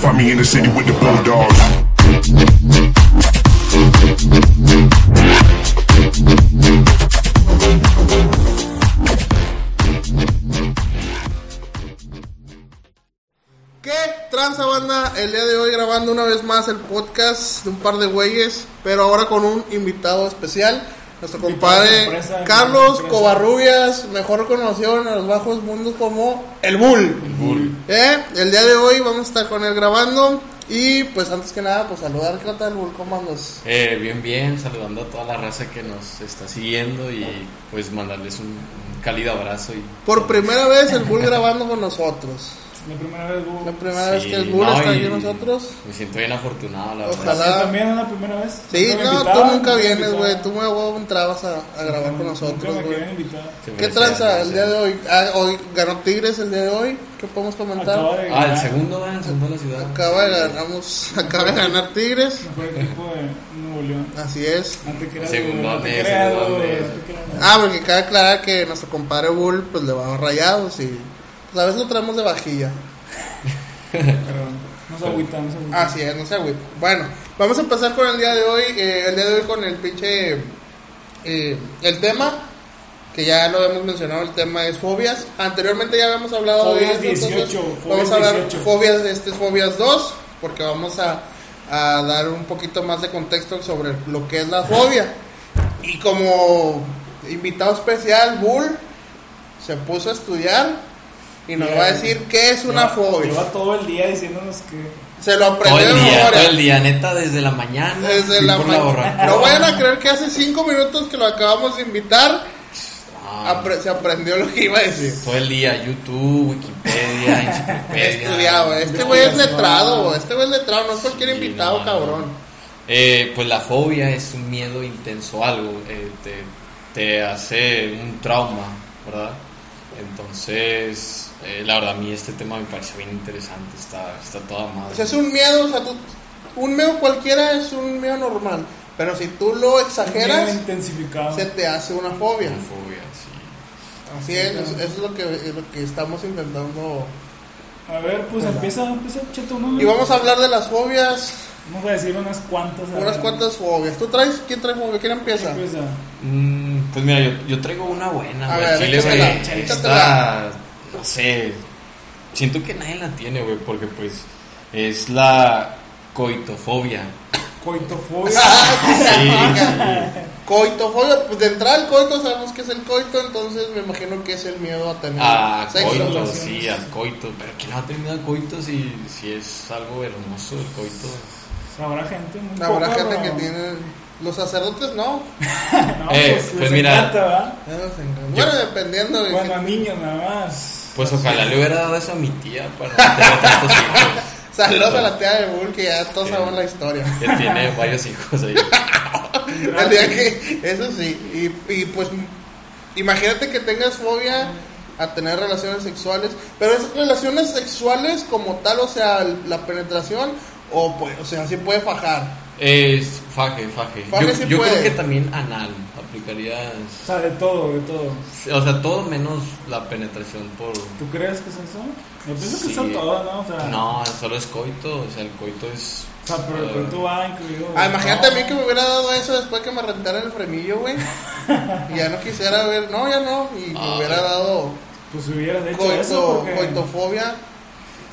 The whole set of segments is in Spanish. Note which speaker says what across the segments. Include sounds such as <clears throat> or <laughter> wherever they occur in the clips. Speaker 1: Find me in the city with the bulldogs.
Speaker 2: ¿Qué tranza banda? El día de hoy grabando una vez más el podcast de un par de güeyes, pero ahora con un invitado especial, nuestro compadre
Speaker 3: sorpresa,
Speaker 2: Carlos
Speaker 3: sorpresa.
Speaker 2: Covarrubias, mejor conocido en los bajos mundos como El Bull.
Speaker 3: Bull.
Speaker 2: ¿Eh? El día de hoy vamos a estar con él grabando y pues antes que nada, pues saludar ¿qué tal, Bull, ¿cómo andas?
Speaker 4: Eh, bien, bien, saludando a toda la raza que nos está siguiendo y pues mandarles un, un cálido abrazo. Y,
Speaker 2: Por primera vez el Bull grabando con nosotros.
Speaker 3: Mi primera vez, Bull.
Speaker 2: La primera
Speaker 4: Sí,
Speaker 2: vez que el Bull
Speaker 4: no,
Speaker 2: está aquí
Speaker 4: y
Speaker 2: con nosotros.
Speaker 4: Me siento bien afortunado, la
Speaker 2: Ojalá.
Speaker 4: verdad.
Speaker 3: ¿Tú también es la primera vez?
Speaker 2: Sí,
Speaker 3: Nunca me
Speaker 2: no, tú
Speaker 3: invitaban,
Speaker 2: nunca
Speaker 3: me
Speaker 2: vienes, güey.
Speaker 3: invitaban.
Speaker 2: Tú me huevo entrabas a, a grabar con nosotros,
Speaker 3: Nunca me
Speaker 2: güey.
Speaker 3: querían invitar.
Speaker 4: Se
Speaker 2: ¿Qué
Speaker 4: merecía,
Speaker 2: tranza
Speaker 4: merecía.
Speaker 2: el día de hoy? Ah, hoy ganó Tigres el día de hoy. ¿Qué podemos
Speaker 3: Acaba
Speaker 2: comentar?
Speaker 3: de
Speaker 4: Ah,
Speaker 3: ganar.
Speaker 4: el segundo, va, el segundo de la ciudad.
Speaker 2: Acaba de ganamos, <laughs> acaba de ganar Tigres.
Speaker 3: Mejor equipo de Nuevo León.
Speaker 2: Así es.
Speaker 3: No te creas,
Speaker 4: Segundo,
Speaker 3: güey, no te
Speaker 4: eh,
Speaker 3: creas,
Speaker 4: segundo,
Speaker 3: güey,
Speaker 4: eh.
Speaker 3: no te creas.
Speaker 2: Ah, porque cabe aclarar que nuestro compadre Bull pues le va a rayados y pues, a veces lo traemos de vajilla.
Speaker 3: Pero no se agüita, no se agüita.
Speaker 2: Así es, no sé, güey. Bueno, vamos a empezar con el día de hoy. eh, el día de hoy con el pinche. eh, el tema, que ya lo hemos mencionado, el tema es fobias. Anteriormente ya habíamos hablado
Speaker 3: Fobias
Speaker 2: de eso,
Speaker 3: 18,
Speaker 2: entonces
Speaker 3: fobias
Speaker 2: Vamos a hablar
Speaker 3: 18.
Speaker 2: fobias, este es fobias 2, porque vamos a, a dar un poquito más de contexto sobre lo que es la fobia. Y como invitado especial, Bull se puso a estudiar. Y nos
Speaker 3: Bien.
Speaker 2: va a decir qué es una
Speaker 3: Lleva-
Speaker 2: fobia.
Speaker 3: Lleva todo el día diciéndonos que.
Speaker 2: Se lo
Speaker 4: Todo
Speaker 2: aprendió
Speaker 4: el
Speaker 2: de
Speaker 4: día,
Speaker 2: memoria.
Speaker 4: todo el día, neta, desde la mañana.
Speaker 2: Desde
Speaker 4: sí,
Speaker 2: la
Speaker 4: por
Speaker 2: ma-
Speaker 4: borra-
Speaker 2: No vayan a creer que hace cinco minutos que lo acabamos de invitar,
Speaker 4: Ah,
Speaker 2: apre- se aprendió lo que iba a decir.
Speaker 4: todo el día,
Speaker 2: <laughs>
Speaker 4: YouTube, Wikipedia, enciclopedia.
Speaker 2: Estudiado, este güey es letrado, güey, este güey es letrado, no es cualquier
Speaker 4: Sí,
Speaker 2: invitado,
Speaker 4: no,
Speaker 2: cabrón.
Speaker 4: Eh, pues la fobia es un miedo intenso a algo, eh, te, te hace un trauma, ¿verdad? Entonces, eh, la verdad, a mí este tema me parece bien interesante, está, está toda madre.
Speaker 2: O sea, es un miedo, o sea, tú- un miedo cualquiera es un miedo normal, pero si tú lo
Speaker 3: Bien
Speaker 2: exageras,
Speaker 3: intensificado.
Speaker 2: se te hace una fobia.
Speaker 4: Una fobia, sí.
Speaker 2: Así es, eso es lo que, es lo que estamos intentando.
Speaker 3: A ver, pues empieza, empieza, cheto, ¿no?
Speaker 2: Y vamos a hablar de las fobias,
Speaker 3: Vamos a decir unas cuantas. a
Speaker 2: unas
Speaker 3: ver. Pues,
Speaker 2: cuantas fobias. ¿Tú traes? ¿Quién trae fobia? ¿Quién empieza? <laughs>
Speaker 3: Empieza.
Speaker 4: Mm, pues mira, yo, yo traigo una buena,
Speaker 2: A
Speaker 4: güey,
Speaker 2: ver,
Speaker 4: Chile,
Speaker 2: échatela,
Speaker 4: güey,
Speaker 2: échatela.
Speaker 4: esta, no sé, siento que nadie la tiene, güey, porque pues es la
Speaker 2: <laughs>
Speaker 4: coitofobia.
Speaker 3: Coitofobia.
Speaker 4: Sí,
Speaker 2: Coitofobia, pues de entrada el coito sabemos que es el coito, entonces me imagino que es el miedo a tener
Speaker 4: A
Speaker 2: sexo.
Speaker 4: Ah, coito,
Speaker 3: relaciones.
Speaker 4: sí, a coito. Pero ¿quién no ha tenido coito si, si es algo hermoso el coito?
Speaker 3: Habrá gente muy
Speaker 2: Habrá
Speaker 3: poca,
Speaker 2: gente que
Speaker 3: pero-
Speaker 2: tiene los sacerdotes, ¿no?
Speaker 3: No,
Speaker 4: Eh,
Speaker 3: pues,
Speaker 4: pues
Speaker 3: les
Speaker 4: mira.
Speaker 3: encanta, ¿verdad?
Speaker 2: Ya los engañan. Bueno, dependiendo de
Speaker 3: Bueno, a niños nada más.
Speaker 4: Pues ojalá le hubiera dado eso a mi tía para no tener tantos hijos.
Speaker 2: Saludos a la tía de Bull que ya todos
Speaker 4: Sí.
Speaker 2: saben la historia.
Speaker 4: Que tiene varios hijos ahí.
Speaker 2: <laughs> El día que, eso sí, y, y pues imagínate que tengas fobia a tener relaciones sexuales, pero es relaciones sexuales como tal, o sea, la penetración, o pues, o sea, sí puede fajar.
Speaker 4: Es faje, faje.
Speaker 2: Faje
Speaker 4: yo
Speaker 2: sí
Speaker 4: yo
Speaker 2: puede.
Speaker 4: creo que también anal. Aplicaría.
Speaker 3: O sea, de todo, de todo.
Speaker 4: O sea, todo menos la penetración por.
Speaker 3: ¿Tú crees que es eso? Yo pienso que
Speaker 4: Sí.
Speaker 3: son todo, ¿no? O sea,
Speaker 4: No, solo es coito. O sea, el coito es.
Speaker 3: O sea, pero el
Speaker 4: eh,
Speaker 3: cuento va incluido.
Speaker 2: Ah, imagínate a mí que
Speaker 3: No.
Speaker 2: me hubiera dado eso después que me rentaran el fremillo, güey. Y ya no quisiera ver, no, ya no. Y me
Speaker 4: Ah.
Speaker 2: hubiera dado
Speaker 3: Pues hubieras hecho eso
Speaker 2: coito,
Speaker 3: porque.
Speaker 2: coitofobia.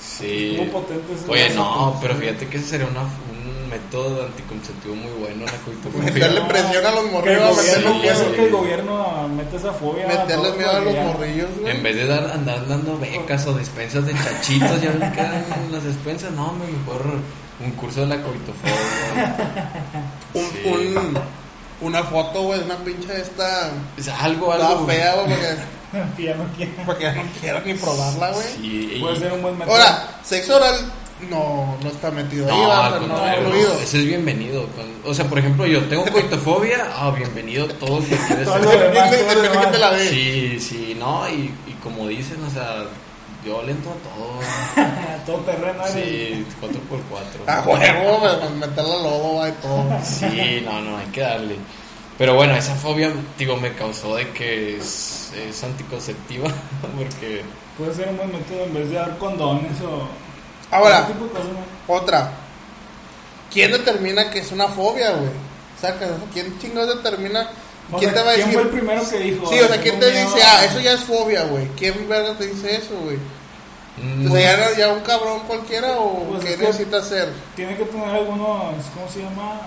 Speaker 4: Sí.
Speaker 3: Estuvo potente ese
Speaker 4: Oye,
Speaker 3: brazo,
Speaker 4: no,
Speaker 3: pues.
Speaker 4: pero fíjate que ese sería una- un método anticonceptivo muy bueno, la coitofobia.
Speaker 2: Meterle presión a los
Speaker 3: Que el
Speaker 2: morrillos, meterle
Speaker 3: gobierno,
Speaker 4: sí,
Speaker 3: puede
Speaker 2: miedo,
Speaker 3: ser
Speaker 4: sí.
Speaker 3: que el gobierno meta esa fobia. a
Speaker 2: meterle
Speaker 3: todos
Speaker 2: miedo a
Speaker 3: para
Speaker 2: los
Speaker 3: que ya-
Speaker 2: morrillos,
Speaker 4: En
Speaker 2: güey.
Speaker 4: vez de dar, andar dando becas o despensas de chachitos, ya me quedan en las despensas, no, hombre, mejor un curso de la coitofobia.
Speaker 2: Un,
Speaker 4: Sí.
Speaker 2: un, una foto, güey, de una pinche esta.
Speaker 4: O sea, algo,
Speaker 2: Toda
Speaker 4: algo.
Speaker 2: fea, güey, porque,
Speaker 3: <laughs> que ya no quiera.
Speaker 2: porque ya no quiero ni probarla, güey.
Speaker 4: Sí, y-
Speaker 3: Puede ser un buen método.
Speaker 2: Ahora, sexo oral no, no está metido ahí,
Speaker 4: no,
Speaker 2: va,
Speaker 4: al
Speaker 2: pero no
Speaker 4: contrario,
Speaker 2: incluido.
Speaker 4: ese es bienvenido. con- O sea, por ejemplo, yo tengo coitofobia, ah, bienvenido todo el que quiere
Speaker 3: Todo
Speaker 4: ser-
Speaker 3: lo demás,
Speaker 2: Depende-
Speaker 3: todo
Speaker 2: depende
Speaker 3: demás.
Speaker 2: que te la ve.
Speaker 4: Sí, sí, no, y, y como dicen, o sea, yo lento a todo.
Speaker 3: Todo terreno. ¿eh?
Speaker 4: Sí, 4x4.
Speaker 2: A huevo, <laughs> güey, meterla al lobo, güey, todo.
Speaker 4: Sí, no, no, hay que darle. Pero bueno, esa fobia, digo, me causó de que es, es anticonceptiva, <laughs> porque
Speaker 3: Puede ser un buen método en vez de dar condones o.
Speaker 2: Ahora,
Speaker 3: Ese tipo de cosas, güey.
Speaker 2: otra. ¿Quién determina que es una fobia, güey? Sacas, ¿quién chingados determina?
Speaker 3: O
Speaker 2: ¿Quién
Speaker 3: sea,
Speaker 2: te va a
Speaker 3: ¿Quién
Speaker 2: decir?
Speaker 3: fue el primero que dijo?
Speaker 2: Sí, o sea,
Speaker 3: "Ay,
Speaker 2: ¿quién
Speaker 3: tengo
Speaker 2: te
Speaker 3: miedo
Speaker 2: dice,
Speaker 3: a-
Speaker 2: ah, eso ya es fobia, güey? ¿Quién verga te dice eso, güey?
Speaker 4: Mm,
Speaker 2: O sea, ya, ya un cabrón cualquiera o
Speaker 3: Pues
Speaker 2: qué
Speaker 3: es que-
Speaker 2: necesita hacer?
Speaker 3: Tiene que poner algunos, ¿cómo se llama?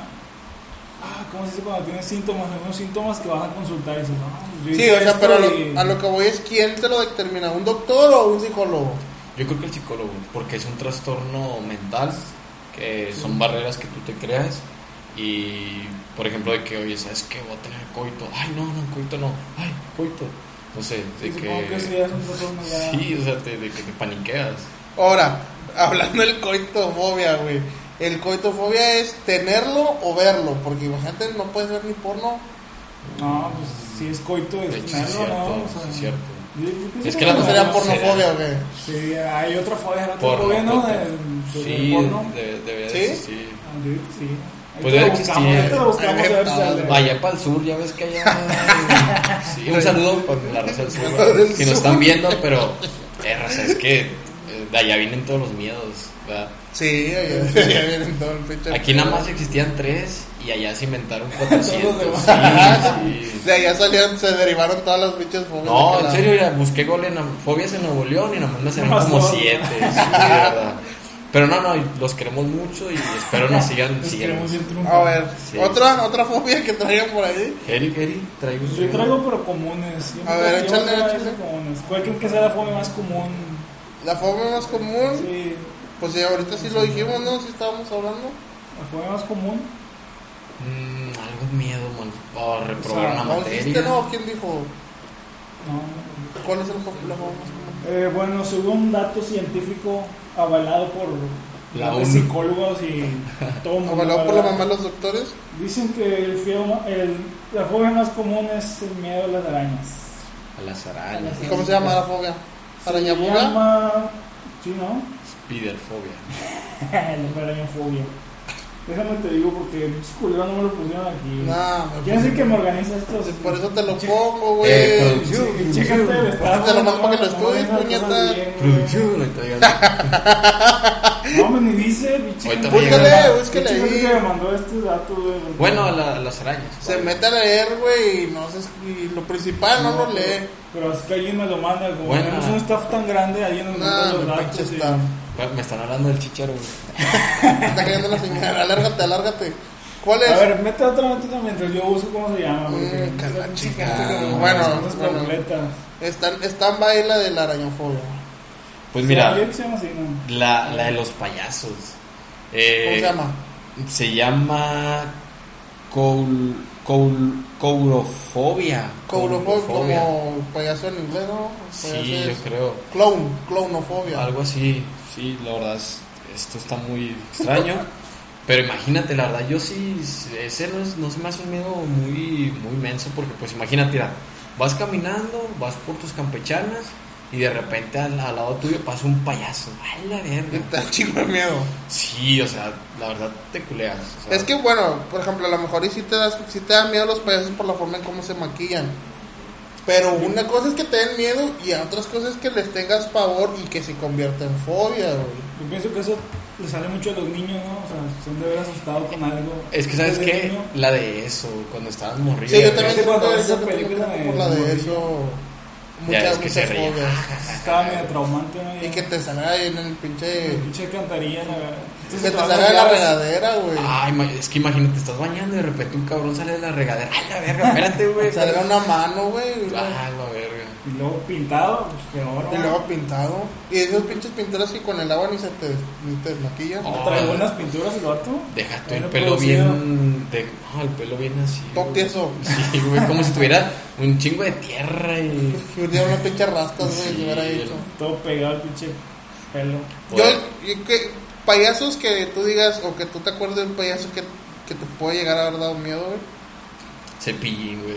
Speaker 3: Ah, ¿cómo se dice cuando tienes síntomas? Algunos síntomas que vas a consultar y dices, ah, pues yo
Speaker 2: Sí,
Speaker 3: hice
Speaker 2: o sea,
Speaker 3: esto
Speaker 2: pero a
Speaker 3: y-
Speaker 2: lo, a lo que voy es quién te lo determina, ¿un doctor o un psicólogo?
Speaker 4: Yo creo que el psicólogo, porque es un trastorno mental, que son barreras que tú te creas y, por ejemplo, de que, oye, ¿sabes qué? Voy a tener coito. Ay, no, no, coito no. Ay, coito. No sé, de
Speaker 3: y Supongo
Speaker 4: que...
Speaker 3: que eso ya es un trastorno ya.
Speaker 4: Sí, o sea, te- de que te paniqueas.
Speaker 2: Ahora, <laughs> hablando del coitofobia, güey. El coitofobia es tenerlo o verlo, porque imagínate, no puedes ver ni porno.
Speaker 3: No, pues si es coito, es
Speaker 4: De hecho, sí es
Speaker 3: tenerlo,
Speaker 4: cierto,
Speaker 3: ¿no?
Speaker 4: sí es cierto.
Speaker 3: yo- yo pienso
Speaker 4: Es que la
Speaker 2: ¿No
Speaker 3: no.
Speaker 2: sería
Speaker 4: sería
Speaker 2: pornofobia o qué?
Speaker 3: Sí, hay otra fobia, era otra
Speaker 4: Porno,
Speaker 3: fobia, ¿no?
Speaker 4: porno.
Speaker 3: De, de- del
Speaker 4: Sí,
Speaker 3: porno.
Speaker 4: de- debería
Speaker 2: ¿Sí?
Speaker 4: de existir.
Speaker 3: Ah, yo- sí. Ahí
Speaker 4: Pues
Speaker 3: te
Speaker 4: debe
Speaker 3: lo buscamos,
Speaker 4: existir.
Speaker 3: ahí te lo buscamos, a ver si sale.
Speaker 4: Vaya para el sur, ya ves que allá. Sí, un saludo para la raza del sur. Si nos están viendo, pero. eh, raza, es que eh, de allá vienen todos los miedos. ¿verdad?
Speaker 2: Sí, ahí- ahí vienen todo el pinche.
Speaker 4: Aquí nada más existían tres y allá se inventaron 400.
Speaker 3: Todos los
Speaker 4: Sí, sí.
Speaker 2: <laughs> De allá salieron, se derivaron todas las pinches fobias. de
Speaker 4: No,
Speaker 2: cada-
Speaker 4: en serio, mira, busqué goleofobias en Nuevo León y nada más me salieron
Speaker 3: Más
Speaker 4: como
Speaker 3: dos.
Speaker 4: siete. sí, de verdad. Pero no, no, los queremos mucho y espero nos sigan
Speaker 3: Nos
Speaker 4: siguiendo.
Speaker 3: queremos bien
Speaker 2: A
Speaker 3: truncados.
Speaker 2: ver,
Speaker 4: Sí.
Speaker 2: otra otra fobia que traigan por ahí.
Speaker 4: Eric, Eric, traigo un
Speaker 3: Yo traigo pero comunes. Yo
Speaker 2: A
Speaker 3: me
Speaker 2: ver,
Speaker 3: traigo- yo
Speaker 2: échale,
Speaker 3: traigo
Speaker 2: échale.
Speaker 3: comunes. ¿Cuál creen que sea la fobia más común?
Speaker 2: La fobia más común,
Speaker 3: Sí,
Speaker 2: pues sí, ahorita sí lo dijimos, ¿no? Sí estábamos hablando.
Speaker 3: la fobia más común.
Speaker 4: Mm, algo miedo, man. O reprobar
Speaker 3: O sea,
Speaker 4: una
Speaker 2: ¿No dijiste,
Speaker 4: materia.
Speaker 2: no? ¿Quién dijo?
Speaker 3: No,
Speaker 2: ¿Cuál es el, fo- la fobia más común?
Speaker 3: Eh, bueno, según un dato científico avalado por
Speaker 4: La
Speaker 3: grandes
Speaker 4: ONU.
Speaker 3: psicólogos
Speaker 4: <laughs>
Speaker 3: y todo el mundo,
Speaker 2: Avalado por la
Speaker 3: ¿verdad?
Speaker 2: mamá de los doctores.
Speaker 3: Dicen que el fiel- el- la fobia más común es el miedo a las arañas.
Speaker 4: A las arañas.
Speaker 2: ¿Y cómo se llama la fobia?
Speaker 3: Se
Speaker 2: ¿Arañabuga?
Speaker 3: llama... ¿Sí, no? <laughs>
Speaker 4: Spiderfobia.
Speaker 3: la arañafobia. Déjame te digo porque pinche culero no me lo pusieron aquí.
Speaker 2: Nah,
Speaker 3: ¿Quién es el que me organiza esto?
Speaker 2: por eso te lo
Speaker 3: Che-
Speaker 2: pongo,
Speaker 4: Eh,
Speaker 2: güey.
Speaker 4: producción.
Speaker 3: che- Chécate el estado.
Speaker 2: Te lo mando para que lo
Speaker 3: no, no,
Speaker 2: estudies,
Speaker 3: no, no,
Speaker 2: puñeta.
Speaker 3: no, bien,
Speaker 4: Ah.
Speaker 3: güey.
Speaker 4: Producción, ahorita digan.
Speaker 3: No, me ni dice, pinche.
Speaker 4: Ahorita
Speaker 3: gente.
Speaker 2: Búscale, búscale
Speaker 3: Pinche gente
Speaker 2: ahí.
Speaker 3: que me mandó este dato, güey. porque-
Speaker 4: <laughs> Bueno, a, la- a las arañas.
Speaker 2: Se mete a leer, güey, y no sé, y lo principal Ah, no lo lee.
Speaker 3: Pero es que alguien me lo manda, como
Speaker 4: Bueno. ah.
Speaker 3: tenemos un staff tan grande, alguien nos manda
Speaker 2: Nah,
Speaker 3: los
Speaker 2: me pinche
Speaker 3: datos.
Speaker 2: Ah, está.
Speaker 4: Bueno, Me están hablando del chicharo, güey.
Speaker 2: Me Está cayendo la señora, alárgate, alárgate. ¿Cuál
Speaker 3: y-
Speaker 2: es?
Speaker 3: A ver, mete otra notita mientras yo busco cómo se llama.
Speaker 2: Mm,
Speaker 3: porque-
Speaker 2: que la
Speaker 3: pinche
Speaker 2: chica.
Speaker 3: gente que me
Speaker 2: Bueno,
Speaker 3: manda las cosas
Speaker 2: bueno.
Speaker 3: completas.
Speaker 2: Están, están baila de la arañofobia.
Speaker 4: Pues mira,
Speaker 3: Yo que se llama así, ¿no?
Speaker 4: la, la de los payasos.
Speaker 2: ¿Cómo se
Speaker 4: Eh,
Speaker 2: llama?
Speaker 4: se llama. Coul, coul, courofobia.
Speaker 2: Coulofobia,
Speaker 4: Coulofobia.
Speaker 2: como payaso en inglés, ¿no? Payaso
Speaker 4: Sí, yo
Speaker 2: es-
Speaker 4: creo.
Speaker 2: Clown, clownofobia.
Speaker 4: Algo así, sí, la verdad, es- esto está muy extraño. Pero imagínate, la verdad, yo sí, ese no, es- no se me hace un miedo muy, muy menso, porque pues imagínate, mira, vas caminando, vas por tus campechanas y de repente al, al lado tuyo pasa un payaso. ¡Ay, la verga!
Speaker 2: Está chico de miedo.
Speaker 4: Sí, o sea, la verdad te culeas. o sea,
Speaker 2: Es que, bueno, por ejemplo, a lo mejor y sí te, das, sí te dan miedo los payasos por la forma en cómo se maquillan. Pero una cosa es que te den miedo y a otras cosas es que les tengas pavor y que se convierta en fobia, güey.
Speaker 3: Yo pienso que eso le sale mucho a los niños, ¿no? O sea, son de haber asustado con algo.
Speaker 4: Es que, ¿sabes
Speaker 3: Desde
Speaker 4: qué?
Speaker 3: niño.
Speaker 4: La de eso, cuando estabas morrido.
Speaker 2: Sí, yo también
Speaker 3: que cuando
Speaker 2: siento-
Speaker 3: ves
Speaker 2: yo
Speaker 3: esa
Speaker 2: también
Speaker 3: película de-
Speaker 2: por la de eso.
Speaker 4: Ya
Speaker 2: Muchas,
Speaker 4: ves que se
Speaker 2: muchas
Speaker 4: reía.
Speaker 2: fobias.
Speaker 3: Estaba medio traumante, ¿no?
Speaker 2: Y que te salga ahí en el pinche.
Speaker 3: Pinche cantaría, la este verdad.
Speaker 2: Que
Speaker 3: Entonces
Speaker 2: te
Speaker 3: vas a
Speaker 2: salga de la
Speaker 3: quedar-
Speaker 2: regadera, güey.
Speaker 4: Ay, ma- es que imagínate, estás bañando y de repente un cabrón sale de la regadera. ¡Ay, la verga! Espérate, güey.
Speaker 2: Salga una mano, güey.
Speaker 4: ¡Ah, la verga!
Speaker 3: Y luego pintado, pues peor.
Speaker 2: Y
Speaker 3: ¿no?
Speaker 2: luego pintado. Y esos pinches pinturas que con el agua ni se te, ni te maquillan.
Speaker 4: Oh.
Speaker 3: Trae buenas pinturas el vato.
Speaker 4: Deja tú el
Speaker 3: Bueno,
Speaker 4: pelo
Speaker 3: producida.
Speaker 4: bien. De, no, el pelo bien así.
Speaker 2: Todo
Speaker 4: güey.
Speaker 2: tieso.
Speaker 4: Sí, güey, como si tuviera un chingo de tierra y.
Speaker 2: Y un día unas pinches rastas, güey,
Speaker 4: Sí,
Speaker 2: se hubiera
Speaker 4: el-
Speaker 2: hecho.
Speaker 3: Todo pegado al pinche pelo.
Speaker 2: Yo,
Speaker 4: Bueno,
Speaker 2: y que, payasos que tú digas o que tú te acuerdes de un payaso que, que te puede llegar a haber dado miedo, güey.
Speaker 4: Cepillín, güey.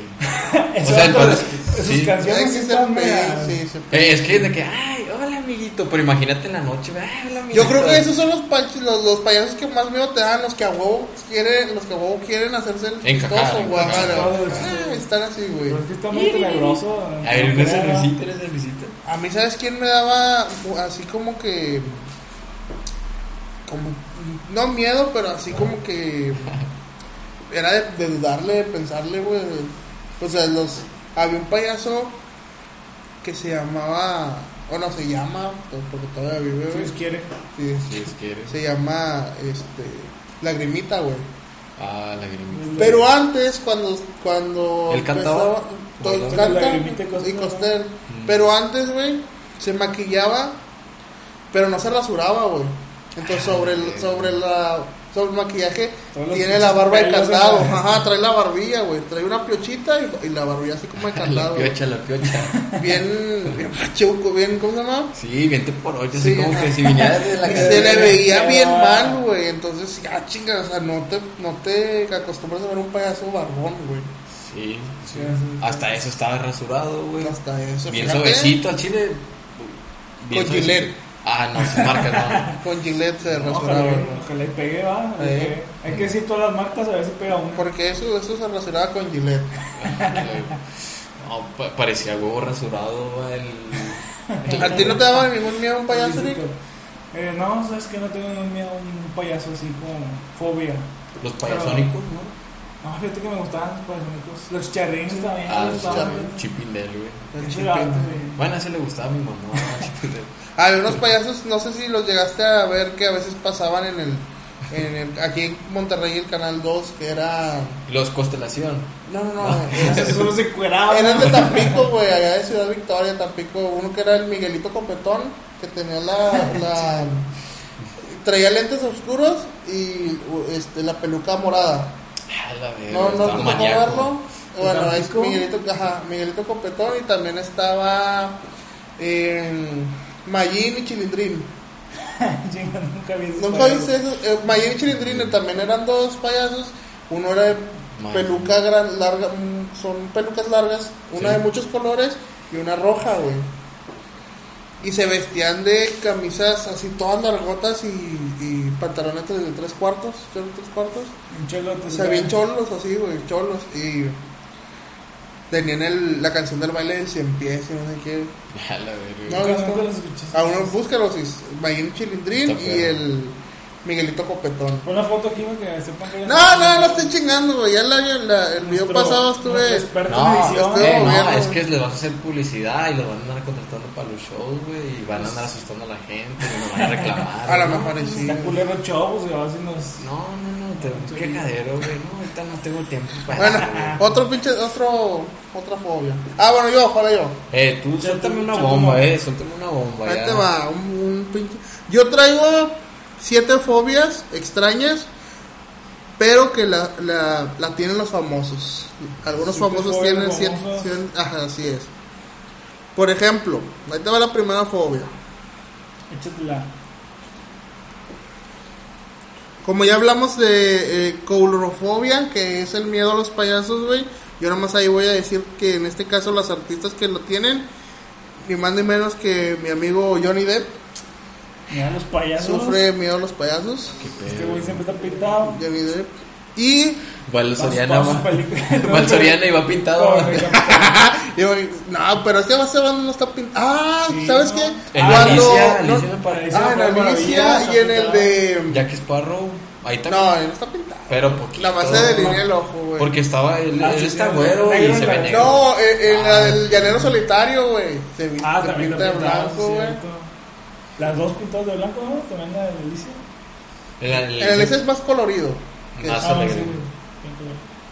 Speaker 3: Ese
Speaker 4: sea,
Speaker 3: vato,
Speaker 4: entonces,
Speaker 3: sus
Speaker 4: sí.
Speaker 3: canciones
Speaker 2: Sí,
Speaker 3: sí
Speaker 2: sí,
Speaker 3: están
Speaker 2: se
Speaker 3: meas.
Speaker 2: pe- sí, se pe-
Speaker 4: Eh, es que de que, ay, hola amiguito. Pero imagínate en la noche, güey, ay, hola amiguito.
Speaker 2: Yo creo que esos son los, pa- los, los payasos que más miedo te dan, los que a huevo quieren, los que a huevo quieren hacerse el
Speaker 4: Encajar,
Speaker 2: chistoso, güey.
Speaker 4: encajar.
Speaker 2: Ah, Están así, güey.
Speaker 3: Pero es que está muy tenebroso.
Speaker 4: A ver, una
Speaker 3: Era-
Speaker 4: cervecita, una cervecita.
Speaker 2: A mí, ¿sabes quién me daba así como que como, no miedo, pero así como que era de, de dudarle, de pensarle, güey. O sea, los, había un payaso que se llamaba, o no, se llama, pues, porque todavía vive,
Speaker 3: Si
Speaker 2: güey.
Speaker 3: Dios quiere.
Speaker 2: Sí,
Speaker 4: Si es que eres.
Speaker 2: se llama, este, Lagrimita, güey.
Speaker 4: Ah, la grimita.
Speaker 2: Pero antes, cuando. cuando
Speaker 4: ¿Él cantaba?
Speaker 2: empezaba- to-
Speaker 4: Bailaba.
Speaker 2: canta
Speaker 3: Lagrimita y
Speaker 2: y
Speaker 3: Coster.
Speaker 2: Coster.
Speaker 4: Mm.
Speaker 2: Pero antes, güey, se maquillaba, pero no se rasuraba, güey. Entonces, sobre, el,
Speaker 4: Ah, ok.
Speaker 2: sobre, la, sobre el maquillaje,
Speaker 3: Todos los
Speaker 2: tiene
Speaker 3: pinches
Speaker 2: la barba de
Speaker 3: pelos,
Speaker 2: candado.
Speaker 3: ¿verdad?
Speaker 2: Ajá, trae la barbilla, güey. Trae una piochita y, y la barbilla así como de
Speaker 4: <laughs> <laughs> La
Speaker 2: candado. güey.
Speaker 4: piocha, la piocha.
Speaker 2: bien, bien pachuco, bien, ¿cómo se llama?
Speaker 4: Sí, vente por hoy.
Speaker 2: Sí,
Speaker 4: Así como
Speaker 2: ajá.
Speaker 4: que si viniera de la <laughs>
Speaker 2: Y
Speaker 4: calle.
Speaker 2: se le veía
Speaker 3: Ah.
Speaker 2: bien mal, güey. Entonces, ah, chinga, o sea, no te, no te acostumbras a ver un payaso barbón, güey.
Speaker 4: Sí,
Speaker 3: Sí,
Speaker 4: sí.
Speaker 3: sí.
Speaker 4: Hasta eso estaba rasurado, güey.
Speaker 2: Hasta eso.
Speaker 4: Bien
Speaker 2: fíjate,
Speaker 4: suavecito al chile.
Speaker 2: Con
Speaker 4: suavecito.
Speaker 2: Gillette.
Speaker 4: Ah, no, se marca,
Speaker 2: Con Gillette se
Speaker 3: No,
Speaker 2: rasuraba.
Speaker 3: Ojalá, ojalá y pegue, va.
Speaker 2: Eh.
Speaker 3: Eh, Hay que decir todas las marcas, a ver si pega una.
Speaker 2: Porque eso, eso se rasuraba con Gillette. <laughs>
Speaker 4: no. no pa- parecía huevo rasurado va, el.
Speaker 2: ¿A ti no te daba ningún miedo un payaso, Nick?
Speaker 3: Eh, no, sabes que no tengo ningún miedo a un payaso así como fobia.
Speaker 4: Los payasónicos, ¿no?
Speaker 3: No, fíjate que me gustaban los payasonicos. Los charrines también.
Speaker 4: Ah,
Speaker 3: me
Speaker 4: los
Speaker 3: gustaban.
Speaker 4: chapines, Chipindel, güey.
Speaker 2: El
Speaker 3: Ese
Speaker 2: chipín.
Speaker 3: vato, sí.
Speaker 4: Bueno, ese le gustaba a
Speaker 2: <laughs>
Speaker 4: mi mamá. Chipindel.
Speaker 2: Había unos payasos, no sé si los llegaste a ver, que a veces pasaban en el... En el aquí en Monterrey, el Canal 2, que era... Ah,
Speaker 4: Los Constelación.
Speaker 2: No, no, no.
Speaker 3: Esos
Speaker 2: era-
Speaker 3: solo se
Speaker 4: Ah,
Speaker 3: cueraban.
Speaker 2: Eran de Tampico, güey, allá de Ciudad Victoria, Tampico. Uno que era el Miguelito Copetón, que tenía la. la- traía lentes oscuros y u- este, la peluca morada.
Speaker 4: Ah, la verga.
Speaker 2: No, no,
Speaker 4: estaba
Speaker 2: ¿cómo
Speaker 4: maníaco.
Speaker 2: verlo? Bueno, es
Speaker 3: Tampico.
Speaker 2: Miguelito, ajá, Miguelito Copetón y también estaba. em, Mayín y Chilindrín.
Speaker 3: <laughs> Chinga, nunca vi esos
Speaker 2: Nunca
Speaker 3: payasos.
Speaker 2: viste eso. Eh, Mayín y Chilindrín también eran dos payasos. Uno era de
Speaker 4: Mayín.
Speaker 2: peluca gran, larga, mm, son pelucas largas, una
Speaker 4: Sí.
Speaker 2: de muchos colores y una roja, güey. Y se vestían de camisas así todas largotas y, y pantalones de tres cuartos, cholo tres cuartos.
Speaker 3: Un chelote,
Speaker 2: O sea,
Speaker 3: sí.
Speaker 2: bien cholos así, güey, cholos. Y tenían el- la canción del baile del cien pies y no sé qué.
Speaker 4: Ah, la verga.
Speaker 2: No,
Speaker 3: Nunca-
Speaker 2: no,
Speaker 3: nunca
Speaker 2: no.
Speaker 3: los escuché.
Speaker 2: A uno búscalos, y Mayín Chilindrín
Speaker 4: Está
Speaker 2: y
Speaker 4: perro.
Speaker 2: el Miguelito Copetón.
Speaker 3: Pon la foto aquí para que sepan que...
Speaker 2: No, no, no estoy chingando, güey. Ya la, la- el video
Speaker 3: Nuestro-
Speaker 2: pasado estuve.
Speaker 3: nuestro experto en
Speaker 4: No,
Speaker 3: edición.
Speaker 2: estoy
Speaker 4: eh, no,
Speaker 2: moviendo.
Speaker 4: es que les vas a hacer publicidad y los van a andar contratando para los shows, güey, y van a andar asustando a la gente, y nos van a reclamar.
Speaker 2: A lo
Speaker 4: ¿no?
Speaker 2: mejor y sí.
Speaker 3: Está culero el show, pues, y ahora sí nos...
Speaker 4: No, no, no, te un quejadero, güey, no, ahorita no tengo tiempo para
Speaker 2: Bueno,
Speaker 4: eso, güey.
Speaker 2: otro pinche, otro, otra fobia. Ah, bueno, yo, ojalá yo.
Speaker 4: Eh, tú
Speaker 3: Ya,
Speaker 4: suéltame
Speaker 3: tú,
Speaker 4: una
Speaker 3: suéltame
Speaker 4: bomba,
Speaker 3: una.
Speaker 4: eh, suéltame una bomba.
Speaker 2: Ahí
Speaker 4: ya.
Speaker 2: te va, un, un pinche. Yo traigo siete fobias extrañas, pero que la, la, la tienen los famosos. Algunos
Speaker 3: Siete
Speaker 2: famosos
Speaker 3: fobias
Speaker 2: tienen siete,
Speaker 3: famosas.
Speaker 2: tienen- Ajá, así es. Por ejemplo, ahí te va la primera fobia.
Speaker 3: Échatela.
Speaker 2: Como ya hablamos de eh, coulrofobia, que es el miedo a los payasos, güey. Yo nomás ahí voy a decir que en este caso las artistas que lo tienen, ni más ni menos que mi amigo Johnny Depp,
Speaker 3: Mira, los payasos.
Speaker 2: sufre miedo a los payasos.
Speaker 4: Qué pedo.
Speaker 3: Este güey siempre está pintado.
Speaker 2: Johnny Depp. Y,
Speaker 4: Igual
Speaker 3: Para sus-
Speaker 4: Soriana
Speaker 3: para sus
Speaker 4: va.
Speaker 3: películas.
Speaker 4: Igual Soriana iba pintado.
Speaker 3: <laughs>
Speaker 4: ¿eh?
Speaker 3: Con-
Speaker 4: güey.
Speaker 2: yo- no, pero este es que Sebastián no está pintado. Ah,
Speaker 3: Sí,
Speaker 2: ¿sabes
Speaker 3: no.
Speaker 2: qué?
Speaker 4: En Alicia, Alicia me parece.
Speaker 2: ah, en Alicia
Speaker 3: Maravillas,
Speaker 2: y en el
Speaker 3: está
Speaker 2: de.
Speaker 4: Jack Sparrow, ahí también.
Speaker 2: No, él no está pintado.
Speaker 4: pero poquito.
Speaker 2: La más se delinea el ojo, güey.
Speaker 4: Porque estaba, él,
Speaker 3: Ah,
Speaker 4: él
Speaker 3: sí,
Speaker 4: está
Speaker 3: sí,
Speaker 4: güero
Speaker 3: negro
Speaker 4: y
Speaker 3: en
Speaker 4: se
Speaker 3: la-
Speaker 4: ve negro.
Speaker 2: No, en, en la
Speaker 4: Ah.
Speaker 2: del llanero solitario, güey. Se, vi-
Speaker 3: Ah,
Speaker 2: se
Speaker 3: también
Speaker 2: pinta de
Speaker 3: la pintada,
Speaker 2: blanco,
Speaker 3: sí,
Speaker 2: güey.
Speaker 3: cierto. Las dos pintadas de blanco, ¿no? También la de Alicia.
Speaker 4: En la- en la-
Speaker 2: En el ese es más colorido. que-
Speaker 4: Más
Speaker 3: Ah,
Speaker 4: alegre.
Speaker 3: sí, güey.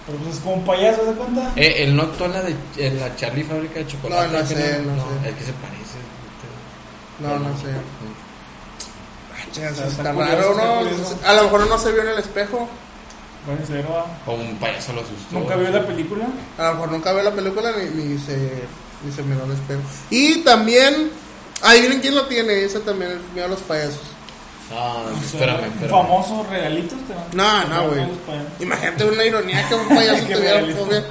Speaker 3: Pero pues es como un payaso, ¿se cuenta?
Speaker 4: Eh, él no actúa en la, de, en la Charlie Fábrica de Chocolate.
Speaker 2: No, no sé,
Speaker 4: que
Speaker 2: no sé.
Speaker 4: Es que se parece.
Speaker 2: No, no sé.
Speaker 4: No.
Speaker 2: Ah, chingas,
Speaker 3: Está-
Speaker 2: Está
Speaker 3: está
Speaker 2: raro,
Speaker 3: curioso, está
Speaker 2: ¿no?
Speaker 3: curioso.
Speaker 2: A lo mejor no se vio en el espejo.
Speaker 3: Puede ser, va.
Speaker 4: O un payaso lo asustó.
Speaker 3: ¿Nunca vio la película?
Speaker 2: A lo mejor nunca vio la película ni, ni se, ni se miró al espejo. Y también, adivinen quién lo tiene. Esa también es miedo a los payasos.
Speaker 4: No, no, Ah, espérame,
Speaker 3: Un
Speaker 4: espérame.
Speaker 3: Famoso regalito. te van-
Speaker 2: No, no,
Speaker 3: te van
Speaker 2: güey.
Speaker 3: los payasos.
Speaker 2: Imagínate una ironía que un payaso
Speaker 3: <laughs> Qué
Speaker 2: tuviera
Speaker 3: realista.
Speaker 2: fobia.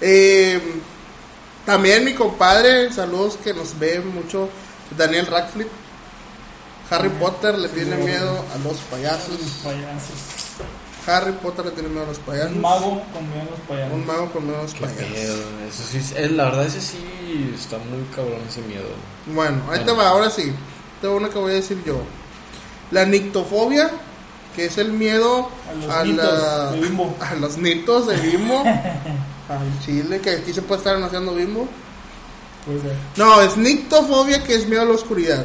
Speaker 2: Eh, también mi compadre, saludos que nos ve mucho, Daniel Radcliffe. Harry Potter le tiene miedo a los payasos.
Speaker 3: Los payasos.
Speaker 2: Harry Potter le tiene miedo a los payasos.
Speaker 3: Un mago con miedo a los
Speaker 2: Un
Speaker 3: payasos.
Speaker 2: mago con miedo a los
Speaker 4: Qué
Speaker 2: payasos.
Speaker 4: miedo. Eso sí, es- eh, la verdad, ese sí está muy cabrón ese miedo.
Speaker 2: Bueno, ahí te
Speaker 4: Bueno.
Speaker 2: va, ahora sí. Te va una que voy a decir yo. La nictofobia, que es el miedo
Speaker 3: A los
Speaker 2: a,
Speaker 3: nitos
Speaker 2: la-
Speaker 3: de Bimbo.
Speaker 2: <laughs> a los nitos de
Speaker 3: <laughs>
Speaker 2: bimbo. al chile, que aquí se puede estar anunciando bimbo.
Speaker 3: Puede ser.
Speaker 2: No, es nictofobia, que es miedo a la oscuridad.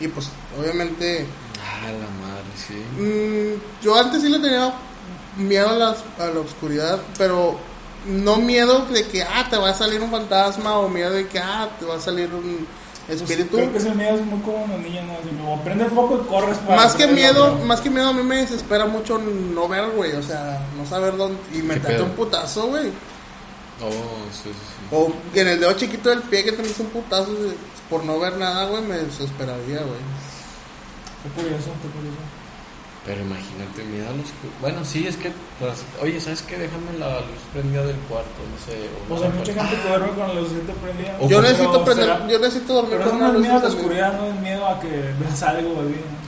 Speaker 2: Y pues, obviamente,
Speaker 4: Ah, la madre, sí.
Speaker 2: mm, yo antes sí le tenía miedo a la, a la oscuridad, pero no miedo de que, ah, te va a salir un fantasma, o miedo de que, ah, te va a salir un espíritu.
Speaker 3: Creo que ese miedo es muy común en los niños, ¿no? Así como prende el foco y corres para.
Speaker 2: Más que
Speaker 3: prender la
Speaker 2: miedo,
Speaker 3: llama.
Speaker 2: más que miedo a mí me desespera mucho no ver, güey, o sea, no saber dónde y meterte
Speaker 4: pedo?
Speaker 2: un putazo, güey.
Speaker 4: Oh, sí, sí, sí.
Speaker 2: O que en el dedo chiquito del pie que te metes un putazo eh, por no ver nada, güey, me desesperaría, güey.
Speaker 3: Qué curioso, qué curioso.
Speaker 4: Pero imagínate, miedo a los... cu- Bueno, sí, es que... pues, Oye, ¿sabes qué? Déjame la luz prendida del cuarto, no sé. o-
Speaker 3: Pues hay mucha gente que duerme con la lucecita prendida.
Speaker 4: Ojo.
Speaker 2: Yo
Speaker 4: Pero
Speaker 2: necesito prender,
Speaker 3: será-
Speaker 2: yo necesito dormir
Speaker 3: Pero
Speaker 2: con
Speaker 3: eso
Speaker 2: una
Speaker 3: no es
Speaker 2: luz
Speaker 3: miedo a la
Speaker 2: encendida.
Speaker 3: oscuridad, no es miedo a que veas algo, así, ¿no?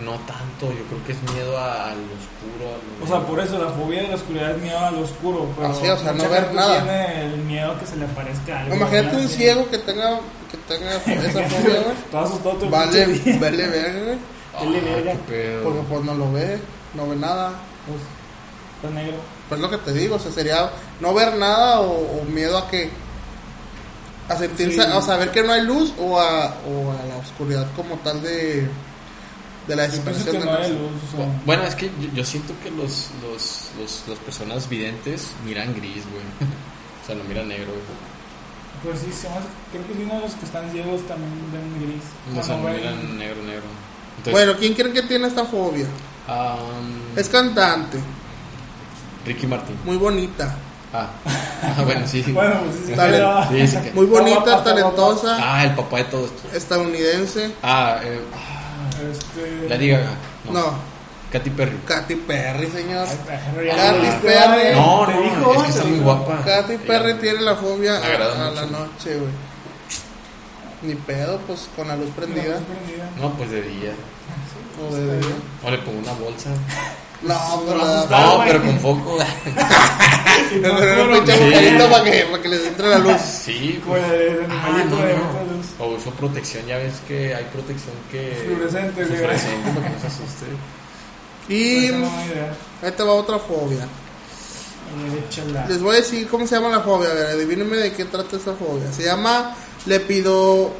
Speaker 4: No tanto, yo creo que es miedo a- al oscuro. a lo-
Speaker 3: O sea, por eso la fobia de la oscuridad es miedo a lo oscuro. Pero
Speaker 2: Ah, sí, o sea, no
Speaker 3: mucha
Speaker 2: ver
Speaker 3: gente
Speaker 2: nada.
Speaker 3: Tiene el miedo que se le aparezca algo.
Speaker 2: Imagínate
Speaker 3: ¿verdad?
Speaker 2: un
Speaker 3: Sí.
Speaker 2: ciego que tenga que
Speaker 3: <laughs>
Speaker 2: tenga esa fobia, güey.
Speaker 3: Todo asustado todo el
Speaker 2: Vale,
Speaker 3: pinche día.
Speaker 2: vele verga, güey,
Speaker 4: Ah,
Speaker 3: Qué le verga.
Speaker 4: qué pedo.
Speaker 2: porque pues no lo ve, no ve nada.
Speaker 3: Pues, está negro.
Speaker 2: Pues lo que te digo, o sea, sería no ver nada o, o miedo a que. a sentirse,
Speaker 3: Sí.
Speaker 2: a saber que no hay luz o a, o a la oscuridad como tal de. de la
Speaker 3: Yo pienso
Speaker 2: desesperación
Speaker 3: pues que
Speaker 2: de
Speaker 3: no hay
Speaker 2: la-
Speaker 3: luz, o sea.
Speaker 4: Bu- Bueno, es que yo, yo siento que los, los, los- las personas videntes miran gris, güey. <laughs> O sea, no miran negro, güey.
Speaker 3: Pues sí, se me hace- creo que sí, uno de los que están ciegos también ven gris.
Speaker 4: O sea, no
Speaker 3: ven-
Speaker 4: miran negro, negro. Entonces,
Speaker 2: Bueno, ¿quién creen que tiene esta fobia?
Speaker 4: am,
Speaker 2: Es cantante,
Speaker 4: Ricky Martin.
Speaker 2: muy bonita,
Speaker 3: <laughs>
Speaker 4: Ah, Ah, bueno, sí.
Speaker 3: Bueno, pues sí, sí,
Speaker 2: Dale.
Speaker 3: queda-
Speaker 4: Sí, sí que-
Speaker 2: muy bonita,
Speaker 3: Está guapa, está
Speaker 2: talentosa,
Speaker 4: Ah, el papá de todos.
Speaker 2: estadounidense.
Speaker 4: Ah, eh, ah,
Speaker 3: Este.
Speaker 4: la diga.
Speaker 2: No.
Speaker 4: Katy Perry.
Speaker 2: Katy Perry, señor.
Speaker 3: Ay, perro, ya
Speaker 2: Katy
Speaker 3: lo viste,
Speaker 2: Perry.
Speaker 3: vale.
Speaker 4: No,
Speaker 3: Eh, Te
Speaker 4: no,
Speaker 3: dijo,
Speaker 4: es que está
Speaker 3: te
Speaker 4: muy
Speaker 3: dijo.
Speaker 4: guapa.
Speaker 2: Katy Perry tiene la fobia
Speaker 4: Me agrada
Speaker 2: a, a la
Speaker 4: mucho.
Speaker 2: noche, güey. Ni pedo, pues con la luz prendida.
Speaker 3: Está prendida.
Speaker 4: No, pues de día.
Speaker 2: o de-
Speaker 4: O le pongo una bolsa.
Speaker 2: No, pero
Speaker 3: Pues, No,
Speaker 2: la-
Speaker 3: asustar,
Speaker 4: No,
Speaker 3: güey.
Speaker 4: pero con foco.
Speaker 2: <laughs> Pero era un pinche
Speaker 4: Sí.
Speaker 2: agujerito para que, para que les entre la luz.
Speaker 4: Sí,
Speaker 3: Como
Speaker 4: pues.
Speaker 3: la de- de
Speaker 4: Ah,
Speaker 3: animalito
Speaker 4: no,
Speaker 3: de pues,
Speaker 4: no.
Speaker 3: otra luz.
Speaker 4: O uso protección, ya ves que hay protección que.
Speaker 3: Fluorescente, güey.
Speaker 4: Fluorescente, para que no se asuste.
Speaker 2: Y
Speaker 3: Esa pues, no es idea.
Speaker 2: ahí te va otra fobia.
Speaker 3: Eh, échala.
Speaker 2: Les voy a decir cómo se llama la fobia. A ver, adivínenme de qué trata esta fobia. Se llama le pido.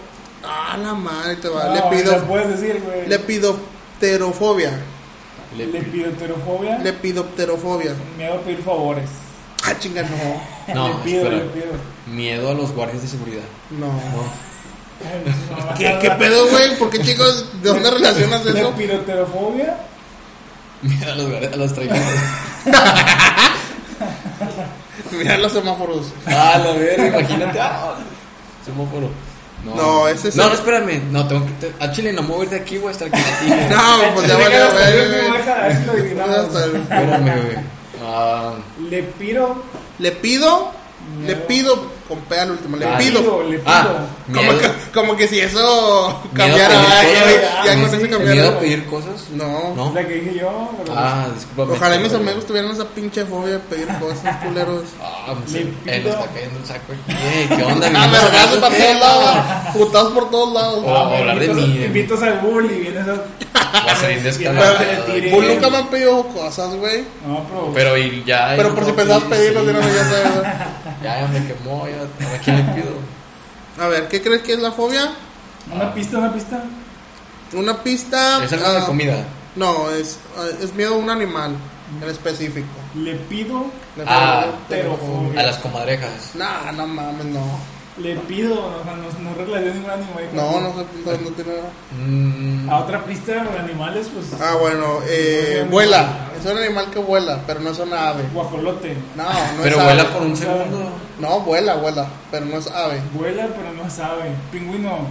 Speaker 2: Ah, la madre te va.
Speaker 3: No,
Speaker 2: le
Speaker 3: la
Speaker 2: pido.
Speaker 3: puedes decir, güey.
Speaker 2: Le pido. Pterofobia.
Speaker 4: Le-
Speaker 3: Lepidoterofobia.
Speaker 2: Le pido pterofobia.
Speaker 3: Miedo a pedir favores.
Speaker 2: Ah, chinga, no.
Speaker 3: <laughs>
Speaker 4: No,
Speaker 3: le pido,
Speaker 4: espera.
Speaker 3: le pido.
Speaker 4: Miedo a los guardias de seguridad.
Speaker 2: No.
Speaker 3: Ay,
Speaker 2: ¿Qué, qué pedo, güey? ¿Por qué, chicos? ¿De dónde relacionas eso?
Speaker 3: Lepidoterofobia.
Speaker 4: <laughs> Miedo a los guardias, a los traidores.
Speaker 2: Mira los semáforos.
Speaker 4: Ah, la verga, imagínate. Ah, semáforo. No,
Speaker 2: No, ese es
Speaker 4: No,
Speaker 2: el-
Speaker 4: no, espérame. No, tengo que. te- A Chile, no me voy a ir de aquí, voy a estar aquí.
Speaker 2: <laughs> No, pues ya
Speaker 3: Déjala
Speaker 2: valió,
Speaker 3: hasta el
Speaker 2: güey.
Speaker 3: último, déjala, a ver si lo adivinamos.
Speaker 2: Hasta el-
Speaker 4: Espérame, güey. Ah,
Speaker 3: Le pido.
Speaker 2: Le pido, le
Speaker 3: Miedo.
Speaker 2: pido, con P al último, le
Speaker 4: Ah,
Speaker 2: pido.
Speaker 3: Le pido.
Speaker 4: ah, miedo,
Speaker 2: Como que, como que si eso
Speaker 4: miedo
Speaker 2: cambiara,
Speaker 4: a
Speaker 2: ay,
Speaker 4: pedir
Speaker 2: ya,
Speaker 4: cosas.
Speaker 2: ya no sé si cambiara.
Speaker 4: Miedo a pedir cosas.
Speaker 2: No.
Speaker 4: No.
Speaker 3: La que dije yo. pero-
Speaker 4: Ah, discúlpame.
Speaker 2: Ojalá mis amigos tuvieran esa pinche fobia de pedir cosas, culeros.
Speaker 4: Ah, pues,
Speaker 3: Le
Speaker 4: eh, nos
Speaker 3: pido-
Speaker 4: está cayendo un saco aquí. Eh, ¿Qué
Speaker 2: <laughs>
Speaker 4: onda,
Speaker 2: A
Speaker 4: mi
Speaker 2: vergazos para todos lados, putados por todos lados.
Speaker 4: Oh.
Speaker 3: Ah,
Speaker 4: hablar de
Speaker 3: invitas-
Speaker 4: mí, eh.
Speaker 3: Invitas al bully y vienes a.
Speaker 4: Va a <laughs> salir
Speaker 3: Pero-
Speaker 4: descalabrado.
Speaker 2: Pues nunca me han pedido cosas, güey.
Speaker 3: No, pero.
Speaker 4: Pero y ya.
Speaker 2: Pero por si pensabas pedirlas,
Speaker 4: de
Speaker 2: de una vez ya sabes. güey.
Speaker 4: Ya, ya me quemó, ya. ¿A quién le pido?
Speaker 2: A ver, ¿qué crees que es la fobia?
Speaker 3: Una pista, una pista.
Speaker 2: Una pista.
Speaker 4: Es algo de
Speaker 2: ah,
Speaker 4: comida.
Speaker 2: No, es, ah, es miedo a un animal en específico.
Speaker 3: Le pido.
Speaker 2: Le
Speaker 4: Ah,
Speaker 2: pido pterofobia.
Speaker 4: A las comadrejas.
Speaker 2: Nah, no mames, no.
Speaker 3: Le pido. O sea, no, no relaciones ningún animal. con-
Speaker 2: No, no, no, no tiene nada.
Speaker 4: Mm,
Speaker 3: A otra pista, animales, pues.
Speaker 2: Ah, bueno, eh, vuela. Es un animal que vuela, pero no es una ave.
Speaker 3: Guajolote.
Speaker 2: No, no
Speaker 4: pero
Speaker 2: es
Speaker 4: vuela
Speaker 2: ave.
Speaker 4: por un
Speaker 3: No sabe.
Speaker 4: segundo.
Speaker 2: No, vuela, vuela, pero no es ave.
Speaker 3: Vuela, pero no sabe. Pingüino.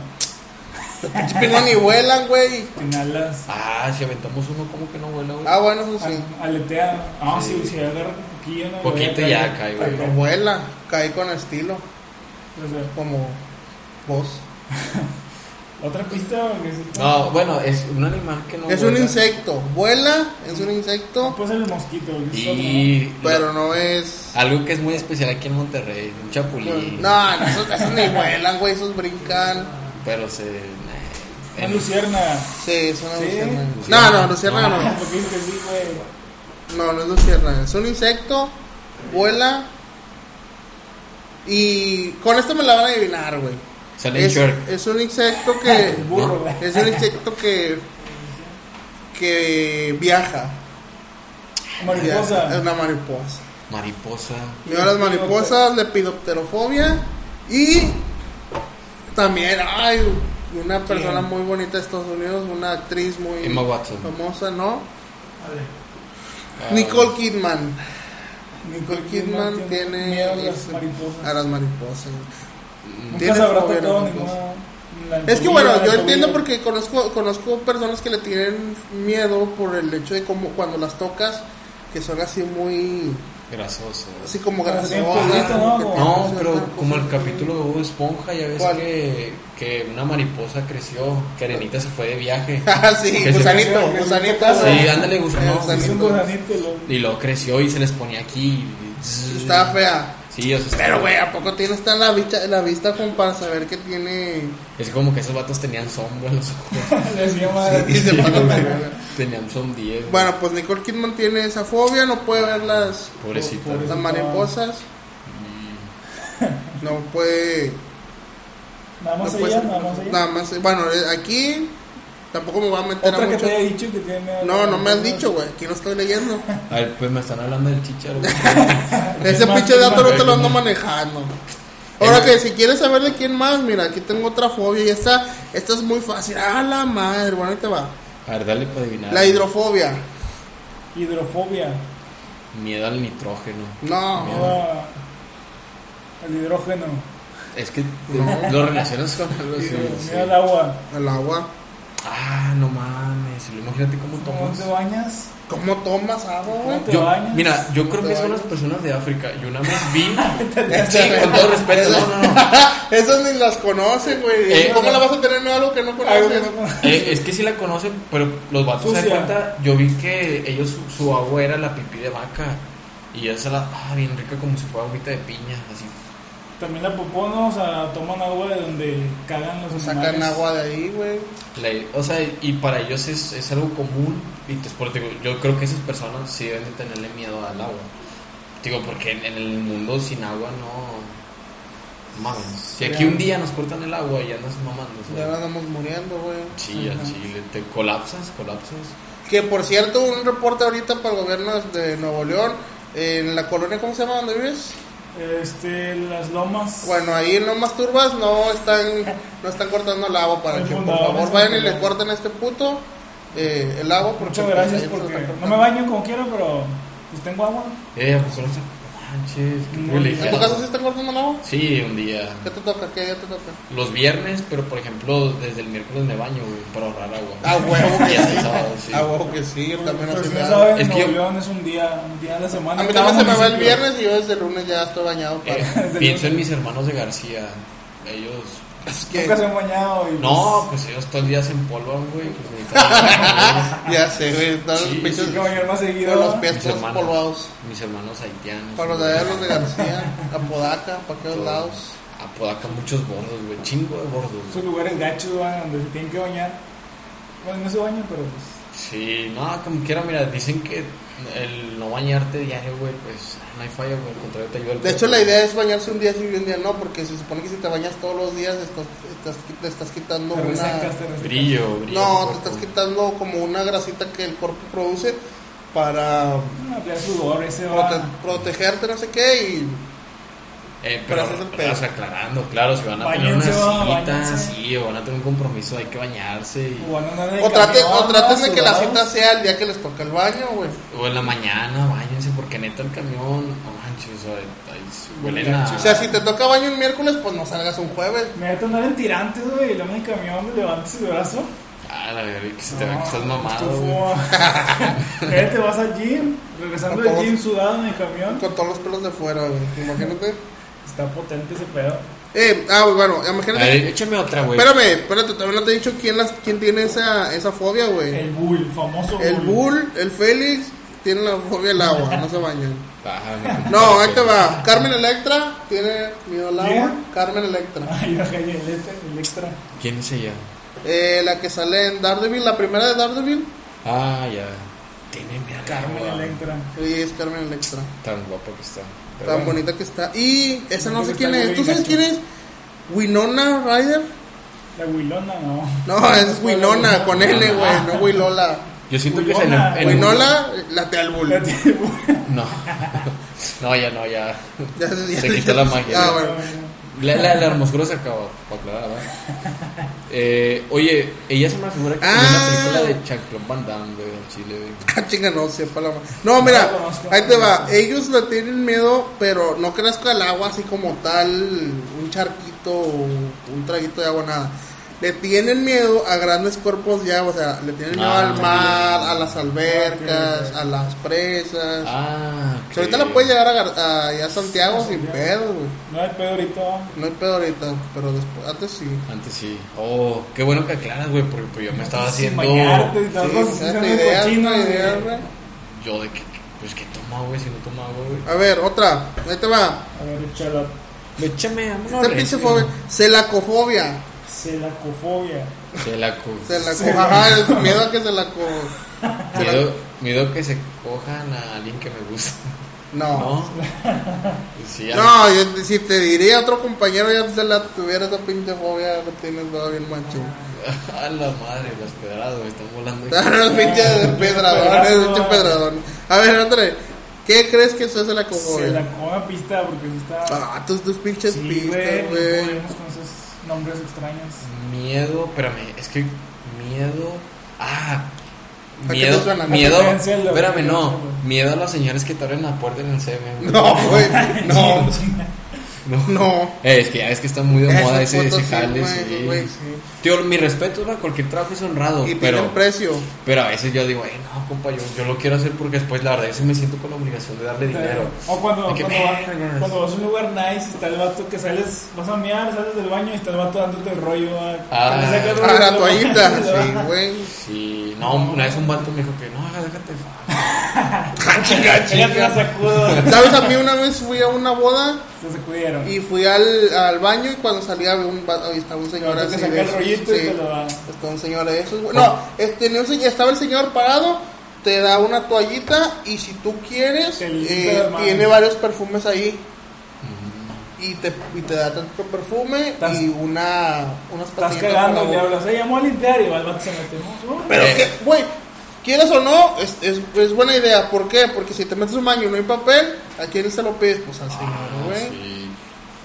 Speaker 2: Chipino ni vuelan, güey.
Speaker 3: En alas.
Speaker 4: Ah, si aventamos uno, ¿cómo que no vuela, güey?
Speaker 2: Ah, bueno, eso sí.
Speaker 3: Al- Aletea. Ah,
Speaker 4: Sí.
Speaker 3: sí, si agarra un poquillo. ¿no?
Speaker 4: Poquito
Speaker 3: Voy a
Speaker 4: ya
Speaker 3: caer.
Speaker 4: cae,
Speaker 2: Pero
Speaker 4: güey.
Speaker 2: vuela, cae con estilo,
Speaker 3: O sea,
Speaker 2: como vos.
Speaker 3: otra pista. o qué es esto?
Speaker 4: No, bueno, es un animal que no
Speaker 2: Es un
Speaker 4: vuela.
Speaker 2: insecto, vuela, es un
Speaker 3: No,
Speaker 2: insecto,
Speaker 3: Pues el mosquito. que es
Speaker 4: Y.
Speaker 2: pero no es.
Speaker 4: Algo que es muy especial aquí en Monterrey, un chapulín. eh,
Speaker 2: Ah, No, no, esos, esos ni vuelan, güey, esos brincan.
Speaker 4: Pero se.
Speaker 3: Una lucierna.
Speaker 2: Sí, son las
Speaker 3: ¿Sí?
Speaker 2: luciérnagas. No,
Speaker 4: Luciérnagas.
Speaker 2: no, luciérnaga
Speaker 3: Ah,
Speaker 2: no.
Speaker 3: porque dice que sí, güey.
Speaker 2: No, no es luciérnaga. Es un insecto, vuela. Y con esto me la van a adivinar, güey.
Speaker 4: Salen
Speaker 2: Es,
Speaker 4: short.
Speaker 2: es un insecto que.
Speaker 3: El burro,
Speaker 4: No,
Speaker 3: güey.
Speaker 2: Es un insecto que. que viaja. Viaja. Es
Speaker 3: Mariposa.
Speaker 2: una mariposa.
Speaker 4: Mariposa.
Speaker 2: Miedo a las mariposas, lepidopterofobia y también, ay, una persona muy bonita de Estados Unidos, una actriz muy
Speaker 4: Emma Watson.
Speaker 2: famosa, ¿no?
Speaker 4: Ah,
Speaker 2: Nicole Kidman. Nicole
Speaker 3: Nicole
Speaker 2: Kidman tiene
Speaker 3: miedo a las
Speaker 2: ese-
Speaker 3: mariposas.
Speaker 2: a las mariposas.
Speaker 3: Nunca
Speaker 2: tiene
Speaker 3: sabrá
Speaker 2: fobia a las
Speaker 3: todo
Speaker 2: mariposas.
Speaker 3: ninguna. la
Speaker 2: Es que
Speaker 3: fobia,
Speaker 2: bueno,
Speaker 3: la
Speaker 2: yo
Speaker 3: fobia.
Speaker 2: entiendo porque conozco conozco personas que le tienen miedo por el hecho de como cuando las tocas que son así muy
Speaker 4: Grasoso.
Speaker 2: así como
Speaker 3: Como
Speaker 2: grasosas,
Speaker 3: tienen polvito, ¿no?
Speaker 2: que tienen
Speaker 4: No,
Speaker 2: cierta
Speaker 4: pero
Speaker 2: cosa.
Speaker 4: como el capítulo de Bob Esponja, ya ves
Speaker 2: ¿Cuál?
Speaker 4: que, que una mariposa creció, que Arenita se fue de
Speaker 2: <laughs>
Speaker 4: viaje.
Speaker 2: <laughs> Ah, sí,
Speaker 4: Que se-
Speaker 2: gusanito,
Speaker 3: que-
Speaker 2: gusanito.
Speaker 4: Sí, ándale, gusanito.
Speaker 2: Eh,
Speaker 3: Es un gusanito, lo-
Speaker 4: Y lo creció y se les ponía aquí. y-
Speaker 2: Está fea.
Speaker 4: Sí, o sea,
Speaker 2: Pero, güey, ¿a poco tienes tan la vista, la vista como para saber que tiene...
Speaker 4: Es como que esos vatos tenían sombra en los
Speaker 3: <laughs>
Speaker 4: ojos.
Speaker 3: Les llama-
Speaker 2: <laughs> y se
Speaker 4: <laughs> Sí,
Speaker 2: pasa
Speaker 4: güey.
Speaker 2: tan grande?
Speaker 4: Tenían son 10.
Speaker 2: Bueno, pues Nicole Kidman tiene esa fobia, no puede ver las,
Speaker 4: Pobrecita.
Speaker 3: pobre-
Speaker 2: las mariposas. No puede...
Speaker 3: Nada
Speaker 2: No
Speaker 3: más
Speaker 2: puede
Speaker 3: ella,
Speaker 2: ser-
Speaker 3: nada más ella.
Speaker 2: nada más- Bueno, eh, aquí tampoco me voy a meter a
Speaker 3: Otra que
Speaker 2: mucho.
Speaker 3: te haya dicho que tiene miedo a
Speaker 2: No,
Speaker 3: las
Speaker 2: no me has
Speaker 3: mariposas.
Speaker 2: dicho, güey. Aquí lo estoy leyendo.
Speaker 4: A ver, pues me están hablando del chicharo. güey.
Speaker 2: Ese
Speaker 3: más,
Speaker 2: pinche
Speaker 3: <laughs> es
Speaker 2: dato
Speaker 4: más.
Speaker 2: no te lo ando manejando. Ahora que si quieres saber de quién más, mira, aquí tengo otra fobia y esta, esta es muy fácil. Ah, la madre, bueno, ahí te va.
Speaker 4: A ver, dale para adivinar.
Speaker 2: La hidrofobia.
Speaker 3: Hidrofobia.
Speaker 4: Miedo al nitrógeno.
Speaker 2: No,
Speaker 3: Miedo a- al hidrógeno.
Speaker 4: Es que
Speaker 2: No.
Speaker 4: lo relacionas con algo así.
Speaker 3: Miedo
Speaker 4: sí.
Speaker 3: al agua.
Speaker 2: el agua.
Speaker 4: Ah, no mames. Imagínate cómo
Speaker 3: ¿Cómo te
Speaker 4: tomas.
Speaker 3: bañas?
Speaker 2: ¿Cómo tomas agua, güey?
Speaker 3: <laughs> ¿Cómo te
Speaker 4: Yo,
Speaker 3: bañas?
Speaker 4: mira, yo creo
Speaker 2: ¿Te
Speaker 4: que son
Speaker 2: bañas?
Speaker 4: las personas de África. Yo una
Speaker 3: <laughs>
Speaker 4: vez vi. Sí, con todo respeto. No, no, no.
Speaker 2: <laughs> Esas ni las conocen, güey.
Speaker 4: Eh,
Speaker 2: ¿Cómo la vas a tener en algo que no
Speaker 3: Algo que
Speaker 2: conoces?
Speaker 3: no conoces.
Speaker 4: Eh, es que sí la conocen, pero los vatos se dan
Speaker 3: Sucia.
Speaker 4: cuenta. Yo vi que ellos su, su agua era la pipí de vaca. Y ella se la. Ah, bien rica como si fuera agüita de piña. Así.
Speaker 3: También la popó, ¿no? O sea, toman agua de donde cagan los animales.
Speaker 2: Sacan agua de ahí, güey.
Speaker 4: La- o sea, y para ellos es, es algo común. Y entonces, por eso te digo, yo creo que esas personas sí deben de tenerle miedo al agua. Digo, porque en, en el mundo sin agua no. Mames. Si aquí un día nos cortan el agua, ya nos mamando.
Speaker 2: Ya
Speaker 4: ¿sabes?
Speaker 2: nos andamos muriendo, güey.
Speaker 4: Sí, al
Speaker 3: Ajá.
Speaker 4: chile. Te colapsas, colapsas.
Speaker 2: Que por cierto, un reporte ahorita para el gobierno de Nuevo León, en la colonia, ¿cómo se llama? ¿Dónde vives?
Speaker 3: Este, las lomas.
Speaker 2: Bueno, ahí en Lomas Turbas no están, no están cortando el agua para
Speaker 3: El
Speaker 2: que por
Speaker 3: fundador
Speaker 2: favor
Speaker 3: es
Speaker 2: vayan y
Speaker 3: el
Speaker 2: le
Speaker 3: fundador.
Speaker 2: corten a este puto eh, el agua. porque,
Speaker 3: Muchas
Speaker 2: pues,
Speaker 3: gracias
Speaker 2: ahí nos
Speaker 3: porque
Speaker 2: están
Speaker 3: no me
Speaker 2: cortando.
Speaker 3: baño como quiero, pero pues tengo agua.
Speaker 4: Eh, pues no sé. Manches, qué
Speaker 3: No,
Speaker 2: ¿En tu
Speaker 4: privilegiado.
Speaker 2: caso sí están cortando el agua?
Speaker 4: Sí, un día.
Speaker 2: ¿Qué te toca? ¿Qué día te toca?
Speaker 4: Los viernes, pero por ejemplo, desde el miércoles me baño, güey, para ahorrar agua.
Speaker 2: A huevo
Speaker 4: Y
Speaker 2: que
Speaker 4: hasta
Speaker 2: Ah, <laughs> sí. Ah,
Speaker 4: el sábado, sí.
Speaker 2: A huevo que sí, yo también
Speaker 3: Pero
Speaker 2: así
Speaker 3: si
Speaker 2: me
Speaker 3: no
Speaker 2: hago.
Speaker 3: saben,
Speaker 4: Es que
Speaker 3: Nuevo
Speaker 4: yo-
Speaker 3: León es un día, un día a la semana.
Speaker 2: A mí
Speaker 3: Cada
Speaker 2: también se me va el
Speaker 3: municipio.
Speaker 2: viernes y yo desde el lunes ya estoy bañado para...
Speaker 4: Eh,
Speaker 2: <laughs>
Speaker 3: Desde
Speaker 4: pienso en
Speaker 3: luego.
Speaker 4: mis hermanos de García. Ellos.
Speaker 2: Es que-
Speaker 3: Nunca se han bañado y pues,
Speaker 4: No, pues ellos todos los días se empolvan, güey. Pues
Speaker 2: <laughs>
Speaker 4: necesitan-
Speaker 2: Ya sé, güey, todos los
Speaker 4: Sí,
Speaker 2: pinches-
Speaker 3: hay que bañar más seguido.
Speaker 2: con los
Speaker 3: ¿no?
Speaker 2: pies
Speaker 4: Mis
Speaker 2: todos
Speaker 4: hermanos.
Speaker 2: polvados.
Speaker 4: <laughs> mis hermanos haitianos.
Speaker 2: Para los de allá, los de García, <laughs> Apodaca, para aquellos
Speaker 4: Todo.
Speaker 2: lados.
Speaker 4: Apodaca, muchos bordos, güey. Chingo de bordos.
Speaker 3: Esos
Speaker 4: güey.
Speaker 3: lugares gachos ¿verdad? donde se tienen que bañar. Bueno, no se bañan, pero pues.
Speaker 4: Sí, no, como quiera, mira, dicen que el no bañarte diario, güey, pues no hay falla, güey. Al contrario, te ayuda el
Speaker 2: De hecho,
Speaker 4: cuerpo.
Speaker 2: la idea es bañarse un día sí y un día no, porque se supone que si te bañas todos los días, estás, estás, te estás quitando
Speaker 3: Te resecas,
Speaker 2: una.
Speaker 3: te resecas.
Speaker 4: Brillo, brillo.
Speaker 2: No,
Speaker 4: del
Speaker 2: te estás
Speaker 4: cuerpo.
Speaker 2: quitando como una grasita que el cuerpo produce para
Speaker 3: Ah, pero el sudor ese va.
Speaker 2: prote- protegerte, no sé qué, y.
Speaker 4: Eh,
Speaker 2: Pero
Speaker 4: pero
Speaker 2: ese es el pedo.
Speaker 4: estás aclarando, claro, si van a
Speaker 3: Báñense,
Speaker 4: tener
Speaker 3: va,
Speaker 4: una cita,
Speaker 3: báñense.
Speaker 4: sí, o van a tener un compromiso, hay que bañarse. y-
Speaker 3: O van a andar de
Speaker 2: O traten,
Speaker 3: camión,
Speaker 2: o traten de que la
Speaker 3: sudados.
Speaker 2: cita sea el día que les toca el baño, güey.
Speaker 4: o en la mañana, bañense, porque neta el camión, no manches, o sea, ahí se huelen a...
Speaker 3: Ah.
Speaker 2: O sea, si te toca baño un miércoles, pues no salgas un jueves.
Speaker 3: Me voy a andar en tirantes, güey. Le el camión, levantas el brazo.
Speaker 4: Ah, la verga, que se te ve
Speaker 3: No,
Speaker 4: que estás
Speaker 3: tú
Speaker 4: mamado, güey. <laughs>
Speaker 3: fuma. Eh, te vas al gym, regresando del
Speaker 2: Todos-
Speaker 3: gym sudado en el camión.
Speaker 2: Con todos los pelos de fuera, güey. Imagínate.
Speaker 3: Está potente ese pedo.
Speaker 2: Eh, ah, bueno,
Speaker 4: A
Speaker 2: imagínate.
Speaker 4: ver, échame otra, güey.
Speaker 2: Espérame, espérate, todavía no te he dicho quién, las, quién tiene esa, esa fobia, güey.
Speaker 3: El bull, famoso
Speaker 2: El Bull, el Félix, tienen la fobia al agua, no se bañan.
Speaker 4: Ah,
Speaker 2: <laughs>
Speaker 4: no,
Speaker 2: No, ahí te va. Carmen Electra tiene miedo al agua.
Speaker 3: ¿Quién?
Speaker 2: Carmen Electra.
Speaker 3: Ay, la calle el extra.
Speaker 4: ¿Quién es ella?
Speaker 2: Eh, la que sale en Daredevil, la primera de Daredevil,
Speaker 4: Ah, ya. Tiene mi
Speaker 3: Carmen Electra.
Speaker 2: y es Carmen Electra.
Speaker 4: Tan guapa que está. Pero
Speaker 2: Tan
Speaker 4: bueno.
Speaker 2: bonita que está. Y esa no sé
Speaker 3: Está
Speaker 2: quién
Speaker 3: muy
Speaker 2: es. ¿Tú sabes
Speaker 3: gacho.
Speaker 2: quién es? Winona Ryder.
Speaker 3: La Wilona, no.
Speaker 2: No, es Winona con N, güey,
Speaker 3: Ah.
Speaker 2: no Wilola.
Speaker 4: Yo siento que
Speaker 3: Winona,
Speaker 4: se le- en-
Speaker 2: Winola, la te albul. <laughs>
Speaker 3: La tiene buena.
Speaker 4: No. <laughs> no, ya no, ya.
Speaker 2: Ya se- ya-
Speaker 4: Se quitó la magia.
Speaker 2: Ah, bueno.
Speaker 4: La, la, la hermosura se acabó, para
Speaker 3: <laughs>
Speaker 4: aclarar, ¿verdad? Eh, oye, ella es una figura que salió en la
Speaker 2: Ah.
Speaker 4: película de Chanclón Van Damme, güey, al Chile. güey.
Speaker 2: Ah, chinga, no, sepa la ma- No, mira,
Speaker 3: No la conozco.
Speaker 2: ahí te va. Ellos le tienen miedo, pero no creas que al agua así como tal, un charquito o un traguito de agua, nada. Le tienen miedo a grandes cuerpos ya, o sea, le tienen miedo
Speaker 4: Ah,
Speaker 2: al mar,
Speaker 4: sí.
Speaker 2: a las albercas, a las presas.
Speaker 4: Ah,
Speaker 2: Si ahorita la
Speaker 4: ok.
Speaker 2: puedes llegar a, gar- a, allá a Santiago sin
Speaker 3: Santiago.
Speaker 2: pedo, güey.
Speaker 3: No hay pedo ahorita.
Speaker 2: No hay pedo ahorita, pero después, antes sí.
Speaker 4: Antes sí. Oh, qué bueno que aclaras, güey, porque pues, yo me estaba
Speaker 3: Sin
Speaker 4: haciendo.
Speaker 3: bañarte,
Speaker 2: Sí,
Speaker 3: las cosas
Speaker 2: hazte
Speaker 3: haciendo
Speaker 2: ideas,
Speaker 3: cochinas,
Speaker 2: hazte ideas,
Speaker 3: güey.
Speaker 2: güey.
Speaker 4: Yo de que, que- pues que toma, güey, si no toma agua, güey.
Speaker 2: A ver, otra. Ahí te va.
Speaker 3: A ver, échala.
Speaker 4: Échame, vámonos.
Speaker 2: Esta pinche fobia. Celacofobia.
Speaker 3: Celacofobia.
Speaker 4: Se la co-
Speaker 2: Se la coja. Ajá, es miedo a que se la coja.
Speaker 4: Miedo, miedo que se cojan a alguien que me gusta.
Speaker 2: No. <laughs>
Speaker 4: No. Sí, a-
Speaker 2: No, yo, si te diría otro compañero ya se la tuviera esa pinche fobia, no tienes nada bien machín.
Speaker 4: A la madre, las pedradas, güey, están volando.
Speaker 2: <laughs> Los pinches pedradones, pinches pedradones. A ver, otra. ¿Qué crees que eso es
Speaker 3: Se
Speaker 2: celacofobia?
Speaker 3: la come pista porque sí está.
Speaker 2: Ah, tus dos <laughs> pinches
Speaker 3: Sí, güey.
Speaker 2: pistas,
Speaker 3: No
Speaker 2: güey.
Speaker 3: podemos con esos nombres extraños.
Speaker 4: Miedo, espérame, es que miedo. Ah,
Speaker 2: ¿A qué te
Speaker 4: miedo,
Speaker 2: suena?
Speaker 4: miedo.
Speaker 3: ¿A qué te suena?
Speaker 4: Espérame, no. Miedo a los señores que te abren la puerta en el CM. güey.
Speaker 2: No, güey.
Speaker 4: <laughs>
Speaker 2: No,
Speaker 3: <laughs>
Speaker 4: no.
Speaker 2: no.
Speaker 4: Eh, es que ya es que está muy de
Speaker 2: Esos
Speaker 4: moda ese,
Speaker 2: putos
Speaker 4: ese
Speaker 2: sí,
Speaker 4: jale.
Speaker 2: güey,
Speaker 4: sí.
Speaker 2: esos güey, sí.
Speaker 4: Tío, mi respeto para cualquier trabajo es honrado.
Speaker 2: Y
Speaker 4: pero,
Speaker 2: tienen precio.
Speaker 4: pero a veces yo digo, eh, no, compa, yo, yo lo quiero hacer porque después, la verdad, yo sí me siento con la obligación de darle dinero.
Speaker 3: O cuando,
Speaker 4: De que,
Speaker 3: cuando, va-
Speaker 4: vergas.
Speaker 3: cuando vas a un lugar nice, está el vato que sales, vas a mear, sales del baño y está el vato dándote el rollo. ah,
Speaker 4: Ah.
Speaker 3: que te saca el rollo,
Speaker 2: Ah, la
Speaker 3: ¿no?
Speaker 2: toallita.
Speaker 3: <laughs>
Speaker 2: Sí, güey.
Speaker 4: Sí, no, una vez un vato me dijo que no, déjate. fa".
Speaker 2: Ah,
Speaker 3: Ella te la sacudo.
Speaker 2: <laughs> ¿Sabes? A mí una vez fui a una boda
Speaker 3: Te sacudieron.
Speaker 2: y fui al, al baño y cuando salía había un, va- ahí estaba un señor
Speaker 3: Ahora
Speaker 2: así. de
Speaker 3: te saca el
Speaker 2: esos,
Speaker 3: rollito y
Speaker 2: sí.
Speaker 3: te lo da.
Speaker 2: Estaba un señor de esos. güey. No, es- tenía un señor- estaba el señor parado, te da una toallita y si tú quieres,
Speaker 3: Te limpia
Speaker 2: eh,
Speaker 3: las manos.
Speaker 2: tiene varios perfumes ahí. Y te, y te da tanto perfume
Speaker 3: Estás-
Speaker 2: y una, unas
Speaker 3: Estás
Speaker 2: pastillitas para la
Speaker 3: cagando y le
Speaker 2: boca.
Speaker 3: hablas. Se llamó a limpiar y va el vato se mete. ¿no?
Speaker 2: Pero
Speaker 4: Eh.
Speaker 2: que, güey, quieras o no, es, es, es buena idea. ¿Por qué? Porque si te metes un baño y no hay papel, ¿a quién se lo pides? Pues al señor,
Speaker 4: Ah,
Speaker 2: güey.
Speaker 4: sí.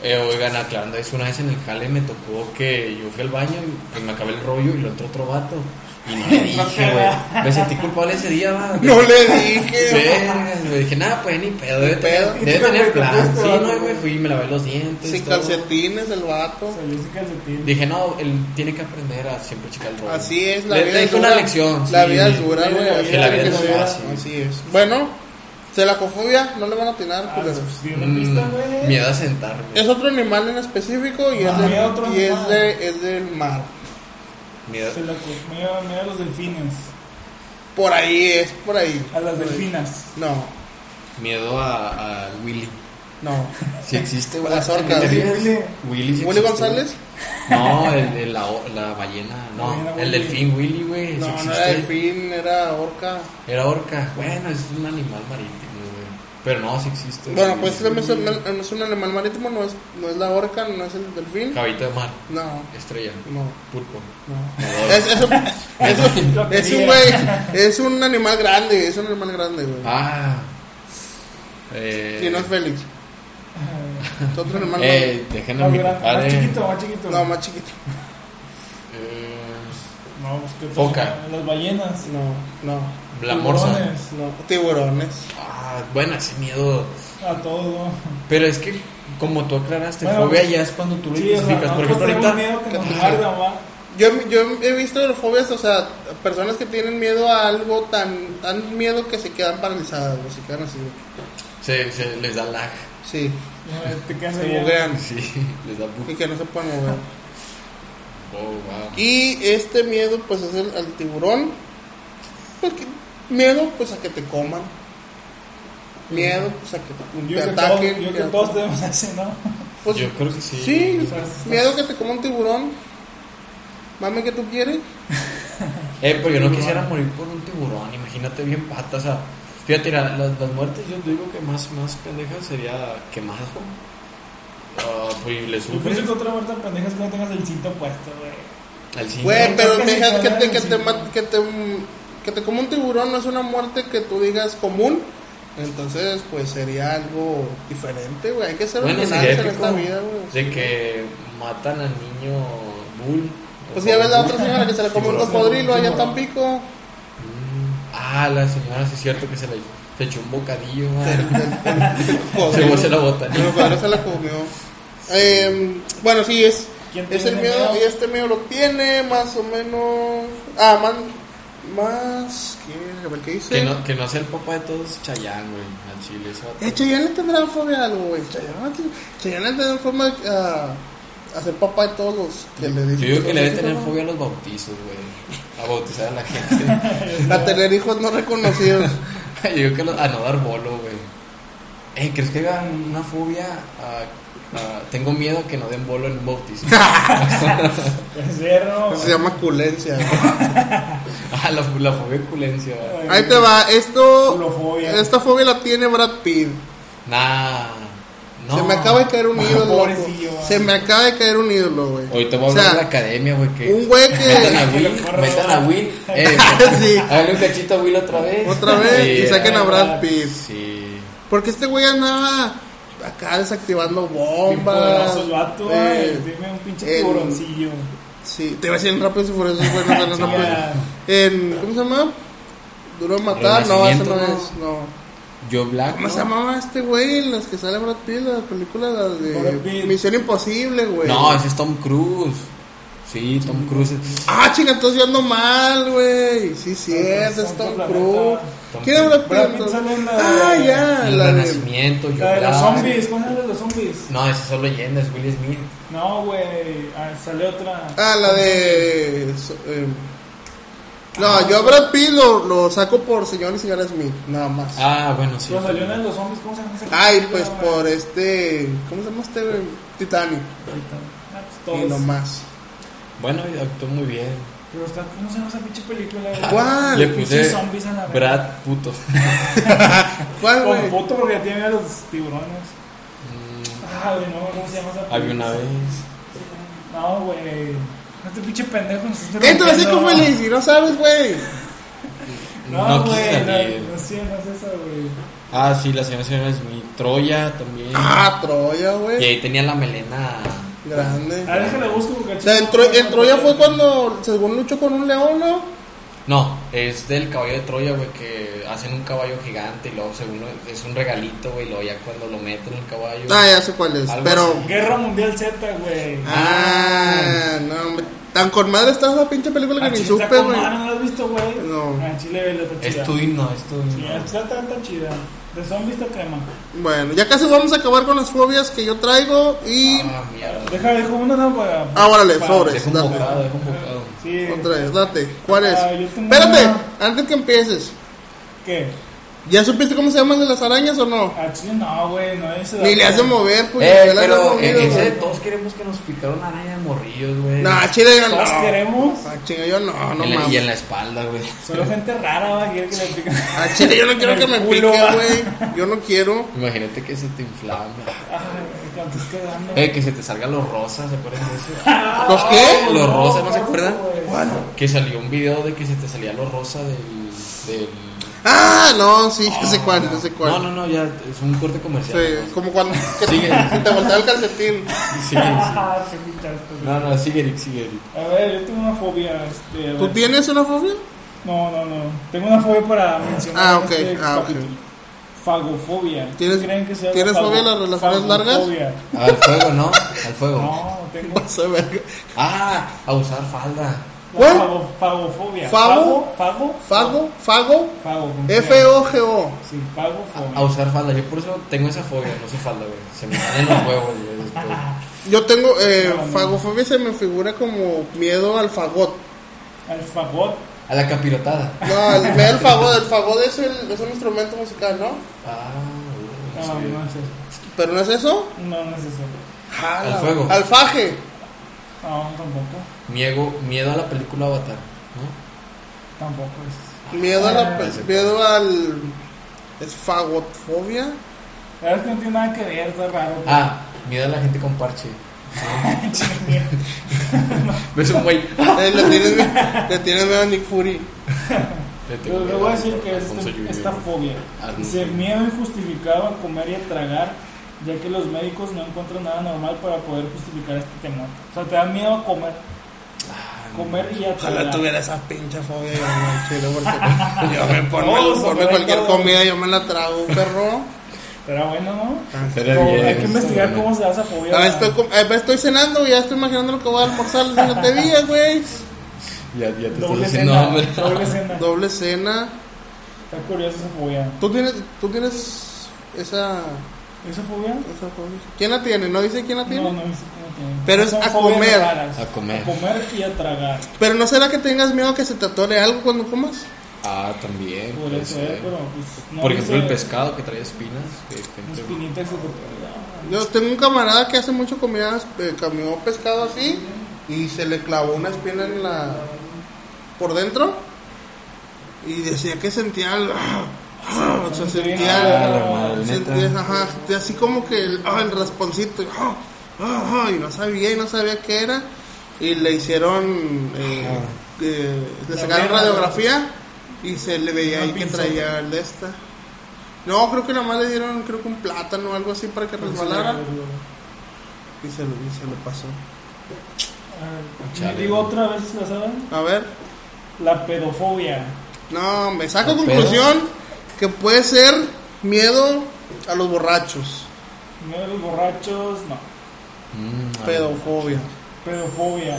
Speaker 4: Eh, oigan, aclarando eso, una vez en el jale me tocó que yo fui al baño y pues me acabé el rollo y lo entró otro vato. Y
Speaker 3: <laughs>
Speaker 4: no le dije, güey. Me sentí culpable ese día, va.
Speaker 2: No le dije.
Speaker 4: Vergas, güey. Dije, nada, pues ni pedo, debe
Speaker 2: pedo.
Speaker 4: tener, debe tener plan.
Speaker 3: Fuiste,
Speaker 4: Sí,
Speaker 3: vato,
Speaker 4: no, güey,
Speaker 3: güey.
Speaker 4: fui y me lavé los dientes.
Speaker 2: Sin
Speaker 4: todo.
Speaker 2: calcetines el vato.
Speaker 3: Salió sin calcetín.
Speaker 4: Dije, no, él tiene que aprender a siempre checar el rollo.
Speaker 2: Así es, la
Speaker 4: Le-
Speaker 2: vida
Speaker 4: le
Speaker 2: es
Speaker 4: dejé
Speaker 2: dura.
Speaker 4: una lección.
Speaker 2: La
Speaker 4: sí.
Speaker 2: vida es dura, güey.
Speaker 3: Que
Speaker 2: así
Speaker 4: la
Speaker 2: tiene
Speaker 4: vida
Speaker 2: que
Speaker 4: es
Speaker 2: ser.
Speaker 4: dura, sí.
Speaker 2: Así es. Bueno, celacofobia, no le van a atinar,
Speaker 3: Ah,
Speaker 2: culeros.
Speaker 3: pues, dio una pista,
Speaker 4: Mm,
Speaker 3: güey.
Speaker 4: Miedo a sentarme.
Speaker 2: Es otro animal en específico y,
Speaker 3: Ah,
Speaker 2: es, del,
Speaker 3: había otro
Speaker 2: y es,
Speaker 3: animal.
Speaker 2: de, es del mar.
Speaker 4: Miedo-
Speaker 3: Se la co- Me dio- me dio a los delfines.
Speaker 2: Por ahí es, por ahí.
Speaker 3: A las delfinas.
Speaker 2: No,
Speaker 4: Miedo a, a Willy. <laughs>
Speaker 2: no.
Speaker 4: Si existe, güey.
Speaker 2: Las orcas.
Speaker 4: ¿Te ríes?
Speaker 3: Willy.
Speaker 4: Willy, sí
Speaker 2: ¿Willy
Speaker 4: existe,
Speaker 2: González?
Speaker 4: güey. No, el, el- la, o- la ballena. No,
Speaker 3: Ballena
Speaker 4: el
Speaker 3: Willy.
Speaker 4: delfín Willy, güey. sí
Speaker 2: No, no
Speaker 4: existe.
Speaker 2: era delfín, era orca.
Speaker 4: Era orca. Bueno, es un animal marítimo, güey. Pero no, sí existe.
Speaker 2: Bueno,
Speaker 4: güey.
Speaker 2: pues es, un- es un animal marítimo, no es, no es la orca, no es el delfín.
Speaker 4: Cabito de mar.
Speaker 2: No,
Speaker 4: Estrella.
Speaker 2: no,
Speaker 4: Pulpo.
Speaker 2: no.
Speaker 4: nadador.
Speaker 2: <laughs> Es, es, un- es un-
Speaker 3: Lo
Speaker 2: es un
Speaker 3: quería.
Speaker 2: güey, es un animal grande, es un animal grande, güey.
Speaker 4: Ah. Eh,
Speaker 2: Sí, no es Félix, es otro animal grande.
Speaker 4: <laughs> eh, déjenme
Speaker 3: Más
Speaker 4: mi
Speaker 3: grande,
Speaker 4: compadre.
Speaker 3: más chiquito, más chiquito.
Speaker 2: No, más chiquito.
Speaker 4: Eh,
Speaker 3: No, pues, ¿qué
Speaker 4: Foca.
Speaker 3: pasa? Las ballenas.
Speaker 2: No, no,
Speaker 4: la morsa.
Speaker 3: Tiburones.
Speaker 2: no. Tiburones.
Speaker 4: Ah, bueno, ese miedo.
Speaker 3: A todo.
Speaker 4: Pero es que, como tú aclaraste,
Speaker 3: Bueno, pues,
Speaker 4: fobia ya es cuando tú lo
Speaker 3: Sí, o sea,
Speaker 4: identificas. Por
Speaker 3: nosotros tenemos
Speaker 4: ejemplo, ahorita.
Speaker 3: miedo que nos
Speaker 4: Ajá.
Speaker 3: muerdan, va.
Speaker 2: Yo, yo he visto los fobias, o sea, personas que tienen miedo a algo tan, tan miedo que se quedan paralizadas, o se quedan así. güey.
Speaker 4: Se, se les da lag. <laughs>
Speaker 2: Sí,
Speaker 3: No, Te quedas
Speaker 2: se
Speaker 3: ahí.
Speaker 2: buguean
Speaker 4: Sí, les da bu-
Speaker 2: y que no se pueden mover.
Speaker 4: Oh, wow.
Speaker 2: Y este miedo, pues es el, al tiburón. Pues, que- miedo, pues a que te coman. Miedo, pues a que te,
Speaker 3: Yo
Speaker 2: te
Speaker 3: que, todos,
Speaker 2: ataquen.
Speaker 3: yo
Speaker 2: te
Speaker 3: que
Speaker 2: ataquen.
Speaker 3: todos tenemos ese, ¿no?
Speaker 2: Pues,
Speaker 4: Yo creo que sí.
Speaker 2: sí, <laughs>
Speaker 3: O sea, estás-
Speaker 2: miedo que te coma un tiburón. mame que tú quieres.
Speaker 4: Eh, pero yo no quisiera
Speaker 2: ah.
Speaker 4: morir por un tiburón, imagínate bien patas. O sea, fíjate, la- las, las muertes yo digo que más, más pendejas sería quemado. Ah, pues le
Speaker 3: Yo pienso
Speaker 4: sufres
Speaker 3: que otra muerta pendeja es que no tengas el cinto puesto, güey.
Speaker 4: al cinto.
Speaker 2: Güey, pero
Speaker 3: creo que
Speaker 2: deja
Speaker 3: sí,
Speaker 2: que te,
Speaker 3: claro,
Speaker 2: que
Speaker 3: sí.
Speaker 2: te, mat- que te, que te coma un tiburón no es una muerte que tú digas común. Entonces, pues sería algo diferente, güey. Hay que ser
Speaker 4: Bueno,
Speaker 2: originales
Speaker 4: sería
Speaker 2: en
Speaker 4: épico
Speaker 2: esta vida, güey.
Speaker 4: de que matan al niño Bull.
Speaker 2: Pues ya ves la
Speaker 4: Bull.
Speaker 2: otra señora que se le come un
Speaker 3: Tiburón.
Speaker 2: cocodrilo allá en
Speaker 3: Tiburón.
Speaker 2: Tampico.
Speaker 4: Mm. Ah, la señora, sí es cierto que se le se echó un bocadillo. ah. <laughs> Se
Speaker 2: Joder.
Speaker 4: fue, se la bota.
Speaker 2: <laughs> Pero cuando se la comió. Eh, bueno, sí, es,
Speaker 3: ¿Quién
Speaker 2: es el
Speaker 3: tiene
Speaker 2: miedo,
Speaker 3: miedo?
Speaker 2: y este miedo lo tiene más o menos. Ah, más. más ¿qué, A ver, ¿qué dice?
Speaker 4: Que no, que no sea el papá de todos Chayán, güey, al chile. Eso
Speaker 2: Eh, Chayanne le tendrá fobia a algo, güey. Chayanne, Chayanne le tendrá fobia a, a ser papá de todos los que le
Speaker 4: Yo
Speaker 2: dicen.
Speaker 4: digo que le debe
Speaker 2: Sí,
Speaker 4: tener
Speaker 2: no.
Speaker 4: fobia a los bautizos, güey. A bautizar a la gente. <laughs>
Speaker 2: A tener hijos no reconocidos.
Speaker 4: Yo digo que los- a no dar bolo, güey. Eh, ¿crees que hagan una fobia a- a- Tengo miedo a que no den bolo en
Speaker 2: <laughs>
Speaker 4: un bautizo. <laughs>
Speaker 3: Puede ser, ¿no?
Speaker 2: Eso Pues, se llama culencia. güey.
Speaker 4: ah, la, la fobia de culencia, güey.
Speaker 2: Ahí te va. Esto,
Speaker 3: Culofobia.
Speaker 2: esta fobia la tiene Brad Pitt.
Speaker 4: Nah. No.
Speaker 2: Se me acaba de caer un ídolo. loco.
Speaker 3: <laughs> Pobrecillo, ah.
Speaker 2: Se me acaba de caer un ídolo, güey.
Speaker 4: Ahorita voy a
Speaker 2: O
Speaker 4: hablar
Speaker 2: sea,
Speaker 4: de la academia, güey. Que...
Speaker 2: Un güey
Speaker 4: Metan <laughs> a
Speaker 2: que. <laughs>
Speaker 4: Will, metan a Will. Eh,
Speaker 2: Sí.
Speaker 4: háganle un cachito a Will otra vez.
Speaker 2: Otra vez y
Speaker 4: Sí,
Speaker 2: saquen a
Speaker 4: eh,
Speaker 2: Brad Pitt.
Speaker 4: Sí.
Speaker 2: Porque este güey andaba acá desactivando
Speaker 3: Bien poderoso
Speaker 2: bombas.
Speaker 3: el vato,
Speaker 2: Eh,
Speaker 3: ay, dime un pinche
Speaker 2: el-
Speaker 3: tiburoncillo.
Speaker 2: Sí, te iba a decir en rápido si fuera eso, güey, no,
Speaker 3: <laughs>
Speaker 2: no, no,
Speaker 3: Chinga.
Speaker 2: pues. En, ¿Cómo se llama? Duro de matar, no, eso no es, no.
Speaker 4: Yo Black.
Speaker 2: ¿Cómo
Speaker 4: ¿no?
Speaker 2: se llamaba este güey? en Las que sale Brad Pitt, las películas las
Speaker 3: Brad
Speaker 2: de
Speaker 3: Pitt.
Speaker 2: Misión Imposible, güey.
Speaker 4: No, ese es Tom Cruise. Sí, Tom Cruise. es-
Speaker 2: Ah, chinga, entonces yo ando mal, güey. Sí, cierto, es Tom
Speaker 3: Otro
Speaker 2: Cruise.
Speaker 3: planeta.
Speaker 4: Tom
Speaker 2: ¿Quién es Brad
Speaker 3: Brad
Speaker 2: Pitt?
Speaker 3: Pitt sale en la-
Speaker 2: Ah, ya,
Speaker 4: El
Speaker 2: la de...
Speaker 4: Renacimiento,
Speaker 3: La
Speaker 4: Yo
Speaker 3: de
Speaker 2: Ah.
Speaker 3: los
Speaker 4: Black.
Speaker 3: zombies, ¿cuál es la de los zombies?
Speaker 4: No, esas son leyendas, Will Smith.
Speaker 3: No, güey, ah, sale otra.
Speaker 2: Ah, la de... so- eh, No, yo a Brad Pitt lo, lo saco por señor y señora Smith, nada más.
Speaker 4: Ah, bueno, sí.
Speaker 3: Pero salió una de los zombies, ¿cómo se llama esa?
Speaker 2: Ay,
Speaker 3: película,
Speaker 2: pues
Speaker 3: güey?
Speaker 2: por este... ¿Cómo se llama este? güey? Titanic.
Speaker 3: Ahorita. Ah, pues
Speaker 2: Y
Speaker 3: todos.
Speaker 2: no más.
Speaker 4: Bueno, actuó muy bien.
Speaker 3: Pero está, ¿cómo se llama esa pinche película? güey?
Speaker 2: ¿Cuál?
Speaker 4: Le
Speaker 3: Pinches
Speaker 4: puse
Speaker 3: zombies a la vez.
Speaker 4: Brad puto.
Speaker 2: ¿Cuál,
Speaker 3: Con
Speaker 2: güey?
Speaker 3: puto porque tiene a los tiburones.
Speaker 4: Mm,
Speaker 3: Ah, güey, no, ¿cómo se llama esa
Speaker 4: Había una
Speaker 3: película?
Speaker 4: vez.
Speaker 3: No, güey. No te pinche pendejo. nos estás
Speaker 2: Entonces,
Speaker 3: rompiendo.
Speaker 2: ¿cómo le dices? No sabes, güey.
Speaker 3: No,
Speaker 4: No, quise
Speaker 3: güey,
Speaker 4: salir.
Speaker 3: no, no sé, no es esa, güey.
Speaker 4: Ah, sí, la señora señora Smith. Troya también.
Speaker 2: Ah, Troya,
Speaker 4: Y
Speaker 2: güey.
Speaker 4: ahí tenía la melena.
Speaker 2: Grande.
Speaker 3: A ver, déjale busco porque
Speaker 2: O sea, en, Tro- en Troya fue cuando, según luchó con un león, ¿no?
Speaker 4: No, es del caballo de Troya, güey, que hacen un caballo gigante y luego según es un regalito, güey, y luego ya cuando lo meten el caballo.
Speaker 2: Ah, ya sé cuál es.
Speaker 4: Algo
Speaker 2: Pero.
Speaker 4: así.
Speaker 3: Guerra Mundial Z, güey.
Speaker 2: Ah, no, hombre. Tan con madre está esa pinche película
Speaker 3: Ah,
Speaker 2: que ni
Speaker 3: Chile
Speaker 2: supe,
Speaker 3: está con
Speaker 2: güey.
Speaker 3: madre, ¿No la has visto, güey?
Speaker 2: No.
Speaker 3: Ah, Chile, ve, la está chida.
Speaker 4: Es tuino, es tuino.
Speaker 3: Sí, está tan tan chida. De zombies está crema.
Speaker 2: Bueno, ya casi vamos a acabar con las fobias que yo traigo. Y.
Speaker 4: Ah, mierda.
Speaker 3: Deja, dejo una, ¿no? Para,
Speaker 2: Ah, órale,
Speaker 3: para-
Speaker 2: sobre.
Speaker 4: Deja un
Speaker 2: date.
Speaker 4: bocado, deja un bocado.
Speaker 3: Sí.
Speaker 2: Otra vez, date. ¿Cuál es?
Speaker 3: Ah, yo tengo
Speaker 2: Espérate,
Speaker 3: una-
Speaker 2: antes que empieces.
Speaker 3: ¿Qué?
Speaker 2: ¿Ya supiste cómo se llaman de las arañas o no?
Speaker 3: A Chile no, güey. No es.
Speaker 2: Ni le hace mover, pues.
Speaker 4: Eh,
Speaker 2: ya la has
Speaker 4: pero
Speaker 2: movido,
Speaker 4: en ese
Speaker 2: güey.
Speaker 4: todos queremos que nos picaron araña de morrillos, güey.
Speaker 2: Nah, chile, yo no.
Speaker 3: Todos queremos.
Speaker 2: Ah, chinga, yo no, no
Speaker 4: En la- y en
Speaker 2: mames.
Speaker 4: la espalda, güey.
Speaker 3: Solo gente rara va a querer que le
Speaker 2: <laughs>
Speaker 3: piquen.
Speaker 2: Ah, chile, yo no
Speaker 3: <laughs>
Speaker 2: quiero que me
Speaker 3: El
Speaker 2: pique,
Speaker 3: culo, va.
Speaker 2: güey. Yo no quiero.
Speaker 4: Imagínate que se te inflama.
Speaker 3: Ay, cuánto es quedando.
Speaker 4: Eh, que se te salgan los rosas, ¿se acuerdan de eso?
Speaker 2: ¿Los <laughs> qué?
Speaker 4: Los rosas, ¿no se acuerdan?
Speaker 3: Bueno.
Speaker 4: Que salió un video de que se te salía los rosa del. del...
Speaker 2: Ah, no, sí,
Speaker 3: oh.
Speaker 2: ya sé cuál, ya sé cuál.
Speaker 4: No, no, no, ya es un corte comercial.
Speaker 2: Sí,
Speaker 4: ¿no?
Speaker 2: como cuando que
Speaker 4: Sigue.
Speaker 2: se te voltea el calcetín.
Speaker 4: Sigue, sigue.
Speaker 3: Ah, qué pinchazo.
Speaker 4: No, no, sigue, Eric, sigue, Eric.
Speaker 3: A ver, yo tengo una fobia. Este, a
Speaker 2: ¿Tú
Speaker 3: ver.
Speaker 2: tienes una fobia? <laughs>
Speaker 3: No, no, no. Tengo una fobia para mencionar.
Speaker 2: Ah,
Speaker 3: en
Speaker 2: ok,
Speaker 3: este
Speaker 2: ah, ok.
Speaker 3: capítulo. Fagofobia.
Speaker 2: ¿Tienes-
Speaker 3: ¿Creen que se llama
Speaker 2: tienes
Speaker 3: fago-
Speaker 2: fobia a las relaciones largas?
Speaker 3: fagofobia?
Speaker 4: Al fuego, ¿no? Al fuego.
Speaker 3: No, tengo.
Speaker 2: Vas a ver.
Speaker 4: Ah, a usar falda.
Speaker 2: ¿Cuál?
Speaker 3: Fago- Fagofobia.
Speaker 2: ¿Fago?
Speaker 3: Fago.
Speaker 2: Fago, fago,
Speaker 3: Fago. con
Speaker 2: F-O-G-O.
Speaker 3: Sí, fagofobia.
Speaker 4: A usar falda. Yo por eso tengo esa fobia, no uso falda, güey. Se me salen los huevos, güey. después.
Speaker 2: Yo tengo, eh,
Speaker 3: No, no.
Speaker 2: fagofobia se me figura como miedo al fagot.
Speaker 3: Al fagot.
Speaker 4: A la capirotada.
Speaker 2: No, el miedo al fagot, el fagot es, el- es un instrumento musical, ¿no?
Speaker 4: Ah,
Speaker 3: No,
Speaker 4: güey, sí.
Speaker 3: no es eso.
Speaker 2: ¿Pero no es eso?
Speaker 3: No, no es eso.
Speaker 4: Al fuego.
Speaker 2: Alfaje.
Speaker 3: No, tampoco.
Speaker 4: Miedo, miedo a la película Avatar, ¿no?
Speaker 3: Tampoco es.
Speaker 2: Miedo, a la,
Speaker 4: Ah, ese
Speaker 2: miedo al. Esfagotfobia.
Speaker 3: La verdad es que no tiene nada que ver, está raro.
Speaker 4: Ah, miedo a la gente con
Speaker 3: <laughs>
Speaker 4: parche. Ves un güey.
Speaker 2: Eh, le, tienes, miedo- le tienes miedo a Nick Fury.
Speaker 3: Pero le voy a decir que es esta, esta fobia.
Speaker 4: Ah,
Speaker 3: Dice miedo injustificado a comer y a tragar, ya que los médicos no encuentran nada normal para poder justificar este temor. O sea, te da miedo a comer, comer y a tragar.
Speaker 2: Ojalá tuviera esa pinche fobia yo no, chile, porque yo me ponme,
Speaker 3: Todos,
Speaker 2: ponme
Speaker 3: sobre
Speaker 2: cualquier
Speaker 3: todo.
Speaker 2: comida, yo me la
Speaker 3: <laughs>
Speaker 2: trago, perro.
Speaker 3: Pero bueno, ¿no?
Speaker 4: Sería
Speaker 3: Como-
Speaker 4: bien,
Speaker 3: hay que
Speaker 4: está
Speaker 3: investigar
Speaker 4: bueno.
Speaker 3: cómo se da esa fobia.
Speaker 2: A ver, estoy, com- eh, estoy cenando y ya estoy imaginando lo que voy a almorzar en la día, güey.
Speaker 4: Ya, ya te estás
Speaker 3: Doble
Speaker 4: haciendo
Speaker 3: cena,
Speaker 4: hambre.
Speaker 3: doble cena.
Speaker 2: Doble cena.
Speaker 3: Está curiosa esa fobia.
Speaker 2: ¿Tú tienes, tú tienes esa,
Speaker 3: ¿Esa fobia?
Speaker 2: esa fobia? ¿Quién la tiene? ¿No dice quién la tiene?
Speaker 3: No, no dice cómo tiene.
Speaker 2: Pero es
Speaker 3: Son
Speaker 2: a
Speaker 3: fobias
Speaker 2: comer.
Speaker 3: raras.
Speaker 4: A comer.
Speaker 3: A comer y a tragar.
Speaker 2: Pero no será que tengas miedo que se te atore algo cuando comas?
Speaker 4: Ah, también.
Speaker 3: Podría
Speaker 4: puede
Speaker 3: ser,
Speaker 4: ser.
Speaker 3: pero pues, no
Speaker 4: Por ejemplo,
Speaker 3: dice
Speaker 4: el pescado que trae espinas. que
Speaker 3: una
Speaker 4: gente-
Speaker 3: espinita que se te pega.
Speaker 2: Yo tengo un camarada que hace mucho comida, eh, cambió pescado así y se le clavó una espina en la por dentro y decía que sentía el- <clears throat> o sea,
Speaker 4: Ah,
Speaker 2: sentía,
Speaker 4: la madre,
Speaker 2: sentía-
Speaker 4: neta.
Speaker 2: Pues ajá, sentía así como que el, ah, el rasponcito y, ah, ah, ah, y no sabía y no sabía qué era y le hicieron eh, eh, le
Speaker 3: La
Speaker 2: sacaron
Speaker 3: mera,
Speaker 2: radiografía y se le veía
Speaker 3: Una
Speaker 2: ahí que
Speaker 3: pinzota.
Speaker 2: traía el de esta no, creo que nada más le dieron creo que un plátano o algo así para
Speaker 3: Pues
Speaker 2: que resbalara y se lo, y se lo pasó.
Speaker 3: Ah,
Speaker 4: Chale.
Speaker 3: Digo otra vez, si ¿la saben?
Speaker 2: A ver,
Speaker 3: La pedofobia.
Speaker 2: no, me saco
Speaker 4: ¿Pero?
Speaker 2: conclusión que puede ser miedo a los borrachos,
Speaker 3: Miedo a los borrachos, no.
Speaker 4: Mm, ah,
Speaker 2: pedofobia,
Speaker 3: Pedofobia,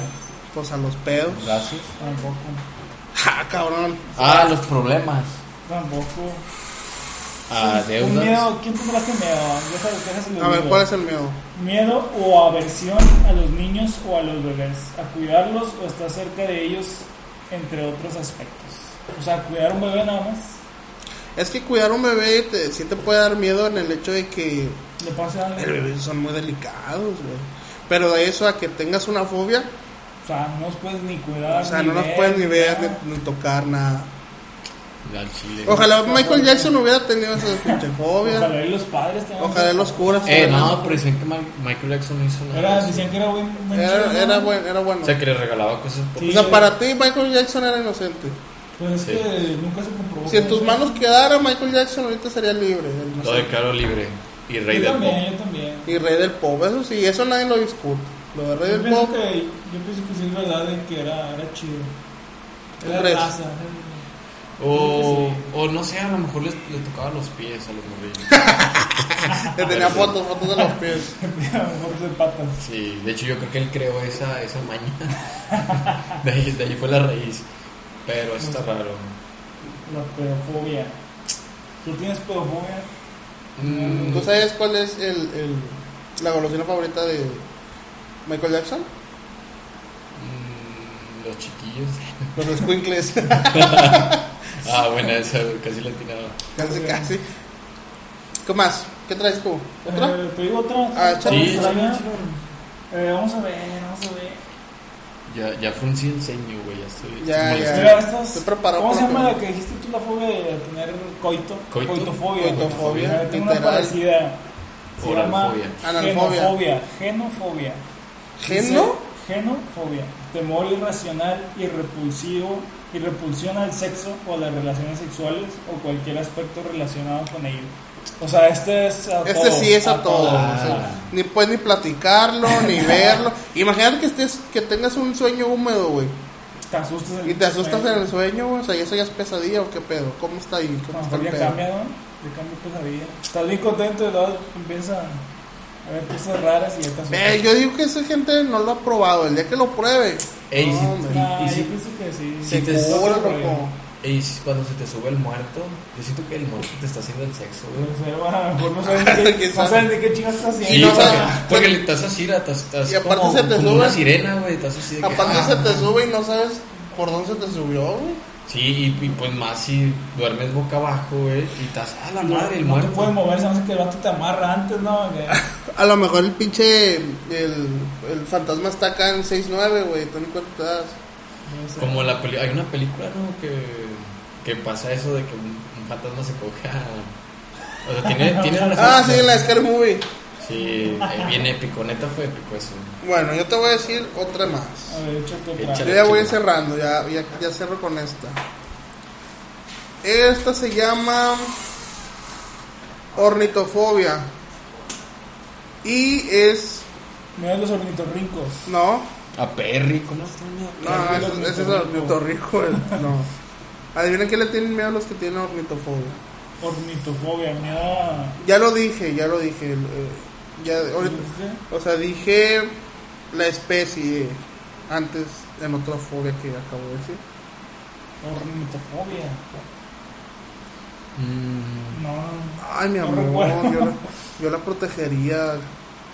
Speaker 2: pues a los pedos.
Speaker 4: brazos.
Speaker 3: tampoco.
Speaker 2: Ja, cabrón.
Speaker 4: Ah, los problemas.
Speaker 3: Tampoco.
Speaker 4: Ah,
Speaker 3: Un
Speaker 4: deudas.
Speaker 3: miedo, ¿quién tendrá que miedo? Yo sé que se lo
Speaker 2: A ver,
Speaker 3: digo.
Speaker 2: ¿cuál es el miedo?
Speaker 3: Miedo o aversión a los niños o a los bebés, a cuidarlos o estar cerca de ellos, entre otros aspectos. O sea, cuidar a un bebé nada más,
Speaker 2: Es que cuidar un bebé te, sí te puede dar miedo en el hecho de que
Speaker 3: le pasa algo.
Speaker 2: el bebé son muy delicados, güey. Pero de eso a que tengas una fobia,
Speaker 3: O sea, no los puedes ni cuidar.
Speaker 2: o sea, no
Speaker 3: los
Speaker 2: nos puedes Ah, ni ver, ni, ni tocar nada.
Speaker 4: Al chile.
Speaker 2: Ojalá Michael Jackson hubiera tenido esa pinche fobia.
Speaker 3: Ojalá y los padres también.
Speaker 2: Ojalá los curas.
Speaker 4: Eh,
Speaker 2: hubieran-
Speaker 4: no, pero decían que Ma- Michael Jackson no hizo
Speaker 3: Era,
Speaker 4: nada.
Speaker 3: decían que era buen, buen chico,
Speaker 2: Era,
Speaker 3: ¿no?
Speaker 2: era, buen- era bueno.
Speaker 4: O sea, que le regalaba cosas por
Speaker 3: Sí.
Speaker 2: O sea, para ti Michael Jackson era inocente.
Speaker 3: Pues es
Speaker 4: Sí.
Speaker 3: que nunca se comprobó.
Speaker 2: Si en
Speaker 3: que
Speaker 2: tus
Speaker 3: eso-
Speaker 2: manos quedara Michael Jackson, ahorita sería libre. del
Speaker 4: Lo
Speaker 2: inocente.
Speaker 4: declaró libre. Y rey
Speaker 3: Yo
Speaker 4: del
Speaker 3: también,
Speaker 4: pop.
Speaker 3: yo también.
Speaker 2: Y rey del pop, eso sí, eso nadie lo discute. Lo de rey
Speaker 3: Yo
Speaker 2: del pop,
Speaker 3: pienso, que, yo pienso que sí es verdad de que era, era chido.
Speaker 2: ¿Tú
Speaker 3: Era
Speaker 2: crees?
Speaker 3: raza. <laughs>
Speaker 4: O, o no sé, a lo mejor le, le tocaba los pies a los morrillos.
Speaker 2: que tenía fotos, fotos de los pies.
Speaker 3: Mejor de patas.
Speaker 4: Sí, de hecho yo creo que él creó esa, esa maña. <laughs> De ahí, de ahí fue la raíz. Pero está raro.
Speaker 3: La pedofobia. ¿Tú tienes pedofobia?
Speaker 4: Mm,
Speaker 2: ¿Tú sabes cuál es el, el- la golosina favorita de Michael Jackson?
Speaker 4: mm, los chiquillos.
Speaker 2: Los
Speaker 3: <laughs>
Speaker 2: squinkles.
Speaker 4: Ah, bueno, esa casi la atinaba.
Speaker 2: casi, casi. ¿Qué más? ¿Qué traes tú? ¿Otra?
Speaker 3: Eh, ¿Te digo otra?
Speaker 2: Ah, échale.
Speaker 4: Sí,
Speaker 3: Extraña. Eh, vamos a ver, vamos a ver.
Speaker 4: Ya, ya fue un sí enseño, güey. Ya estoy.
Speaker 2: Ya, ya.
Speaker 4: estoy molesto.
Speaker 3: Mira, estas-
Speaker 2: estoy preparado
Speaker 3: ¿Cómo se
Speaker 2: para
Speaker 3: llama
Speaker 2: lo que-
Speaker 3: la que dijiste tú la fobia de tener coito?
Speaker 4: Coito.
Speaker 3: Coitofobia.
Speaker 2: Coitofobia,
Speaker 3: güey. Ah, Tengo una
Speaker 2: literal.
Speaker 3: parecida. Se llama
Speaker 4: Oralfobia.
Speaker 2: Analfobia.
Speaker 3: Genofobia. Genofobia.
Speaker 2: ¿Geno?
Speaker 3: Dice, Genofobia. Temor irracional y repulsivo y repulsión al sexo o las relaciones sexuales o cualquier aspecto relacionado con ello. O sea, este es a
Speaker 2: Este sí es a, todo.
Speaker 4: Ah.
Speaker 2: o sea, ni puedes ni platicarlo,
Speaker 3: <laughs>
Speaker 2: ni verlo. Imagínate que estés, que tengas un sueño húmedo, güey.
Speaker 3: Te asustas en
Speaker 2: Y te asustas
Speaker 3: sueño.
Speaker 2: en el sueño, güey. O sea, ¿y eso ya es pesadilla o qué pedo? ¿Cómo está ahí?
Speaker 3: A
Speaker 2: ¿Cómo
Speaker 3: lo
Speaker 2: está
Speaker 3: mejor
Speaker 2: el
Speaker 3: ya
Speaker 2: pedo?
Speaker 3: cambia, ¿no? Ya cambia pesadilla. Estás bien contento y luego empieza a ver cosas raras y ya te asustas.
Speaker 2: Eh, yo digo que esa gente no lo ha probado. El día que lo pruebe,
Speaker 4: Ey,
Speaker 2: No,
Speaker 4: si-
Speaker 2: hombre.
Speaker 3: Ah,
Speaker 4: y- y
Speaker 3: yo
Speaker 4: si-
Speaker 3: pienso que sí.
Speaker 4: si
Speaker 2: se
Speaker 4: te
Speaker 2: te cobra,
Speaker 3: sube,
Speaker 2: loco.
Speaker 4: ey, si cuando se te sube el muerto, yo siento que el muerto te está haciendo el sexo, güey.
Speaker 3: Pues, eh, bueno, a lo mejor no sabes
Speaker 2: <laughs>
Speaker 3: ni qué,
Speaker 2: ¿Quién
Speaker 3: no
Speaker 2: sabe?
Speaker 3: sabes ni qué chingas estás
Speaker 4: Sí,
Speaker 3: haciendo.
Speaker 2: no,
Speaker 4: porque,
Speaker 2: o sea,
Speaker 4: porque le estás así, la- estás, estás
Speaker 2: Y aparte
Speaker 4: como,
Speaker 2: se te
Speaker 4: como
Speaker 2: sube.
Speaker 4: una sirena, güey, estás así de que,
Speaker 2: Aparte
Speaker 4: ah,
Speaker 2: se te sube y no sabes por dónde se te subió, güey.
Speaker 4: Sí, y, y pues más si duermes boca abajo, güey, y estás a la madre, el
Speaker 3: no te
Speaker 4: muerto.
Speaker 3: puedes mover, se me hace que el vato te amarra antes, ¿no? Que-
Speaker 2: A lo mejor el pinche. El, el fantasma está acá en 6-9, güey. Tú ni cuenta te das.
Speaker 4: <laughs>
Speaker 3: no sé.
Speaker 4: Como la peli hay una película, ¿no? Que, que pasa eso de que un, un fantasma se coge a... O sea, tiene... tiene
Speaker 2: Ah, sí, en la Scary Movie.
Speaker 4: Sí, eh, bien épico, neta fue épico eso.
Speaker 2: Bueno, yo te voy a decir otra más.
Speaker 3: A ver, échate otra.
Speaker 4: Échale.
Speaker 2: Yo ya voy cerrando, ya, ya, ya cierro con esta. Esta se llama ornitofobia. Y es...
Speaker 3: Me dan los ornitorrincos.
Speaker 2: No,
Speaker 4: A Perry, ¿cómo está? miedo?
Speaker 2: no, ese es- ese es ornitorrinco. el- No. Adivinen qué le tienen miedo a los que tienen ornitofobia.
Speaker 3: Ornitofobia, miedo a...
Speaker 2: Ya lo dije, ya lo dije. el, eh, ya, ahorita- o sea, dije la especie antes en otra fobia que acabo de decir.
Speaker 3: Ornitofobia.
Speaker 4: Mm,
Speaker 3: No.
Speaker 2: Ay, mi
Speaker 3: No
Speaker 2: amor,
Speaker 3: recuerdo.
Speaker 2: yo la, yo la protegería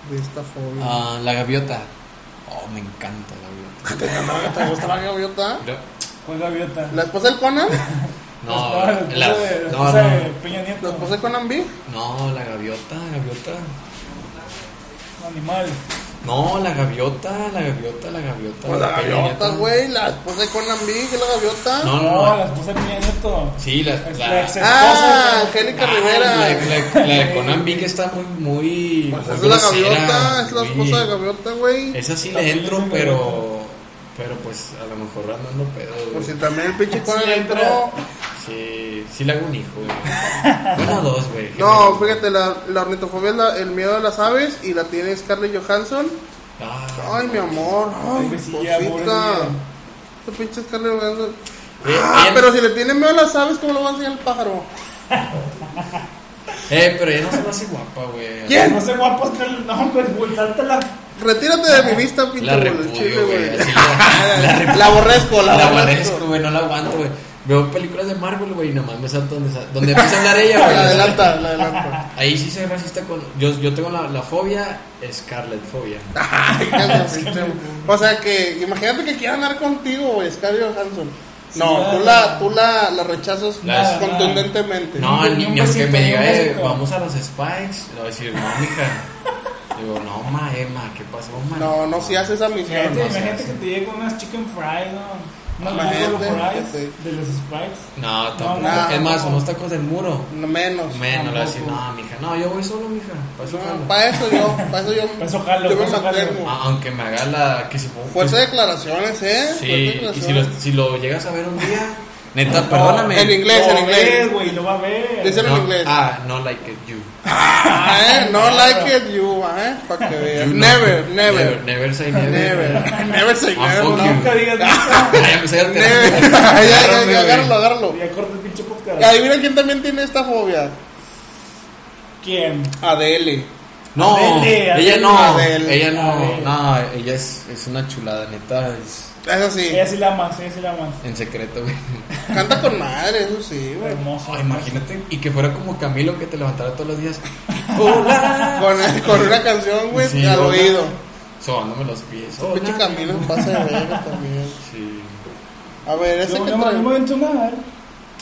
Speaker 2: de esta fobia.
Speaker 4: ah, la gaviota. Oh, me encanta la gaviota.
Speaker 2: ¿Te gusta la gaviota?
Speaker 4: Pero-
Speaker 3: ¿Cuál gaviota?
Speaker 2: ¿La esposa del Conan?
Speaker 4: <laughs> No,
Speaker 3: la esposa de- la
Speaker 4: la-
Speaker 3: esposa de- la
Speaker 4: Ah, no,
Speaker 3: esposa
Speaker 4: no,
Speaker 3: de Peña
Speaker 2: ¿La
Speaker 3: Nieto.
Speaker 2: esposa de Conan B?
Speaker 4: no, la gaviota, la gaviota.
Speaker 3: Un Animal.
Speaker 4: No, la gaviota, la gaviota, la gaviota.
Speaker 2: Pues la
Speaker 4: de Peña
Speaker 2: gaviota,
Speaker 4: Nieto.
Speaker 2: güey. ¿La esposa de Conan B? ¿Qué es la gaviota?
Speaker 4: No,
Speaker 3: No,
Speaker 4: no,
Speaker 3: la
Speaker 4: no.
Speaker 3: esposa de Peña Nieto.
Speaker 4: Sí, la,
Speaker 3: Es
Speaker 4: la-
Speaker 3: la ex esposa.
Speaker 2: Ah, Angélica Rivera.
Speaker 4: La, la- la de Conan vi que está muy, muy.
Speaker 2: Pues
Speaker 4: muy
Speaker 2: es la
Speaker 4: grosera,
Speaker 2: gaviota, es la
Speaker 4: muy-
Speaker 2: esposa de gaviota, güey.
Speaker 4: Esa sí
Speaker 3: La
Speaker 4: le entro,
Speaker 3: película.
Speaker 4: pero. Pero pues a lo mejor andando pedo. güey.
Speaker 2: Por si también el pinche Conan
Speaker 3: Sí,
Speaker 2: entró.
Speaker 4: Sí, sí le hago un hijo, güey. <laughs> Bueno, dos, güey.
Speaker 2: No, fíjate, la, la ornitofobia es la- el miedo a las aves y la tiene Scarlett Johansson.
Speaker 4: Ah.
Speaker 2: Ay, mi amor, ay,
Speaker 3: Pobrecilla,
Speaker 2: cosita.
Speaker 3: pobrecilla.
Speaker 2: Esta pinche Scarlett Johansson.
Speaker 4: Eh,
Speaker 2: Ah,
Speaker 4: ella-
Speaker 2: pero si le tiene miedo a las aves, ¿cómo lo va a enseñar el pájaro?
Speaker 4: Eh, pero ella no se me hace guapa, güey.
Speaker 2: ¿Quién?
Speaker 3: No sé, guapo, es que el nombre, güey, tanta la...
Speaker 2: Retírate de mi vista, pinche
Speaker 4: La
Speaker 2: bolo, chile,
Speaker 4: repudio, güey. así
Speaker 2: <laughs> Ah,
Speaker 4: La, la
Speaker 2: La,
Speaker 4: repudio.
Speaker 2: aborrezco, la,
Speaker 4: La
Speaker 2: aborrezco.
Speaker 4: aborrezco, güey, no la aguanto, güey. Veo películas de Marvel, güey, y nada más me salto donde, sa- donde empieza a
Speaker 2: <laughs>
Speaker 4: hablar ella,
Speaker 2: La
Speaker 4: güey.
Speaker 2: adelanta, la adelanta.
Speaker 4: Ahí sí soy racista con... Yo, yo tengo la, la fobia, Scarlet Fobia.
Speaker 2: Ay, calma, pinche. o sea que, imagínate que quiera andar contigo, güey, Scarlett Johansson. No,
Speaker 3: Sí,
Speaker 2: tú
Speaker 3: ya.
Speaker 2: la, tú la, la rechazas
Speaker 4: La-
Speaker 2: contundentemente.
Speaker 4: No,
Speaker 3: Un
Speaker 4: ni, ni
Speaker 3: besito,
Speaker 4: aunque me
Speaker 3: un
Speaker 4: diga, eh,
Speaker 3: besito.
Speaker 4: vamos a los Spikes, le voy a decir, no, mija. Digo, no, ma, eh, ma, ¿qué pasó, ma?
Speaker 2: No, no, si haces esa misión.
Speaker 3: Imagínate,
Speaker 4: no sé,
Speaker 3: imagínate
Speaker 4: sí.
Speaker 3: que te llegue unas chicken fries, ¿no? Unos
Speaker 2: Imagínate,
Speaker 3: buffalo fries
Speaker 2: sí.
Speaker 3: de los Spikes.
Speaker 4: No, tampoco.
Speaker 2: No, no,
Speaker 4: es más,
Speaker 3: no.
Speaker 4: unos tacos del muro.
Speaker 2: No, menos.
Speaker 4: Menos, le voy a decir,
Speaker 3: Tampoco.
Speaker 4: no, mija, no, yo voy solo, mija. pa' eso jalo.
Speaker 2: para eso yo, para eso yo,
Speaker 3: Pa' <laughs> eso jalo,
Speaker 2: yo me
Speaker 3: pa' eso jalo.
Speaker 2: mantengo.
Speaker 4: A- Aunque me haga la... Que si puedo...
Speaker 2: Fuerza de declaraciones, ¿eh? Fuerza de
Speaker 4: Sí, y si lo,
Speaker 2: declaraciones.
Speaker 4: si lo llegas a ver un día, neta, perdóname.
Speaker 2: En inglés,
Speaker 3: Lo
Speaker 2: en
Speaker 3: ve,
Speaker 2: inglés.
Speaker 3: güey, lo va a ver.
Speaker 2: Dice- en
Speaker 4: No,
Speaker 2: inglés.
Speaker 4: Ah, no like it, you.
Speaker 2: <laughs> Ah, ¿eh? No like it, you, ¿eh? Para que veas.
Speaker 4: You no.
Speaker 2: Never, never.
Speaker 4: never. Never say never.
Speaker 2: <laughs> Never, never say
Speaker 4: Ah,
Speaker 2: never.
Speaker 4: fuck
Speaker 2: no.
Speaker 4: <laughs>
Speaker 3: Nunca digas
Speaker 2: <laughs>
Speaker 3: nunca.
Speaker 4: Ay, empecé a alterar.
Speaker 2: Never. <laughs> ya,
Speaker 4: <laughs>
Speaker 2: ya,
Speaker 4: Agárrame,
Speaker 2: ya, agárralo,
Speaker 4: güey.
Speaker 2: agárralo.
Speaker 3: Ya corta el pinche podcast.
Speaker 2: Y Adivina quién también tiene esta fobia.
Speaker 3: ¿Quién?
Speaker 2: Adele.
Speaker 4: No,
Speaker 3: Adele, Adele,
Speaker 4: ella no.
Speaker 2: Adele.
Speaker 4: Ella no.
Speaker 3: Adele.
Speaker 4: No, ella es, es una chulada, neta. Es
Speaker 2: Eso sí.
Speaker 3: Ella sí la amas, ella sí la amas.
Speaker 4: en secreto, güey.
Speaker 2: Canta con madre, eso sí,
Speaker 3: <laughs>
Speaker 2: güey.
Speaker 3: Hermoso.
Speaker 4: Ay, Ah, imagínate. Y que fuera como Camilo que te levantara todos los días.
Speaker 2: <laughs>
Speaker 4: Hola.
Speaker 2: Con, con una canción, güey,
Speaker 4: Sí, Oh,
Speaker 2: al
Speaker 4: hola.
Speaker 2: oído.
Speaker 4: Sobándome los pies.
Speaker 2: Pinche
Speaker 4: Hola.
Speaker 2: Camilo, pasa de verga también.
Speaker 4: Sí.
Speaker 2: A ver, ese
Speaker 3: Yo,
Speaker 2: que
Speaker 3: yo, yo me
Speaker 2: trae.
Speaker 3: voy a entonar.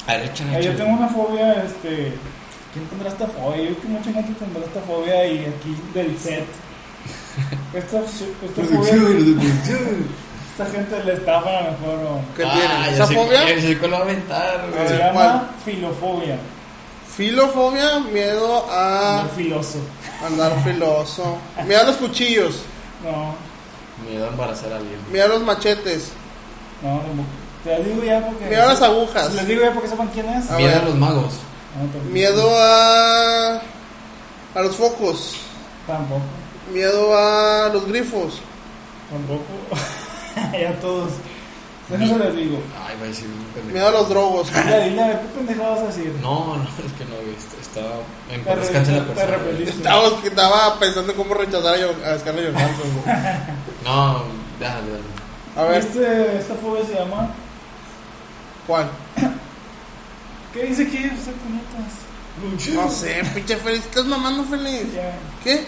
Speaker 4: A ver, échale,
Speaker 3: Eh, yo
Speaker 4: échale.
Speaker 3: tengo una fobia, este. ¿Quién tendrá esta fobia? Yo creo que mucha gente tendrá esta fobia y aquí del
Speaker 2: <laughs>
Speaker 3: set. Esta, esta fobia, esta gente le estafa a lo mejor. o-
Speaker 2: ¿Qué
Speaker 4: Ah,
Speaker 2: tiene?
Speaker 4: ya
Speaker 2: ¿Esa
Speaker 4: sé-
Speaker 2: fobia?
Speaker 4: ya sé cuál va a aventar, güey.
Speaker 2: A
Speaker 3: Se
Speaker 2: ver,
Speaker 3: llama
Speaker 2: Eh, ¿cuál?
Speaker 3: filofobia.
Speaker 2: Filofobia, miedo a
Speaker 3: No filoso.
Speaker 2: andar filoso. Miedo a los cuchillos,
Speaker 3: No,
Speaker 4: Miedo a embarazar a alguien.
Speaker 2: miedo a los machetes,
Speaker 3: no, tampoco. Te las digo ya porque.
Speaker 2: miedo a las agujas,
Speaker 3: Les digo ya porque sepan quién es.
Speaker 2: A
Speaker 4: Miedo
Speaker 2: ver.
Speaker 4: a los magos.
Speaker 3: No, tampoco.
Speaker 2: miedo a a los focos,
Speaker 3: Tampoco.
Speaker 2: miedo a los grifos.
Speaker 3: Tampoco. <laughs> ya todos. Yo no se les digo.
Speaker 4: Ay, va a decir un pendejo.
Speaker 2: Miedo a los drogos. <laughs>
Speaker 3: Dile, dile, a ver, ¿qué pendejo vas a decir?
Speaker 4: No, <laughs> no, es que no, güey. est- Estaba en
Speaker 3: Te
Speaker 4: paz descanse la
Speaker 3: arrepentiste, te
Speaker 4: persona.
Speaker 3: arrepentiste.
Speaker 2: Estaba, estaba pensando cómo rechazar a, Yo- a Scarlett Johansson. güey.
Speaker 4: No, déjalo, déjalo.
Speaker 2: A ver,
Speaker 3: Este, esta fobia se llama.
Speaker 2: ¿cuál?
Speaker 3: ¿Qué dice aquí? Esta puñetas.
Speaker 2: No sé, pinche feliz, estás mamando feliz.
Speaker 3: Ya.
Speaker 2: ¿Qué?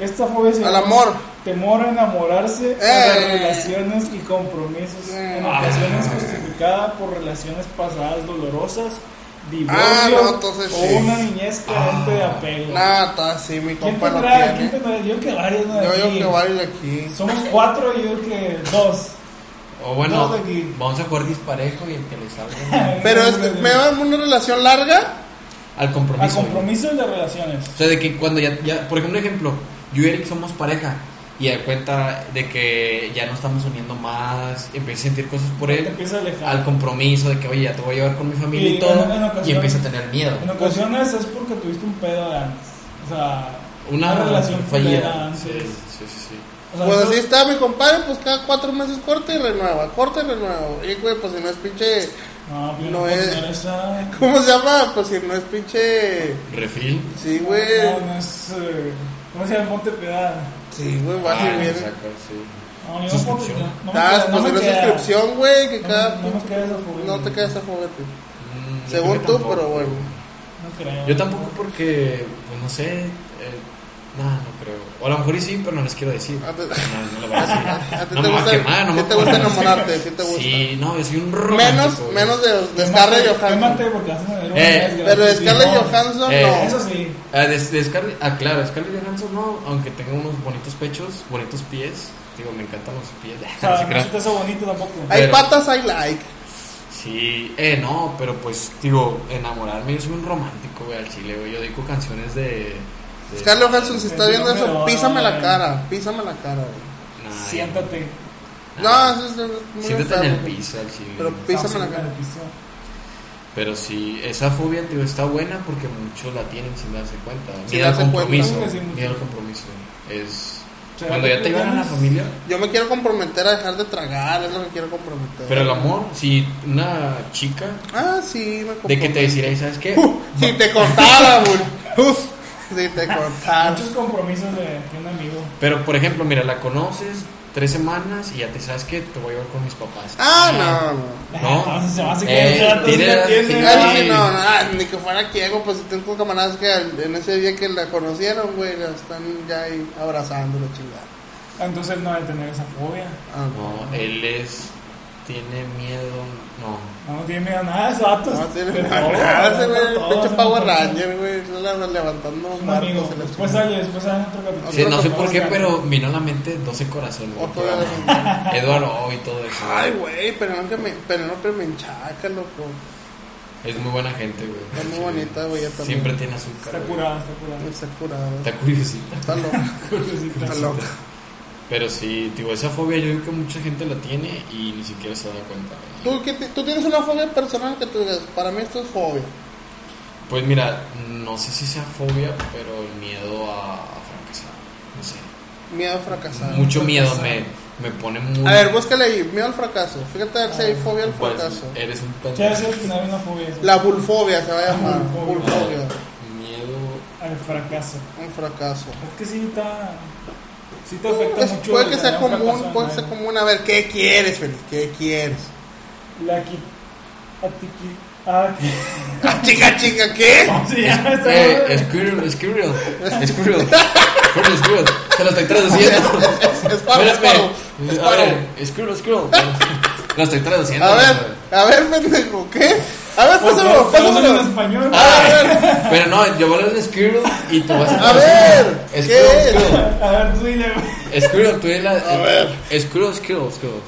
Speaker 3: Esta fobia se
Speaker 2: Al
Speaker 3: llama.
Speaker 2: amor.
Speaker 3: Temor a enamorarse, a las
Speaker 2: Eh.
Speaker 3: relaciones y compromisos.
Speaker 2: Eh.
Speaker 3: En ocasiones
Speaker 4: Ah.
Speaker 3: justificada por relaciones pasadas dolorosas, divorcio
Speaker 2: Ah, no, entonces
Speaker 3: o
Speaker 2: sí.
Speaker 3: una niñez carente de
Speaker 4: Ah.
Speaker 3: apego.
Speaker 2: Nada, está así, mi
Speaker 3: ¿Quién
Speaker 2: compa no
Speaker 3: tendrá?
Speaker 2: tiene.
Speaker 3: ¿Quién tendrá? Yo que varios, ¿no?
Speaker 2: Yo digo
Speaker 3: Aquí.
Speaker 2: que varios de aquí.
Speaker 3: Somos cuatro y yo que dos.
Speaker 4: O bueno,
Speaker 3: Dos de aquí.
Speaker 4: vamos a jugar disparejo y el que le salga
Speaker 2: Pero es que me va una relación larga.
Speaker 4: <laughs> al
Speaker 3: A
Speaker 4: compromiso.
Speaker 3: compromiso de relaciones.
Speaker 4: O sea, de que cuando ya, ya- por ejemplo, ejemplo, yo y Eric somos pareja y da cuenta de que ya no estamos uniendo más, empieza a sentir cosas por
Speaker 3: Te
Speaker 4: él,
Speaker 3: empiezas a alejar.
Speaker 4: al compromiso de que, oye, ya te voy a llevar con mi familia y,
Speaker 3: Y
Speaker 4: todo,
Speaker 3: en- en
Speaker 4: y
Speaker 3: ocasiones-
Speaker 4: empieza a tener miedo.
Speaker 3: En ocasiones es porque tuviste un pedo de antes. O sea,
Speaker 4: Una,
Speaker 3: relación culera
Speaker 4: fallida.
Speaker 3: antes.
Speaker 4: Sí, sí, sí, sí.
Speaker 3: O sea,
Speaker 2: Pues
Speaker 3: eso-
Speaker 2: así está mi compadre, pues cada cuatro meses corta y renueva, corta y renueva. Y güey, pues si no es pinche. <laughs>
Speaker 3: No, pero
Speaker 2: No
Speaker 3: no
Speaker 2: es-
Speaker 3: es. No, es, ah,
Speaker 2: ¿Cómo se llama? Pues si no es pinche.
Speaker 4: Refil.
Speaker 2: Sí, güey.
Speaker 3: no, no es. eh, ¿Cómo se llama? Ponte pedada.
Speaker 2: Sí, güey, va
Speaker 4: Ah,
Speaker 2: y viene.
Speaker 4: exacto, sí.
Speaker 3: No, yo no ponte
Speaker 4: Suscripción.
Speaker 3: no, no me
Speaker 2: Ah,
Speaker 3: queda- no
Speaker 2: pues
Speaker 3: me
Speaker 2: si no es
Speaker 3: queda.
Speaker 2: suscripción, güey, que
Speaker 3: No,
Speaker 2: cada.
Speaker 3: no me queda esa fobia.
Speaker 2: No te quedas a juguete.
Speaker 4: Mm, yo creo
Speaker 2: Según
Speaker 4: que
Speaker 2: tú,
Speaker 4: tampoco.
Speaker 2: pero bueno.
Speaker 3: No creo.
Speaker 4: Yo tampoco porque, pues no sé, eh, nada, no creo. O a lo mejor y sí, pero no les quiero decir.
Speaker 2: A ti-
Speaker 4: No, no lo voy a decir.
Speaker 2: Ah. <laughs> a ti
Speaker 4: No
Speaker 2: te
Speaker 4: me va a
Speaker 2: gusta-
Speaker 4: quemar, no
Speaker 2: a
Speaker 4: me
Speaker 2: ti te
Speaker 4: va a
Speaker 2: gusta
Speaker 4: quemar.
Speaker 2: enamorarte, sí te gusta.
Speaker 4: Sí, no, es un
Speaker 2: Menos,
Speaker 4: romántico,
Speaker 2: menos
Speaker 4: güey.
Speaker 2: de, de
Speaker 3: Quémate-
Speaker 2: Scarlett Johansson.
Speaker 3: quémate porque vas a tener una
Speaker 4: Eh,
Speaker 3: desgracia.
Speaker 2: Pero de
Speaker 3: Sí,
Speaker 2: Scarlett
Speaker 3: no.
Speaker 2: Johansson,
Speaker 4: Eh,
Speaker 2: no.
Speaker 3: Eso sí.
Speaker 4: Ah, de, de Scarlett- ah, claro, Scarlett Johansson no, aunque tenga unos bonitos pechos, bonitos pies. Digo, me encantan los pies.
Speaker 3: O
Speaker 4: <laughs> No
Speaker 3: sea,
Speaker 4: se
Speaker 3: no
Speaker 4: crean.
Speaker 3: se te hace bonito tampoco.
Speaker 2: Hay
Speaker 4: Pero-
Speaker 2: patas, hay like.
Speaker 4: Sí, eh, no, pero pues, digo, enamorarme, yo soy un romántico, güey, al chile, güey. Yo dedico canciones de. de-
Speaker 2: Scarlett Johansson, si estás viendo eso,
Speaker 3: Pero,
Speaker 2: písame la
Speaker 3: eh,
Speaker 2: cara. Písame la cara, güey.
Speaker 4: Nah,
Speaker 3: Siéntate.
Speaker 2: No,
Speaker 4: nah.
Speaker 2: eso es- es muy
Speaker 4: Ah. Siéntate en el
Speaker 2: enfermo.
Speaker 4: piso, al chile.
Speaker 2: Pero- Písame la cara.
Speaker 4: Pero sí, esa fobia digo, está buena porque muchos la tienen sin darse cuenta.
Speaker 2: Sin
Speaker 4: Miedo al
Speaker 2: darse
Speaker 4: compromiso.
Speaker 3: cuenta. Sí, sí, mucho.
Speaker 4: Miedo al compromiso. Es cuando ya te ganan la familia.
Speaker 2: Yo me quiero comprometer a dejar de tragar, es lo que quiero comprometer.
Speaker 4: Pero el amor, si una chica,
Speaker 2: Ah, sí, me
Speaker 4: de que
Speaker 2: comprometo.
Speaker 4: te decirá, ¿sabes qué?
Speaker 2: <laughs> Uf, Si te cortara, güey. Uf, Si
Speaker 4: <laughs>
Speaker 2: te cortara.
Speaker 3: Muchos compromisos de, de un amigo.
Speaker 4: Pero por ejemplo, mira, la conoces tres semanas y ya te sabes que te voy a llevar con mis papás.
Speaker 2: Ah, no, no.
Speaker 4: No.
Speaker 3: <laughs> Entonces se va a
Speaker 4: Eh,
Speaker 3: quedar atrás
Speaker 4: tiene-
Speaker 3: de la tienda.
Speaker 4: tiene-
Speaker 2: Ah,
Speaker 3: Ah,
Speaker 2: sí,
Speaker 4: Ay.
Speaker 2: no, no, ah, ni que fuera ciego, pues tengo camaradas que al- en ese día que la conocieron, güey, la están ya ahí abrazando la chingada.
Speaker 3: Entonces él no debe tener esa fobia.
Speaker 2: Ah,
Speaker 4: No, él es. Tiene miedo. No.
Speaker 3: No, no tiene miedo a nada de esos vatos.
Speaker 2: No tiene
Speaker 3: De todo,
Speaker 2: nada, ese
Speaker 3: de
Speaker 2: güey,
Speaker 3: todo,
Speaker 2: pinche
Speaker 3: se
Speaker 2: Power
Speaker 3: encuentra.
Speaker 2: Ranger, güey, la- la- levantando
Speaker 3: Es Un
Speaker 2: marcos
Speaker 3: amigo.
Speaker 2: en la chingada.
Speaker 3: Después pues, sale, después sale en otro capítulo.
Speaker 4: Sí, no sé
Speaker 3: Otro
Speaker 4: por qué,
Speaker 3: capítulo.
Speaker 4: pero vino a la mente 12 corazones. güey,
Speaker 2: Otro
Speaker 4: que
Speaker 2: de
Speaker 4: era
Speaker 2: los-
Speaker 4: Eduardo y todo eso.
Speaker 2: Ay, güey, pero no que me, pero no que me enchaca, loco.
Speaker 4: Es muy buena gente, güey.
Speaker 2: Es muy bonita, güey, yo también.
Speaker 4: Siempre tiene azúcar.
Speaker 3: Está
Speaker 4: güey.
Speaker 3: curado, está curado.
Speaker 2: Está curado.
Speaker 4: Está curiosita.
Speaker 2: Está loco,
Speaker 3: Curiosita.
Speaker 2: está loco.
Speaker 4: Pero sí, digo, esa fobia yo creo que mucha gente la tiene y ni siquiera se da cuenta. güey.
Speaker 2: ¿Tú, qué te- tú tienes una fobia personal que tú digas, para mí esto es fobia.
Speaker 4: Pues mira, no sé si sea fobia, pero el miedo a, a fracasar. No sé.
Speaker 2: Miedo a fracasar.
Speaker 4: Mucho miedo me,
Speaker 3: fracasar.
Speaker 4: me pone muy.
Speaker 2: A ver, búscale ahí, miedo al fracaso. Fíjate si
Speaker 3: Ah,
Speaker 2: hay fobia al
Speaker 4: Pues,
Speaker 2: fracaso.
Speaker 4: Eres un
Speaker 3: Ya
Speaker 4: pendejo.
Speaker 3: ves, al final hay una fobia. eso.
Speaker 2: La bulfobia se va a llamar.
Speaker 3: Bulfobia.
Speaker 2: Bulfobia.
Speaker 4: Miedo.
Speaker 3: Al fracaso.
Speaker 2: Un fracaso.
Speaker 3: Es que sí está. Sí te afecta
Speaker 2: Pues,
Speaker 3: mucho.
Speaker 2: puede
Speaker 3: el
Speaker 2: que sea
Speaker 3: tener un fracaso
Speaker 2: común,
Speaker 3: en
Speaker 2: puede que
Speaker 3: algo.
Speaker 2: sea común. A ver, ¿qué quieres, Feliz? ¿Qué quieres?
Speaker 3: La qui. A ti qui. Ah, qui-
Speaker 2: Ah, chica, chica, ¿qué?
Speaker 3: ¿Cómo se llama esa madre?
Speaker 4: Eh, Squirrel, Squirrel. Squirrel. Squirrel, Squirrel. Se lo estoy traduciendo.
Speaker 2: Es paro, es paro. Es
Speaker 4: A
Speaker 2: paro.
Speaker 4: ver, Squirrel, Squirrel. Lo estoy traduciendo.
Speaker 2: A ver, a ver, pendejo, ¿qué? A ver,
Speaker 3: Pues,
Speaker 2: pásamelo,
Speaker 3: pues, pues, en
Speaker 2: pásamelo.
Speaker 3: español.
Speaker 2: A ver,
Speaker 4: Pero no, yo voy a hablar de Squirrel y tú vas a...
Speaker 2: a ver, ¿qué
Speaker 4: Squirrel,
Speaker 2: es?
Speaker 3: A ver, tú dile. güey.
Speaker 4: Squirrel. Squirrel, tú eres la... eh,
Speaker 2: A ver.
Speaker 4: Squirrel,
Speaker 2: <laughs>
Speaker 4: Squirrel, Squirrel.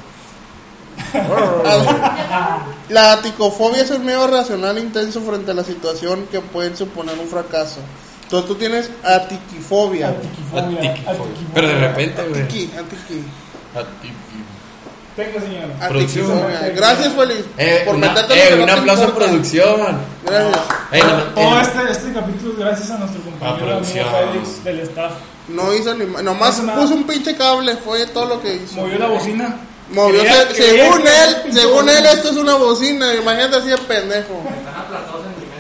Speaker 2: La aticofobia es el miedo racional intenso frente a la situación que puede suponer un fracaso. Entonces tú tienes atiquifobia. güey.
Speaker 3: Atiquifobia,
Speaker 4: Atiquifobia.
Speaker 3: atiquifobia.
Speaker 4: Ah, Pero de repente, güey. Ah,
Speaker 2: Atiqui, atiqui.
Speaker 4: Atiqui-
Speaker 3: Tengo, señora.
Speaker 4: Producción.
Speaker 2: Atiquifobia. Gracias, Feliz.
Speaker 4: Eh,
Speaker 2: por
Speaker 4: una-
Speaker 2: meterte
Speaker 4: eh,
Speaker 2: lo que
Speaker 4: un
Speaker 2: no te
Speaker 4: aplauso a
Speaker 2: importa.
Speaker 4: producción.
Speaker 2: Gracias.
Speaker 4: Eh, no,
Speaker 3: Todo
Speaker 4: eh,
Speaker 3: este, este capítulo es gracias a nuestro
Speaker 4: A
Speaker 3: compañero
Speaker 4: Ah, producción.
Speaker 3: amigo Félix del staff.
Speaker 2: No hizo ni ma- Nomás
Speaker 3: No hizo nada.
Speaker 2: puso un pinche cable, fue todo lo que hizo.
Speaker 3: Movió la bocina.
Speaker 2: Movió-
Speaker 3: Quería-
Speaker 2: se-
Speaker 3: quería
Speaker 2: según
Speaker 3: que-
Speaker 2: él, según él, esto es una bocina. Imagínate así de pendejo.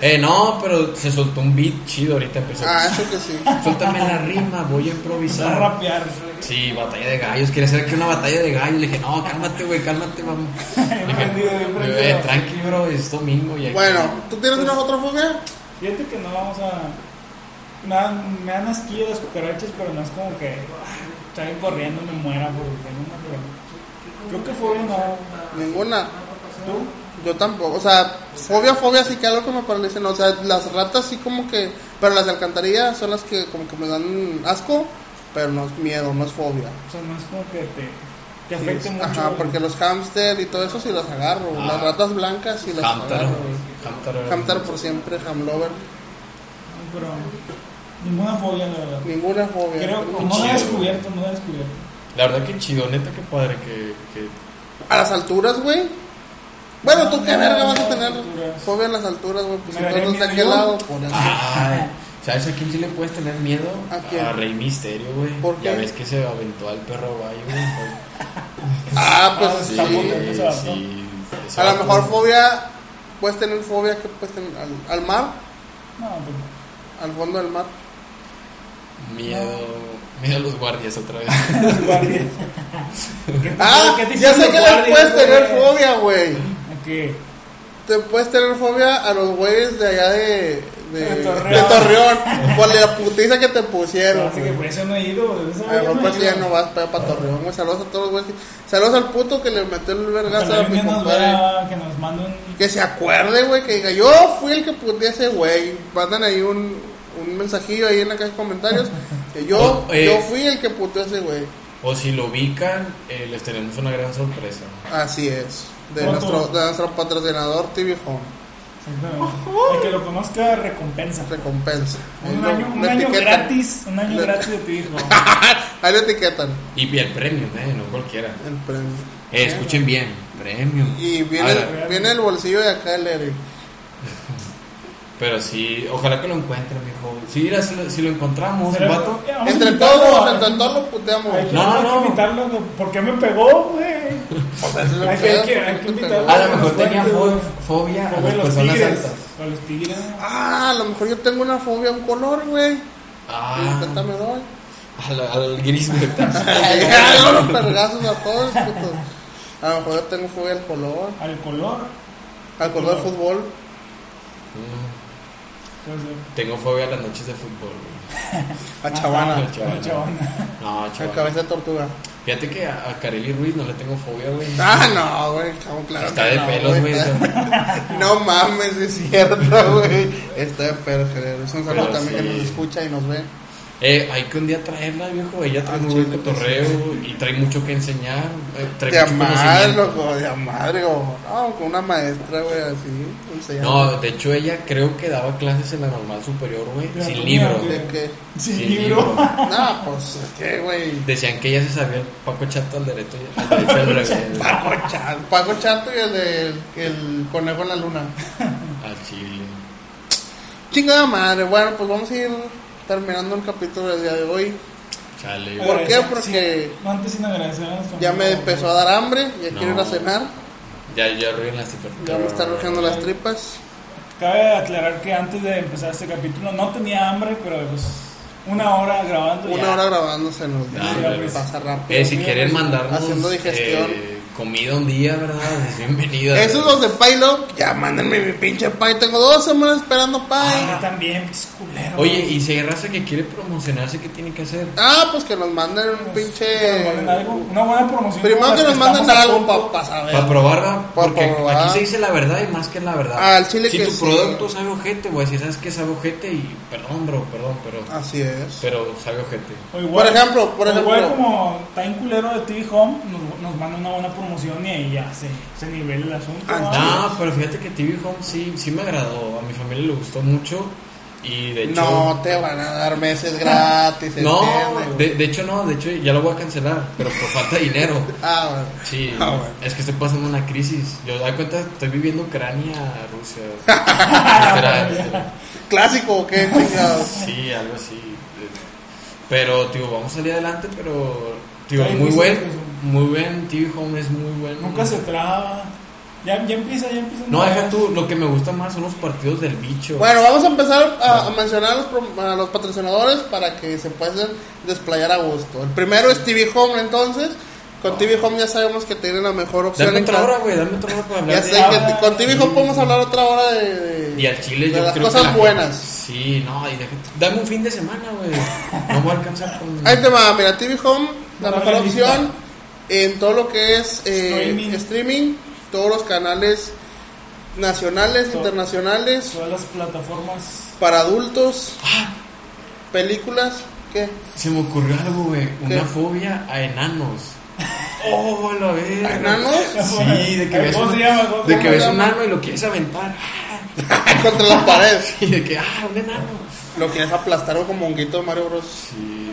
Speaker 4: eh, no, pero se soltó un beat chido ahorita empezó.
Speaker 2: Ah, eso que sí.
Speaker 4: Suéltame la rima, voy a
Speaker 3: Empezó a
Speaker 4: improvisar.
Speaker 3: rapear.
Speaker 4: <laughs>
Speaker 3: <laughs>
Speaker 4: Sí, batalla de gallos. Quería hacer aquí una batalla de gallos. Le dije, no, cálmate, güey, cálmate, vamos. Le dije,
Speaker 3: Prendido, bien prendido.
Speaker 4: "Eh, tranqui, bro, es domingo. Y aquí-
Speaker 2: Bueno, ¿tú tienes una otra fobia?
Speaker 3: Fíjate que no vamos a. Me dan, me dan asquillo las cucarachas, pero no es como que. ah, Salgo corriendo, me muera por porque no me acuerdo. Creo que fue no.
Speaker 2: Ninguna.
Speaker 3: ¿Tú?
Speaker 2: Yo tampoco, o sea, fobia, fobia, sí que algo que me paralice, no, o sea, las ratas sí como que, pero las de alcantarilla son las que como que me dan asco, pero no es miedo, no es fobia.
Speaker 3: O sea, no es como que te, te
Speaker 2: Sí,
Speaker 3: afecte
Speaker 2: es-
Speaker 3: mucho.
Speaker 2: Ajá, porque los hamster y todo eso sí las agarro,
Speaker 4: Ah.
Speaker 2: las ratas blancas sí las
Speaker 4: Hamtaro.
Speaker 2: agarro.
Speaker 4: Hamtaro.
Speaker 2: Hamster por siempre, hamlover,
Speaker 3: Pero ninguna fobia, la verdad.
Speaker 2: ninguna fobia.
Speaker 3: Creo
Speaker 2: ¿no?
Speaker 3: que no la he
Speaker 4: chido.
Speaker 3: descubierto, no la he descubierto.
Speaker 4: La verdad que chido, neta, que padre que, que
Speaker 2: A las alturas, güey. Bueno, tú qué
Speaker 3: No,
Speaker 2: verga
Speaker 3: no,
Speaker 2: vas a
Speaker 3: no,
Speaker 2: tener
Speaker 3: alturas.
Speaker 2: fobia a las alturas, güey, pues
Speaker 3: Me daría
Speaker 2: entonces de
Speaker 3: miedo
Speaker 2: aquel
Speaker 3: yo.
Speaker 2: lado. por eso.
Speaker 4: Ay, ¿Sabes a quién sí le puedes tener miedo?
Speaker 2: ¿A quién?
Speaker 4: Rey Misterio, güey.
Speaker 2: ¿Por
Speaker 4: Ya
Speaker 2: qué?
Speaker 4: ves que se aventó al perro bayo, <laughs> güey.
Speaker 2: Ah,
Speaker 3: Ah,
Speaker 2: pues sí.
Speaker 3: está potente. ese vato.
Speaker 4: sí. ese
Speaker 2: A lo
Speaker 4: vato.
Speaker 2: mejor fobia, puedes tener fobia que puedes tener al, al mar,
Speaker 3: No, pues
Speaker 2: al fondo del mar.
Speaker 4: Miedo. Miedo a los guardias otra vez.
Speaker 3: no. pues,
Speaker 2: <laughs>
Speaker 3: Guardias.
Speaker 2: Ah,
Speaker 3: ¿Qué te
Speaker 2: ya
Speaker 3: hicieron
Speaker 2: sé que
Speaker 3: los
Speaker 2: le puedes
Speaker 3: guardias,
Speaker 2: tener
Speaker 3: güey?
Speaker 2: fobia, güey.
Speaker 3: ¿A qué?
Speaker 2: Te puedes tener fobia a los güeyes de allá de, de,
Speaker 3: De
Speaker 2: de
Speaker 3: Torreón.
Speaker 2: Torreón. por la putiza que te pusieron.
Speaker 3: Así que por eso no he ido. esa
Speaker 2: A lo
Speaker 3: vez
Speaker 2: mejor
Speaker 3: no he
Speaker 2: por eso
Speaker 3: ido.
Speaker 2: ya no vas para, para Torreón, güey. Saludos a todos los güeyes. Saludos al puto que le metió el vergazo a
Speaker 3: Ojalá
Speaker 2: mi
Speaker 3: que nos
Speaker 2: compadre.
Speaker 3: vea, que nos mande un.
Speaker 2: Que se acuerde, güey, que diga, yo fui el que puteé a ese güey. Mandan ahí un, un mensajillo ahí en la caja de comentarios. Que yo,
Speaker 4: Oh, eh.
Speaker 2: yo fui el que puteó a ese güey.
Speaker 4: O si lo ubican, eh, les tenemos una gran sorpresa.
Speaker 2: Así es. De
Speaker 3: Pronto.
Speaker 2: nuestro, de nuestro patrocinador TV Home.
Speaker 3: Exactamente. El que lo conozca recompensa.
Speaker 2: Recompensa. Ahí
Speaker 3: Un
Speaker 2: lo-
Speaker 3: año, un
Speaker 2: lo
Speaker 3: año
Speaker 2: etiquetan.
Speaker 3: gratis, un año
Speaker 2: Le-
Speaker 3: gratis de tu
Speaker 2: <laughs>
Speaker 3: hijo.
Speaker 2: Ahí lo etiquetan.
Speaker 4: Y el premium, eh, no cualquiera.
Speaker 2: El premio.
Speaker 4: Eh, escuchen bien, premium.
Speaker 2: Y viene,
Speaker 4: Ahora,
Speaker 2: el, viene el bolsillo de acá el Eric.
Speaker 4: Pero sí, ojalá que lo encuentren, mijo. Sí, mira, si lo, si lo encontramos,
Speaker 3: Será-
Speaker 4: vato.
Speaker 3: eh, Vamos a
Speaker 2: Entre
Speaker 3: invitarlo
Speaker 2: todos,
Speaker 3: a-
Speaker 2: entre todos lo puteamos.
Speaker 3: Hay que-
Speaker 4: No,
Speaker 3: hay
Speaker 4: no.
Speaker 3: que invitarlo, ¿no? ¿por qué me pegó, güey?
Speaker 2: O sea, Pues, es lo
Speaker 3: Hay que-
Speaker 2: peor,
Speaker 3: hay que- hay que invitarlo.
Speaker 4: A lo mejor tenía fo-
Speaker 3: A
Speaker 4: fobia a las
Speaker 3: los
Speaker 4: personas
Speaker 3: tigres.
Speaker 4: altas.
Speaker 3: A los tigres.
Speaker 2: Ah, a lo mejor yo tengo una fobia a un color, güey.
Speaker 4: Ah,
Speaker 2: Intenta me doy.
Speaker 4: al, al gris, güey.
Speaker 2: Ya, los pergazos a todos, puto. A lo mejor yo tengo fobia al color.
Speaker 3: Al color.
Speaker 2: Al color del fútbol.
Speaker 4: Mm,
Speaker 3: Pues,
Speaker 4: Tengo fobia a las noches de fútbol, güey.
Speaker 2: A chavana.
Speaker 4: Ah,
Speaker 3: la chavana. <laughs>
Speaker 4: No,
Speaker 2: A
Speaker 4: chaval.
Speaker 2: cabeza de tortuga.
Speaker 4: Fíjate que a, a Kareli Ruiz no le tengo fobia, güey.
Speaker 2: Ah, no, güey. cabrón, Claro
Speaker 4: Está
Speaker 2: que
Speaker 4: de
Speaker 2: no,
Speaker 4: pelos, güey. esa-
Speaker 2: <laughs> No mames, es cierto, güey. Está de pelos, güey. Es un saludo
Speaker 4: Pero
Speaker 2: también
Speaker 4: sí.
Speaker 2: que nos escucha y nos ve.
Speaker 4: Eh, hay que un día traerla, viejo. Ella trae
Speaker 2: Ah,
Speaker 4: muy buen
Speaker 2: chile,
Speaker 4: cotorreo y trae mucho que enseñar. eh, trae
Speaker 2: De a
Speaker 4: mucho
Speaker 2: madre,
Speaker 4: conocimiento.
Speaker 2: loco, de a madre, o- No, con una maestra, güey, así. enseñando.
Speaker 4: No, de hecho ella creo que daba clases en la normal superior, güey,
Speaker 3: De
Speaker 4: sin
Speaker 3: anatomía,
Speaker 4: libro.
Speaker 3: güey.
Speaker 2: De que.
Speaker 3: Sin libro.
Speaker 2: No, pues, es que, güey.
Speaker 4: Decían que ella se sabía el Paco Chato al derecho
Speaker 2: <laughs>
Speaker 4: y al derecho al revés.
Speaker 2: Paco Chato, Paco Chato y el, del- el conejo en la luna.
Speaker 4: Al chile.
Speaker 2: Chingada madre, bueno, pues vamos a ir terminando el capítulo del día de hoy.
Speaker 4: Chale, güey.
Speaker 2: ¿Por qué?
Speaker 3: Agradecer-
Speaker 2: Porque-
Speaker 3: sí, no, antes sin agradecer a nuestro
Speaker 2: Ya
Speaker 3: amigo,
Speaker 2: me empezó a dar hambre, ya
Speaker 4: No.
Speaker 2: quiero ir a cenar,
Speaker 4: Ya, ya ruinan las tripas.
Speaker 2: ya me están rugiendo las tripas.
Speaker 3: Cabe aclarar que antes de empezar este capítulo no tenía hambre, pero pues una hora grabando.
Speaker 2: Una
Speaker 3: ya.
Speaker 2: hora grabándose nos
Speaker 4: Ya,
Speaker 3: hombre.
Speaker 2: pasa rápido.
Speaker 4: Eh, si quieren mandarnos
Speaker 2: Haciendo digestión.
Speaker 4: eh, comida un día, ¿verdad? <laughs> Es bienvenida.
Speaker 2: Esos los de Pailo, ya mándenme mi pinche pay. Tengo dos semanas esperando
Speaker 3: Ah,
Speaker 2: pay.
Speaker 3: yo también, pues culero.
Speaker 4: Oye, y si hay raza que quiere promocionarse, ¿qué tiene que hacer?
Speaker 2: Ah, pues que nos manden un
Speaker 3: Que nos manden
Speaker 2: pinche.
Speaker 3: algo, Una buena promoción.
Speaker 2: Primero
Speaker 3: como
Speaker 2: que
Speaker 3: las
Speaker 2: nos manden
Speaker 3: estamos a
Speaker 2: algo
Speaker 3: punto.
Speaker 2: para saber.
Speaker 4: Para probar, ¿verdad?
Speaker 2: Pa'
Speaker 4: porque
Speaker 2: probar.
Speaker 4: aquí se dice la verdad y más que la verdad.
Speaker 2: Ah, al chile
Speaker 4: si
Speaker 2: que
Speaker 4: tu
Speaker 2: sí.
Speaker 4: producto sabe ojete, güey, si sabes que sabe ojete y perdón, bro, perdón, pero
Speaker 2: Así es.
Speaker 4: pero sabe ojete.
Speaker 3: O igual-
Speaker 2: Por ejemplo, por
Speaker 3: o igual
Speaker 2: ejemplo.
Speaker 3: como está en culero de TV Home, nos, nos manda una buena promoción y ahí ya se, se nivela el asunto.
Speaker 2: Ah,
Speaker 3: ¿no?
Speaker 4: No, pero fíjate que TV Home sí sí me agradó, a mi familia le gustó mucho y de hecho
Speaker 2: No te van a dar meses gratis.
Speaker 4: No,
Speaker 2: entiende, güey.
Speaker 4: de, de hecho no, de hecho ya lo voy a cancelar, pero por falta de dinero.
Speaker 2: Ah, bueno.
Speaker 4: Sí,
Speaker 2: <laughs> Ah, bueno.
Speaker 4: es que estoy pasando una crisis. Yo da cuenta, estoy viviendo Ucrania,
Speaker 2: <laughs>
Speaker 4: Rusia. Literal, literal.
Speaker 2: Clásico, o
Speaker 3: <laughs>
Speaker 2: ¿qué chingados?
Speaker 4: Sí, algo así. Pero, tío, vamos a salir adelante, pero, tío,
Speaker 3: Está
Speaker 4: muy
Speaker 3: difícil,
Speaker 4: buen,
Speaker 3: pues,
Speaker 4: muy buen, tío, home es muy bueno.
Speaker 3: Nunca se traba. Ya, ya empieza, ya empieza.
Speaker 4: No, deja tú, lo que me gusta más son los partidos del bicho.
Speaker 2: Bueno, vamos a empezar a, a mencionar a los, pro- a los patrocinadores para que se puedan desplayar a gusto. El primero es TV Home, entonces. Con TV Home ya sabemos que tienen la mejor opción.
Speaker 4: dame
Speaker 2: en
Speaker 4: otra
Speaker 2: cada-
Speaker 4: hora, güey, dame otra hora para
Speaker 2: Ya
Speaker 4: hablar.
Speaker 2: sé
Speaker 4: de-
Speaker 2: que te- con TV Home podemos hablar otra hora de, de-
Speaker 4: Y al chile
Speaker 2: de
Speaker 4: yo
Speaker 2: las
Speaker 4: creo
Speaker 2: cosas
Speaker 4: que la-
Speaker 2: buenas.
Speaker 4: Sí, no, y deja- dame un fin de semana, güey. No voy a alcanzar
Speaker 2: <laughs>
Speaker 4: con...
Speaker 2: Ahí te va, mira, TV Home, la
Speaker 3: Una
Speaker 2: mejor
Speaker 3: revista.
Speaker 2: opción en todo lo que es eh,
Speaker 3: Streaming.
Speaker 2: streaming. todos los canales nacionales,
Speaker 3: To-
Speaker 2: internacionales,
Speaker 3: Todas las plataformas.
Speaker 2: para adultos,
Speaker 4: Ah.
Speaker 2: películas, ¿qué?
Speaker 4: Se me ocurrió algo, güey. Una
Speaker 2: ¿Qué?
Speaker 4: fobia a enanos. Oh, la verga.
Speaker 2: ¿A enanos? <laughs>
Speaker 4: Sí, de que ves
Speaker 3: ¿Cómo
Speaker 4: un,
Speaker 3: se llama? ¿Cómo
Speaker 4: de
Speaker 3: se
Speaker 4: que
Speaker 3: llama?
Speaker 4: ves un enano y lo quieres aventar. <laughs>
Speaker 2: Contra las paredes.
Speaker 4: Y de que, ah, un enano.
Speaker 2: Lo quieres aplastar como honguito de Mario Bros.
Speaker 4: Sí.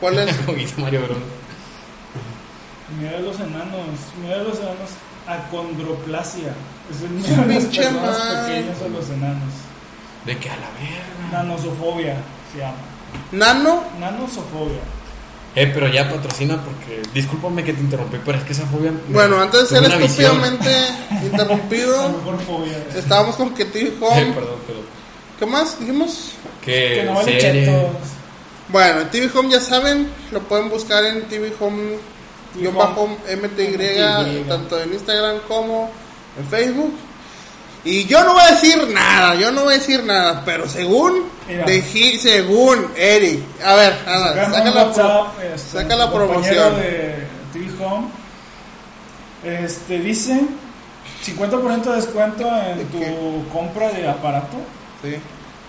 Speaker 2: ¿Cuál
Speaker 4: <laughs>
Speaker 2: es?
Speaker 4: Poquito Mario Bros.
Speaker 3: Miedo a los enanos. Miedo a los enanos. Acondroplasia. Es el
Speaker 2: Sí,
Speaker 3: miedo a las
Speaker 2: pinche
Speaker 3: personas
Speaker 2: madre.
Speaker 3: pequeñas a los enanos.
Speaker 4: De que a la verga.
Speaker 3: Nanosofobia se llama.
Speaker 2: Nano.
Speaker 3: Nanosofobia.
Speaker 4: Eh, pero ya patrocina porque. Discúlpame que te interrumpí, pero es que esa fobia. me-
Speaker 2: Bueno, antes de
Speaker 4: tuve
Speaker 2: ser
Speaker 4: una visión.
Speaker 2: estúpidamente
Speaker 3: La
Speaker 2: interrumpido,
Speaker 3: mejor fobia.
Speaker 2: estábamos con que TV
Speaker 4: Eh,
Speaker 2: Home.
Speaker 4: <laughs> perdón, pero.
Speaker 2: ¿Qué más dijimos?
Speaker 4: Que.
Speaker 3: Que no vale
Speaker 4: Eh, serie-
Speaker 3: chetos.
Speaker 2: Bueno, TV Home ya saben, lo pueden buscar en TV Home
Speaker 3: TV Home.
Speaker 2: bajo MTY, tanto en Instagram como en Facebook. Y yo no voy a decir nada, yo no voy a decir nada, pero según,
Speaker 3: Mira.
Speaker 2: dejé- según Eric, a ver, anda,
Speaker 3: Sacando
Speaker 2: saca
Speaker 3: un
Speaker 2: la pro-
Speaker 3: WhatsApp, este,
Speaker 2: saca la
Speaker 3: compañero
Speaker 2: promoción.
Speaker 3: de TV Home. Este, dice 50% de descuento en
Speaker 2: ¿De
Speaker 3: tu
Speaker 2: qué?
Speaker 3: compra de aparato.
Speaker 2: sí,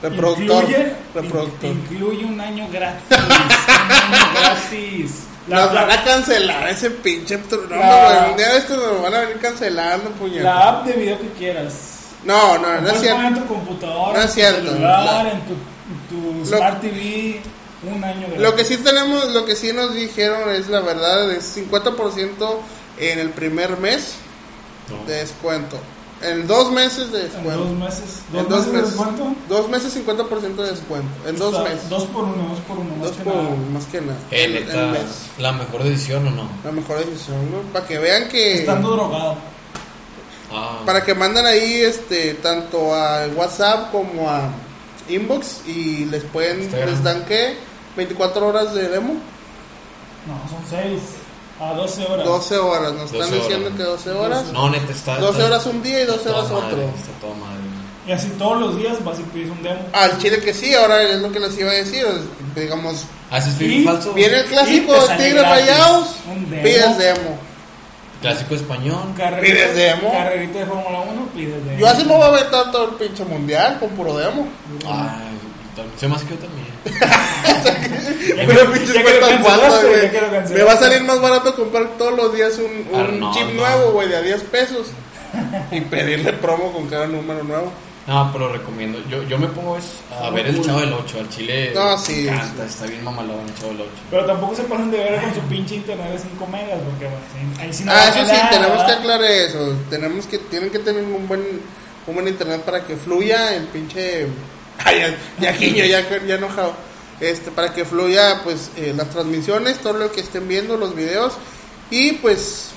Speaker 2: reproductor,
Speaker 3: Incluye,
Speaker 2: reproductor.
Speaker 3: in- incluye un año gratis.
Speaker 2: <laughs>
Speaker 3: un año gratis. La,
Speaker 2: Nos van
Speaker 3: la-
Speaker 2: a cancelar ese pinche tru- no,
Speaker 3: La-
Speaker 2: güey, un día de estos nos van a venir cancelando,
Speaker 3: la
Speaker 2: puñeta.
Speaker 3: app de video que quieras.
Speaker 2: No, no, no
Speaker 3: Puedes
Speaker 2: es cierto.
Speaker 3: poner en tu computadora,
Speaker 2: No es
Speaker 3: en tu
Speaker 2: cierto,
Speaker 3: celular,
Speaker 2: la-
Speaker 3: en tu, en tu
Speaker 2: Lo-
Speaker 3: Smart TV. Un año gratis.
Speaker 2: Lo que sí tenemos, lo que sí nos dijeron es la verdad, es 50% en el primer mes
Speaker 4: No.
Speaker 2: de descuento. En dos meses de
Speaker 3: en dos
Speaker 2: descuento.
Speaker 3: meses. ¿Dos,
Speaker 2: En dos
Speaker 3: meses de
Speaker 2: meses.
Speaker 3: descuento?
Speaker 2: Dos meses 50% de descuento. En dos
Speaker 3: Está-
Speaker 2: meses. Dos,
Speaker 3: Dos por uno, dos por uno. más que
Speaker 2: por
Speaker 3: nada.
Speaker 2: más que nada.
Speaker 4: Eh,
Speaker 2: En- en
Speaker 4: neta,
Speaker 2: mes.
Speaker 4: la mejor decisión o no.
Speaker 2: La mejor decisión, ¿no? Para que vean que.
Speaker 3: Estando drogado.
Speaker 4: Ah,
Speaker 2: Para que mandan ahí este tanto a WhatsApp como a inbox y les pueden
Speaker 4: Instagram.
Speaker 2: les dan que 24 horas de demo,
Speaker 3: No, son 6 a 12 horas.
Speaker 2: 12 horas, nos
Speaker 4: 12
Speaker 2: están diciendo
Speaker 4: horas.
Speaker 2: que 12 horas.
Speaker 4: No, neta, está.
Speaker 2: 12
Speaker 4: está-
Speaker 2: horas un día y 12
Speaker 4: toda
Speaker 2: horas
Speaker 4: madre,
Speaker 2: otro.
Speaker 4: Está toda madre.
Speaker 3: Y así todos los días vas y pides un demo.
Speaker 2: Al chile que sí, ahora es lo que les iba a decir. es- Digamos,
Speaker 4: ¿Haces film
Speaker 3: Y
Speaker 4: Ah, falso?
Speaker 2: viene el clásico
Speaker 3: Y te sale
Speaker 2: Tigres
Speaker 3: gratis.
Speaker 2: Rayados,
Speaker 3: Un demo.
Speaker 2: pides demo.
Speaker 4: Clásico español.
Speaker 3: Carrerita-
Speaker 2: ¿Pides demo?
Speaker 3: Carrerita de Fórmula 1, pides demo.
Speaker 2: Yo así me voy a ver tanto el pinche mundial con puro demo.
Speaker 4: Ay, tam- sé más que yo también.
Speaker 3: Ya que-
Speaker 2: Pero pinche
Speaker 3: ya que lo
Speaker 2: cuenta
Speaker 3: cancelaste,
Speaker 2: cuadra,
Speaker 3: ya que lo
Speaker 2: güey. Me va a
Speaker 3: cancelaste.
Speaker 2: salir más barato comprar todos los días un, un
Speaker 4: Arnoldo.
Speaker 2: chip nuevo, güey, de a 10 pesos. <laughs> Y pedirle promo con cada número nuevo.
Speaker 4: No, pero recomiendo. Yo, yo me pongo es a ver el Chavo del 8. Al chile.
Speaker 2: No, sí,
Speaker 4: Me encanta, está bien mamalón el Chavo del 8.
Speaker 3: Pero tampoco se pasan de ver con su pinche internet de 5 megas. Porque bueno, sí, ahí sí no
Speaker 2: ah,
Speaker 3: baja
Speaker 2: eso sí,
Speaker 3: nada,
Speaker 2: tenemos que
Speaker 3: ¿verdad?
Speaker 2: aclarar eso. Tenemos que, tienen que tener un buen, un buen internet para que fluya el pinche. <laughs> Ay, ya, ya guiño, ya, ya enojado. Este, para que fluya, pues, eh, las transmisiones, todo lo que estén viendo, los videos. Y pues,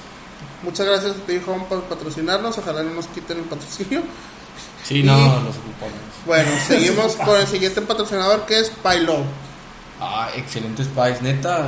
Speaker 2: muchas gracias a TV Home por patrocinarnos. Ojalá no nos quiten el patrocinio.
Speaker 4: Sí, no, los ocupamos.
Speaker 3: <laughs>
Speaker 2: Bueno, seguimos con el siguiente patrocinador que es Pylon.
Speaker 4: Ah, excelente Spice, neta.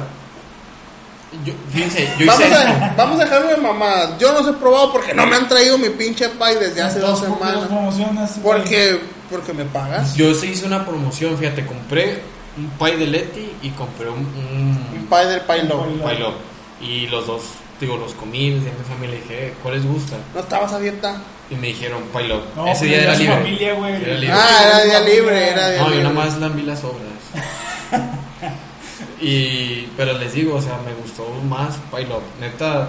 Speaker 4: Yo, fíjense, yo hice
Speaker 2: Vamos a,
Speaker 4: esto.
Speaker 2: vamos a dejarme de mamadas. Yo no los he probado porque no me han traído mi pinche pie desde hace dos
Speaker 3: Entonces, ¿por qué los
Speaker 2: semanas.
Speaker 3: promocionas?
Speaker 2: Porque, porque me pagas.
Speaker 4: Yo se hice una promoción, fíjate, compré un pie de Leti y compré un,
Speaker 2: Un
Speaker 4: un,
Speaker 2: pie del Pylon.
Speaker 4: pie loco. Y los dos, digo, los comí, le dije a mi familia, le dije, ¿cuál les gusta?
Speaker 2: No estabas abierta.
Speaker 4: Y me dijeron pie loco.
Speaker 3: No,
Speaker 4: Ese
Speaker 3: pues,
Speaker 4: día
Speaker 3: ya
Speaker 4: era
Speaker 3: es
Speaker 4: libre.
Speaker 3: familia, güey.
Speaker 4: Era libre.
Speaker 2: Ah, era día libre, era día
Speaker 4: No, yo
Speaker 2: libre.
Speaker 4: nada más lambí las obras. y, pero les digo, o sea, me gustó más Pilot. Neta,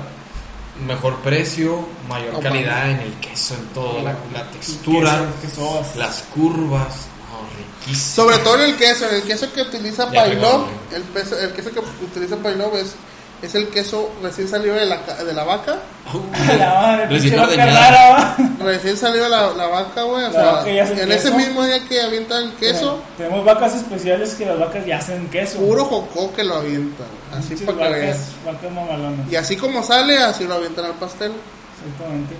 Speaker 4: mejor precio, mayor
Speaker 2: No,
Speaker 4: calidad en el queso, en todo, la, la textura,
Speaker 3: Textura. Que sobas.
Speaker 4: las curvas. No, riquísimo.
Speaker 2: Sobre todo en el queso. En el queso que utiliza
Speaker 4: Ya
Speaker 2: Pylon,
Speaker 4: pegó,
Speaker 2: el, peso- el queso que utiliza Pylon es, es el queso recién salido de la, ca- de la vaca.
Speaker 4: Uh,
Speaker 3: <laughs> La madre,
Speaker 4: Recién
Speaker 3: pinche vaca
Speaker 4: ordeñada.
Speaker 3: rara, va.
Speaker 2: Recién salió de la, la vaca, güey. O
Speaker 3: La
Speaker 2: sea,
Speaker 3: vaca ya hace el
Speaker 2: en ese
Speaker 3: queso.
Speaker 2: mismo día que avienta el queso.
Speaker 3: Mira, Tenemos vacas especiales que las vacas ya hacen queso.
Speaker 2: Puro jocó que lo avienta. Así
Speaker 3: Pinches
Speaker 2: para que veas.
Speaker 3: vacas, vacas mamalonas.
Speaker 2: Y así como sale, así lo avientan al pastel.
Speaker 3: Exactamente.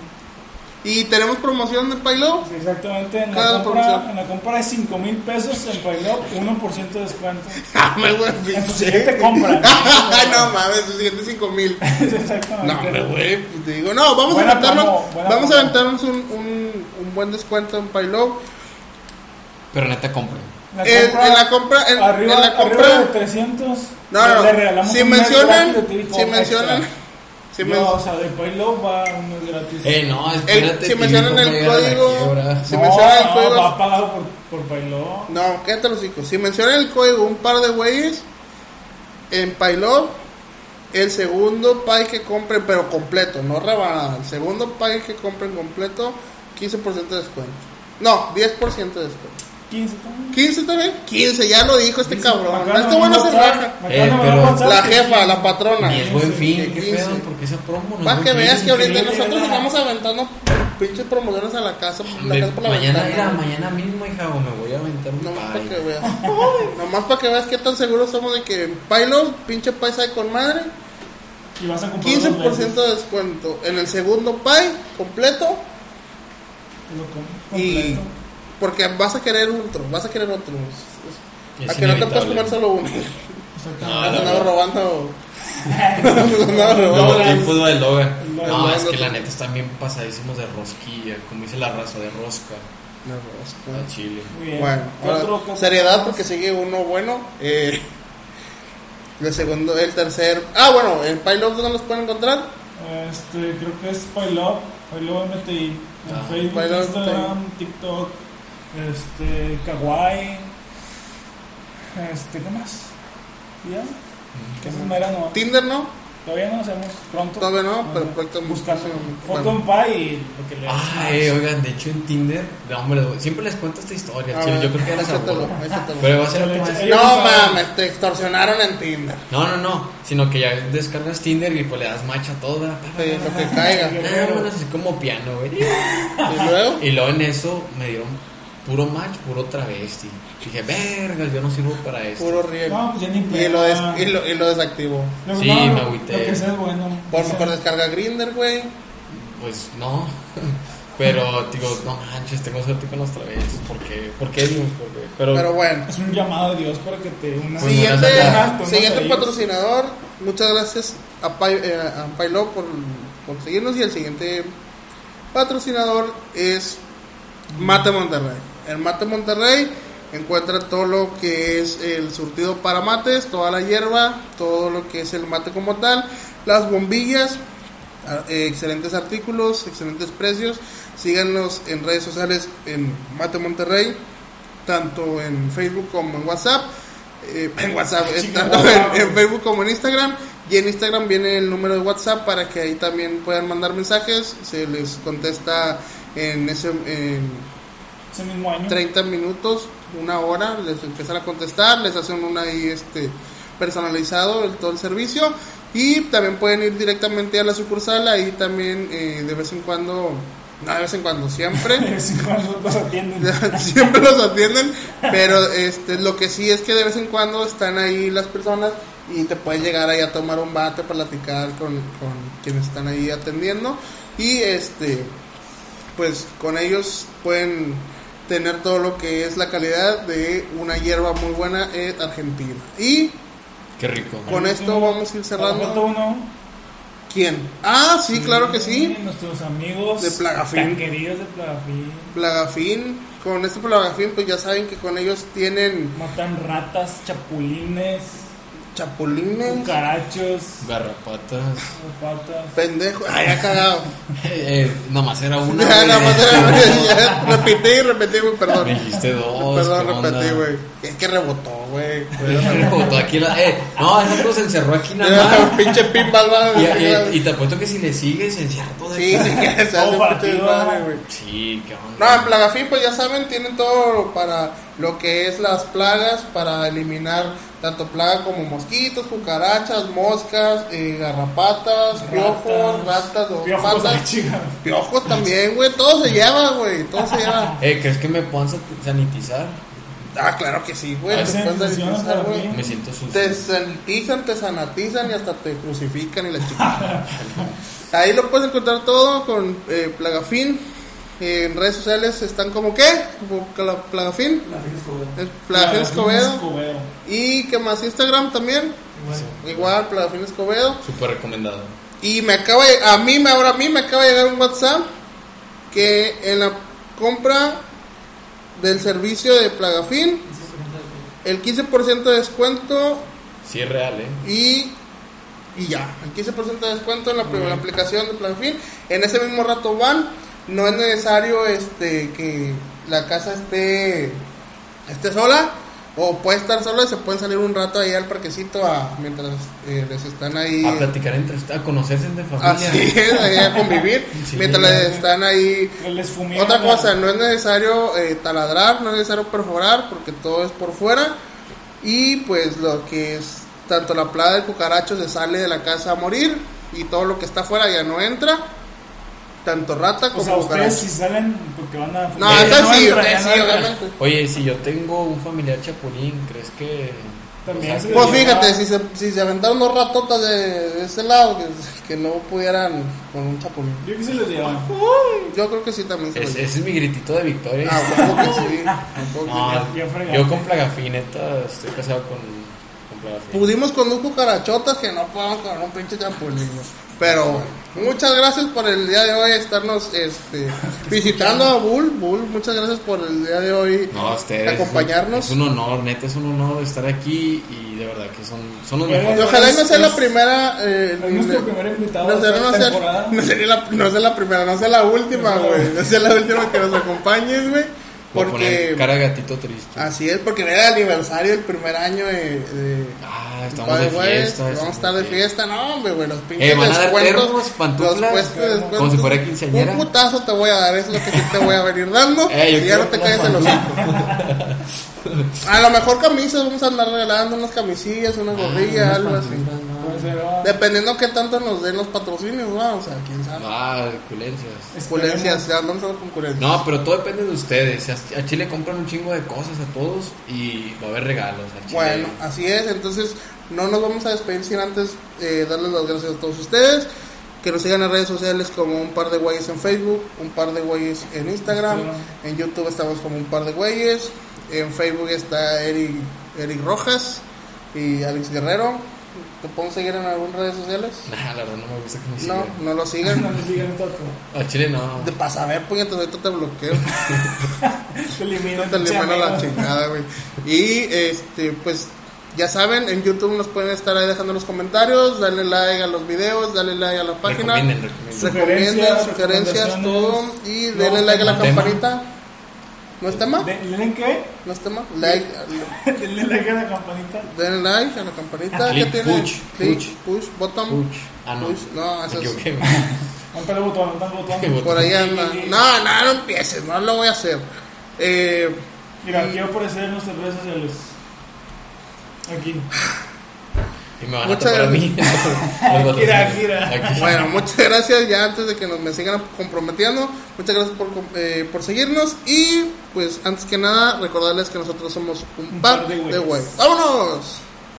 Speaker 2: Y tenemos promoción de Pailo.
Speaker 3: Sí, Exactamente, en
Speaker 2: Cada
Speaker 3: la, compra,
Speaker 2: promoción.
Speaker 3: en la compra de 5 mil pesos en Pailop, 1% de descuento.
Speaker 2: <laughs> Ah, me voy a
Speaker 3: En su
Speaker 2: pinche.
Speaker 3: siguiente compra.
Speaker 2: <laughs> Ay, no mames, los siguientes 5 mil. No,
Speaker 3: Exactamente.
Speaker 2: hombre, güey. pues, te digo, no, vamos
Speaker 3: Buena
Speaker 2: a aventarnos,
Speaker 3: promo, buena
Speaker 2: vamos a
Speaker 3: promo.
Speaker 2: aventarnos un, un, un buen descuento en Pailo.
Speaker 4: pero neta, compren.
Speaker 3: La
Speaker 2: En,
Speaker 3: compra-
Speaker 2: en la compra, en,
Speaker 3: arriba,
Speaker 2: en la
Speaker 3: arriba de
Speaker 2: compra.
Speaker 3: 300.
Speaker 2: No, no,
Speaker 3: le
Speaker 2: no.
Speaker 3: regalamos
Speaker 2: Si
Speaker 3: un mes
Speaker 2: mencionan,
Speaker 3: gratis de TV
Speaker 2: si
Speaker 3: Home
Speaker 2: mencionan,
Speaker 3: Extra.
Speaker 2: Si
Speaker 3: no,
Speaker 2: me-
Speaker 3: o sea, de Pailo va uno es gratis.
Speaker 4: Eh, no,
Speaker 2: el-
Speaker 4: espérate.
Speaker 2: si
Speaker 4: tío,
Speaker 2: mencionan
Speaker 4: no
Speaker 2: el
Speaker 4: llega la
Speaker 2: código.
Speaker 4: quiebra.
Speaker 2: Si
Speaker 3: no,
Speaker 2: mencionan el
Speaker 3: no,
Speaker 2: código.
Speaker 3: va pagado por, por Pailo.
Speaker 2: No, quédate los hijos. Si mencionan el código un par de güeyes, en Pailó, el segundo pay que compren, pero completo, no rebanada. El segundo pay que compren completo, 15% de descuento. No, 10% de descuento.
Speaker 3: 15 también.
Speaker 2: ¿15 también? 15, ya lo dijo este
Speaker 3: Me
Speaker 2: cabrón.
Speaker 3: acaban de
Speaker 2: Este bueno se
Speaker 3: mandar WhatsApp,
Speaker 2: raja.
Speaker 3: me acaban de
Speaker 4: Eh,
Speaker 3: mandar
Speaker 4: pero-
Speaker 3: WhatsApp
Speaker 2: La
Speaker 3: que-
Speaker 2: jefa, la patrona.
Speaker 4: Ni el buen fin, qué
Speaker 2: 15.
Speaker 4: pedo, porque esa promo no
Speaker 2: Para que veas que ahorita
Speaker 3: increíble,
Speaker 2: nosotros nos
Speaker 3: ¿verdad?
Speaker 2: vamos aventando pinches promociones a la casa, la casa por la
Speaker 4: Mañana, mira,
Speaker 2: ventana.
Speaker 4: mañana mismo, hija, o me voy a aventar un
Speaker 2: No más para
Speaker 4: pay.
Speaker 2: que veas. Nomás para que veas qué tan seguros somos de que en Pailo, pinche pay sabe con madre,
Speaker 3: Y vas a comprar dos
Speaker 2: 15%
Speaker 3: veces.
Speaker 2: de descuento en el segundo pay completo
Speaker 3: Te lo comes
Speaker 2: y
Speaker 3: completo.
Speaker 2: porque vas a querer otro, vas a querer otro. Es- es-
Speaker 4: Es
Speaker 2: A que no te puedes
Speaker 4: inevitable. Ah,
Speaker 2: comer solo uno.
Speaker 3: O sea,
Speaker 4: No,
Speaker 2: Has
Speaker 4: la
Speaker 2: andado
Speaker 4: verdad. <laughs>
Speaker 2: robando. Has andado
Speaker 4: No,
Speaker 2: robando.
Speaker 3: Logra.
Speaker 4: el fútbol del Loga.
Speaker 3: El Loga.
Speaker 4: No,
Speaker 2: El
Speaker 4: es
Speaker 2: Loga.
Speaker 4: que la neta están bien pasadísimos de rosquilla, como dice la raza, de rosca
Speaker 2: No,
Speaker 4: a
Speaker 2: no,
Speaker 4: Chile.
Speaker 3: Muy bien.
Speaker 2: Bueno,
Speaker 3: ¿Qué
Speaker 2: ahora,
Speaker 3: otro- qué otro-
Speaker 2: seriedad porque sigue uno bueno. eh, el segundo, el tercer. Ah, bueno, el Pilot no los pueden encontrar.
Speaker 3: Este, creo que es Pailo. Pailo MTI. En
Speaker 4: Ah,
Speaker 3: Facebook,
Speaker 2: Pailo
Speaker 3: Instagram, TikTok, este, Kawaii. Este, ¿qué más? ¿Ya? ¿Qué es mera no?
Speaker 2: Tinder no,
Speaker 3: Todavía no lo hacemos. Pronto.
Speaker 2: Mm. todavía no,
Speaker 3: Ajá.
Speaker 2: pero próximamente.
Speaker 3: Buscando foto
Speaker 2: Bueno.
Speaker 3: en Pai y lo que le
Speaker 4: Ah, eh, oigan, de hecho en Tinder, no, hombre, les voy- siempre les cuento esta historia,
Speaker 2: A
Speaker 4: Chile,
Speaker 2: ver,
Speaker 4: yo creo que ya las
Speaker 2: échatelo,
Speaker 4: aburro.
Speaker 2: échatelo.
Speaker 4: Pero va a ser algo
Speaker 3: Pero
Speaker 4: más.
Speaker 3: echa-
Speaker 2: No mames, te extorsionaron en Tinder.
Speaker 4: No, no, no, sino que ya descargas Tinder y pues le das match a todo, ¿verdad? Pa, pa,
Speaker 2: Sí,
Speaker 4: pa,
Speaker 2: lo
Speaker 4: pa.
Speaker 2: que caiga.
Speaker 4: Ah, bueno, así como piano, güey.
Speaker 2: Y luego,
Speaker 4: Y luego en eso me dieron puro match, puro travesti. Dije, vergas, yo no sirvo para esto.
Speaker 2: puro riel.
Speaker 3: No, pues ya ni
Speaker 2: Y lo, des
Speaker 3: pega.
Speaker 2: y lo, y lo desactivo.
Speaker 3: Lo-
Speaker 4: Sí,
Speaker 3: no,
Speaker 4: me
Speaker 3: lo-
Speaker 4: agüité.
Speaker 3: Lo que sea es bueno.
Speaker 2: Por
Speaker 3: O sea,
Speaker 2: mejor descarga Grinder, güey.
Speaker 4: Pues no. <laughs> Pero digo, no manches, tengo suerte con los travestis. ¿Por qué? ¿Por qué? Digo, ¿por qué? Pero,
Speaker 2: Pero bueno.
Speaker 3: Es un llamado a Dios para que te unas.
Speaker 4: Pues
Speaker 2: Siguiente,
Speaker 4: gracias
Speaker 3: a todos.
Speaker 2: siguiente
Speaker 3: Gracias a ellos.
Speaker 2: patrocinador. Muchas gracias a, Pai- eh, a Pailo por, por seguirnos. Y el siguiente patrocinador es Mate Monterrey. En Mate Monterrey encuentra todo lo que es el surtido para mates, toda la hierba, todo lo que es el mate como tal, las bombillas, a- eh, excelentes artículos, excelentes precios. Síganos en redes sociales en Mate Monterrey, tanto en Facebook como en WhatsApp. eh, en WhatsApp, eh,
Speaker 3: Chica,
Speaker 2: tanto
Speaker 3: WhatsApp.
Speaker 2: en, en Facebook como en Instagram. Y en Instagram viene el número de WhatsApp para que ahí también puedan mandar mensajes. Se les contesta en ese en
Speaker 3: Ese mismo año. <laughs>
Speaker 2: 30 minutos, una hora, les empiezan a contestar, les hacen un ahí este personalizado el, todo el servicio y también pueden ir directamente a la sucursal, ahí también eh, de vez en cuando, no de vez en cuando,
Speaker 3: <laughs> De
Speaker 2: siempre,
Speaker 3: vez en cuando los atienden.
Speaker 2: siempre los atienden, pero este lo que sí es que de vez en cuando están ahí las personas y te pueden llegar ahí a tomar un bate, platicar con, con quienes están ahí atendiendo y este pues con ellos pueden tener todo lo que es la calidad de una hierba muy buena en Argentina. Y
Speaker 4: qué rico. ¿no?
Speaker 2: con esto vamos a ir <laughs>
Speaker 3: Falta
Speaker 2: cerrando.
Speaker 3: uno.
Speaker 2: ¿Quién? Ah, sí, claro que sí.
Speaker 3: Nuestros amigos.
Speaker 2: De Plagafin.
Speaker 3: Tan queridos de Plagafin.
Speaker 2: Plagafin. Con este Plagafin, pues ya saben que con ellos tienen
Speaker 3: Matan ratas, chapulines,
Speaker 2: chapulines,
Speaker 3: cucarachos,
Speaker 4: Garrapatas. <laughs>
Speaker 3: patas.
Speaker 2: pendejos. Ay, ha cagado.
Speaker 4: Eh, eh, nada más era Ah, <laughs> una.
Speaker 2: Ya, <laughs>
Speaker 4: güey.
Speaker 2: nada más era- <laughs> ya, repetí y repetí, güey, perdón.
Speaker 4: <laughs> Me dijiste dos.
Speaker 2: Perdón,
Speaker 4: ¿qué onda?
Speaker 2: repetí, güey. Es que rebotó, güey.
Speaker 4: Rebotó aquí la- eh, no, el otro se encerró
Speaker 2: <laughs>
Speaker 4: aquí <laughs> nada
Speaker 2: Era
Speaker 4: más.
Speaker 2: Pinche pinball, va.
Speaker 4: Y, eh, y te apuesto que si le sigues, encierto de <laughs>
Speaker 2: Sí, <laughs> sí, que se hace
Speaker 3: Todo
Speaker 2: un
Speaker 3: para
Speaker 2: pinche
Speaker 3: ti,
Speaker 2: desmadre,
Speaker 3: ¿no?
Speaker 2: güey.
Speaker 4: Sí, qué onda.
Speaker 2: No, en Plagafin, pues ya saben, tienen todo para lo que es las plagas, para eliminar tanto plaga como mosquitos, cucarachas, moscas, eh, garrapatas, piojos, ratas, dos
Speaker 3: piojos
Speaker 4: <laughs>
Speaker 3: de
Speaker 2: patas.
Speaker 3: chica.
Speaker 2: Piojos también, güey, todo se lleva, güey, todo se lleva.
Speaker 4: Eh, ¿crees que me puedan san- sanitizar?
Speaker 2: Ah, claro que sí, güey,
Speaker 3: Hay
Speaker 2: te pueden
Speaker 3: sensación,
Speaker 2: sanitizar, güey.
Speaker 3: Plagafin.
Speaker 4: Me siento sucio.
Speaker 2: Te sanitizan, te sanatizan y hasta te crucifican y la chica. Ahí lo puedes encontrar todo con eh, Plagafin. En redes sociales están como qué? Como Pla- Plagafin. Es Plagafin Escobedo.
Speaker 3: Escobedo.
Speaker 2: Y que más Instagram también. Igual, Plagafin Escobedo.
Speaker 4: Súper recomendado.
Speaker 2: Y me acaba de- a mí me ahora a mí me acaba de llegar un WhatsApp que en la compra del servicio de Plagafin el 15% de descuento
Speaker 4: Sí, es real, ¿eh?
Speaker 2: y y ya, el 15% de descuento en la primera aplicación de Plan Fin. En ese mismo rato van, no es necesario este que la casa esté esté sola o puede estar sola, se pueden salir un rato ahí al parquecito a, mientras eh, les están ahí
Speaker 4: A platicar entre ustedes, a conocerse
Speaker 2: Ah,
Speaker 4: entre familia.
Speaker 2: así es, ahí
Speaker 4: <laughs>
Speaker 2: a convivir
Speaker 4: Sí,
Speaker 2: mientras
Speaker 4: ya.
Speaker 2: les están ahí
Speaker 3: Que les fumé
Speaker 2: otra
Speaker 3: la-
Speaker 2: cosa, no es necesario eh, taladrar, no es necesario perforar, porque todo es por fuera. Y pues lo que es, tanto la plaga del cucaracho se sale de la casa a morir y todo lo que está afuera ya no entra. Tanto rata como
Speaker 3: O sea, ustedes
Speaker 2: cucaracho.
Speaker 3: si salen porque van a
Speaker 2: No,
Speaker 4: Eh,
Speaker 2: entonces
Speaker 4: no
Speaker 2: sí,
Speaker 3: entran,
Speaker 2: ustedes
Speaker 3: ya
Speaker 2: sí,
Speaker 3: no entran.
Speaker 2: obviamente.
Speaker 4: Oye, si yo tengo un familiar chapulín, ¿crees que
Speaker 3: También
Speaker 4: o sea,
Speaker 3: se-
Speaker 2: Pues fíjate, si se, si se aventaron dos ratotas de, de ese lado, que, que no pudieran con un chapulín.
Speaker 3: Yo que se los llevan.
Speaker 2: Yo creo que sí también se
Speaker 4: es-
Speaker 2: lo-
Speaker 4: ese es mi gritito de victoria.
Speaker 2: Ah, bueno, que sí, tampoco.
Speaker 4: No,
Speaker 3: Ya- ya fregaste.
Speaker 4: yo con Plagafin, neta, estoy casado con, con Plagafin.
Speaker 2: Pudimos con dos cucarachotas que no podemos con un pinche champulín. güey. Pero bueno, muchas gracias por el día de hoy estarnos este, visitando a Bull. Bull, muchas gracias por el día de hoy
Speaker 4: No, a ustedes.
Speaker 2: acompañarnos.
Speaker 4: Es un honor, neta, es un honor estar aquí y de verdad que son, son los
Speaker 3: Pero-
Speaker 2: Y
Speaker 4: mejores.
Speaker 2: ojalá y no sea la
Speaker 3: Es-
Speaker 2: primera. eh,
Speaker 3: Es nuestro
Speaker 2: no-
Speaker 3: primer invitado
Speaker 2: no
Speaker 3: de
Speaker 2: sea, no
Speaker 3: esta
Speaker 2: sea-
Speaker 3: temporada.
Speaker 2: no sería la, no sea la primera, no sea la última,
Speaker 3: No.
Speaker 2: güey. No sea la última que nos acompañes, güey.
Speaker 4: Por poner
Speaker 2: Porque. Ah,
Speaker 4: cara de gatito triste.
Speaker 2: Así es, porque era el aniversario del primer año de. de-
Speaker 4: Ah, estamos
Speaker 2: Padre
Speaker 4: de
Speaker 2: Güey, pues
Speaker 4: fiesta.
Speaker 2: Vamos a
Speaker 4: estamos
Speaker 2: estar de fiesta, no, hombre, güey. Los pinches
Speaker 4: Eh, ¿van a dar
Speaker 2: descuentos.
Speaker 4: termos, pantuflas?
Speaker 2: los puestos de descuentos.
Speaker 4: Como si fuera quinceañera.
Speaker 2: Un putazo te voy a dar, es lo que sí te voy a venir dando.
Speaker 4: <laughs> Eh, yo
Speaker 2: y ya
Speaker 4: quiero
Speaker 2: no te
Speaker 4: unas
Speaker 2: calles el hocico. <laughs> A lo mejor camisas, vamos a andar regalando unas camisillas, unas gorrillas,
Speaker 4: Ah, unas
Speaker 2: algo así.
Speaker 4: pantuflas,
Speaker 3: Pues se va.
Speaker 2: Dependiendo qué tanto nos den los patrocinios, ¿no? O sea, quién sabe.
Speaker 4: Ah, culencias.
Speaker 3: Esperemos.
Speaker 2: Culencias, ya andamos con culencias.
Speaker 4: No, pero todo depende de ustedes. A a Chile compran un chingo de cosas a todos y va a haber regalos. al Chile.
Speaker 2: Bueno, así es. Entonces, no nos vamos a despedir sin antes eh, darles las gracias a todos ustedes. Que nos sigan en redes sociales como un par de güeyes en Facebook, un par de güeyes en Instagram.
Speaker 3: Instagram.
Speaker 2: En YouTube estamos como un par de güeyes. En Facebook está Eric, Eric Rojas y Alex Guerrero. ¿Te podemos seguir en algunas redes sociales?
Speaker 4: Nah, la verdad no me gusta que me
Speaker 2: No,
Speaker 4: sigan.
Speaker 2: no lo
Speaker 3: No <laughs>
Speaker 2: sigan.
Speaker 3: me sigan tanto.
Speaker 4: A Chile no.
Speaker 2: De para saber, puñetas, ahorita te bloqueo.
Speaker 3: Te eliminan.
Speaker 2: Te le
Speaker 3: pinche
Speaker 2: mando la
Speaker 3: amigo.
Speaker 2: chingada, güey. Y este, pues ya saben, en YouTube nos pueden estar ahí dejando los comentarios, dale like a los videos, dale like a la página.
Speaker 4: Recomienden, recomienden.
Speaker 2: Recomienden,
Speaker 3: Sugerencias,
Speaker 2: sugerencias, todo.
Speaker 3: recomendaciones.
Speaker 2: Y
Speaker 3: No,
Speaker 2: denle like a la
Speaker 4: tema.
Speaker 2: campanita. ¿No es tema?
Speaker 3: De- ¿Denle qué? <laughs>
Speaker 2: ¿No es tema? Like,
Speaker 3: Denle like a la campanita.
Speaker 2: denle like a la campanita. ¿Qué
Speaker 4: Ah, Click,
Speaker 2: tiene?
Speaker 4: push,
Speaker 2: Click,
Speaker 4: push.
Speaker 2: push, bottom.
Speaker 4: Puch. Ah, no.
Speaker 2: Push, no, eso
Speaker 4: Me
Speaker 2: es-
Speaker 4: equivoqué.
Speaker 3: Monta el botón, monta el
Speaker 4: Qué
Speaker 3: botón.
Speaker 4: botón.
Speaker 2: Por ahí anda.
Speaker 3: Sí.
Speaker 2: No, no, no empieces, no lo voy a hacer. Eh,
Speaker 3: Mira, quiero aparecer en nuestras redes sociales. Aquí.
Speaker 4: Y me van
Speaker 2: Muchas
Speaker 4: a tocar a mí. Los
Speaker 3: Gira,
Speaker 4: botones.
Speaker 3: gira.
Speaker 4: Aquí.
Speaker 2: Bueno, muchas gracias ya antes de que nos me sigan comprometiendo. Muchas gracias por, com- eh, por seguirnos y pues antes que nada recordarles que nosotros somos un par de güeyes. ¡Vámonos!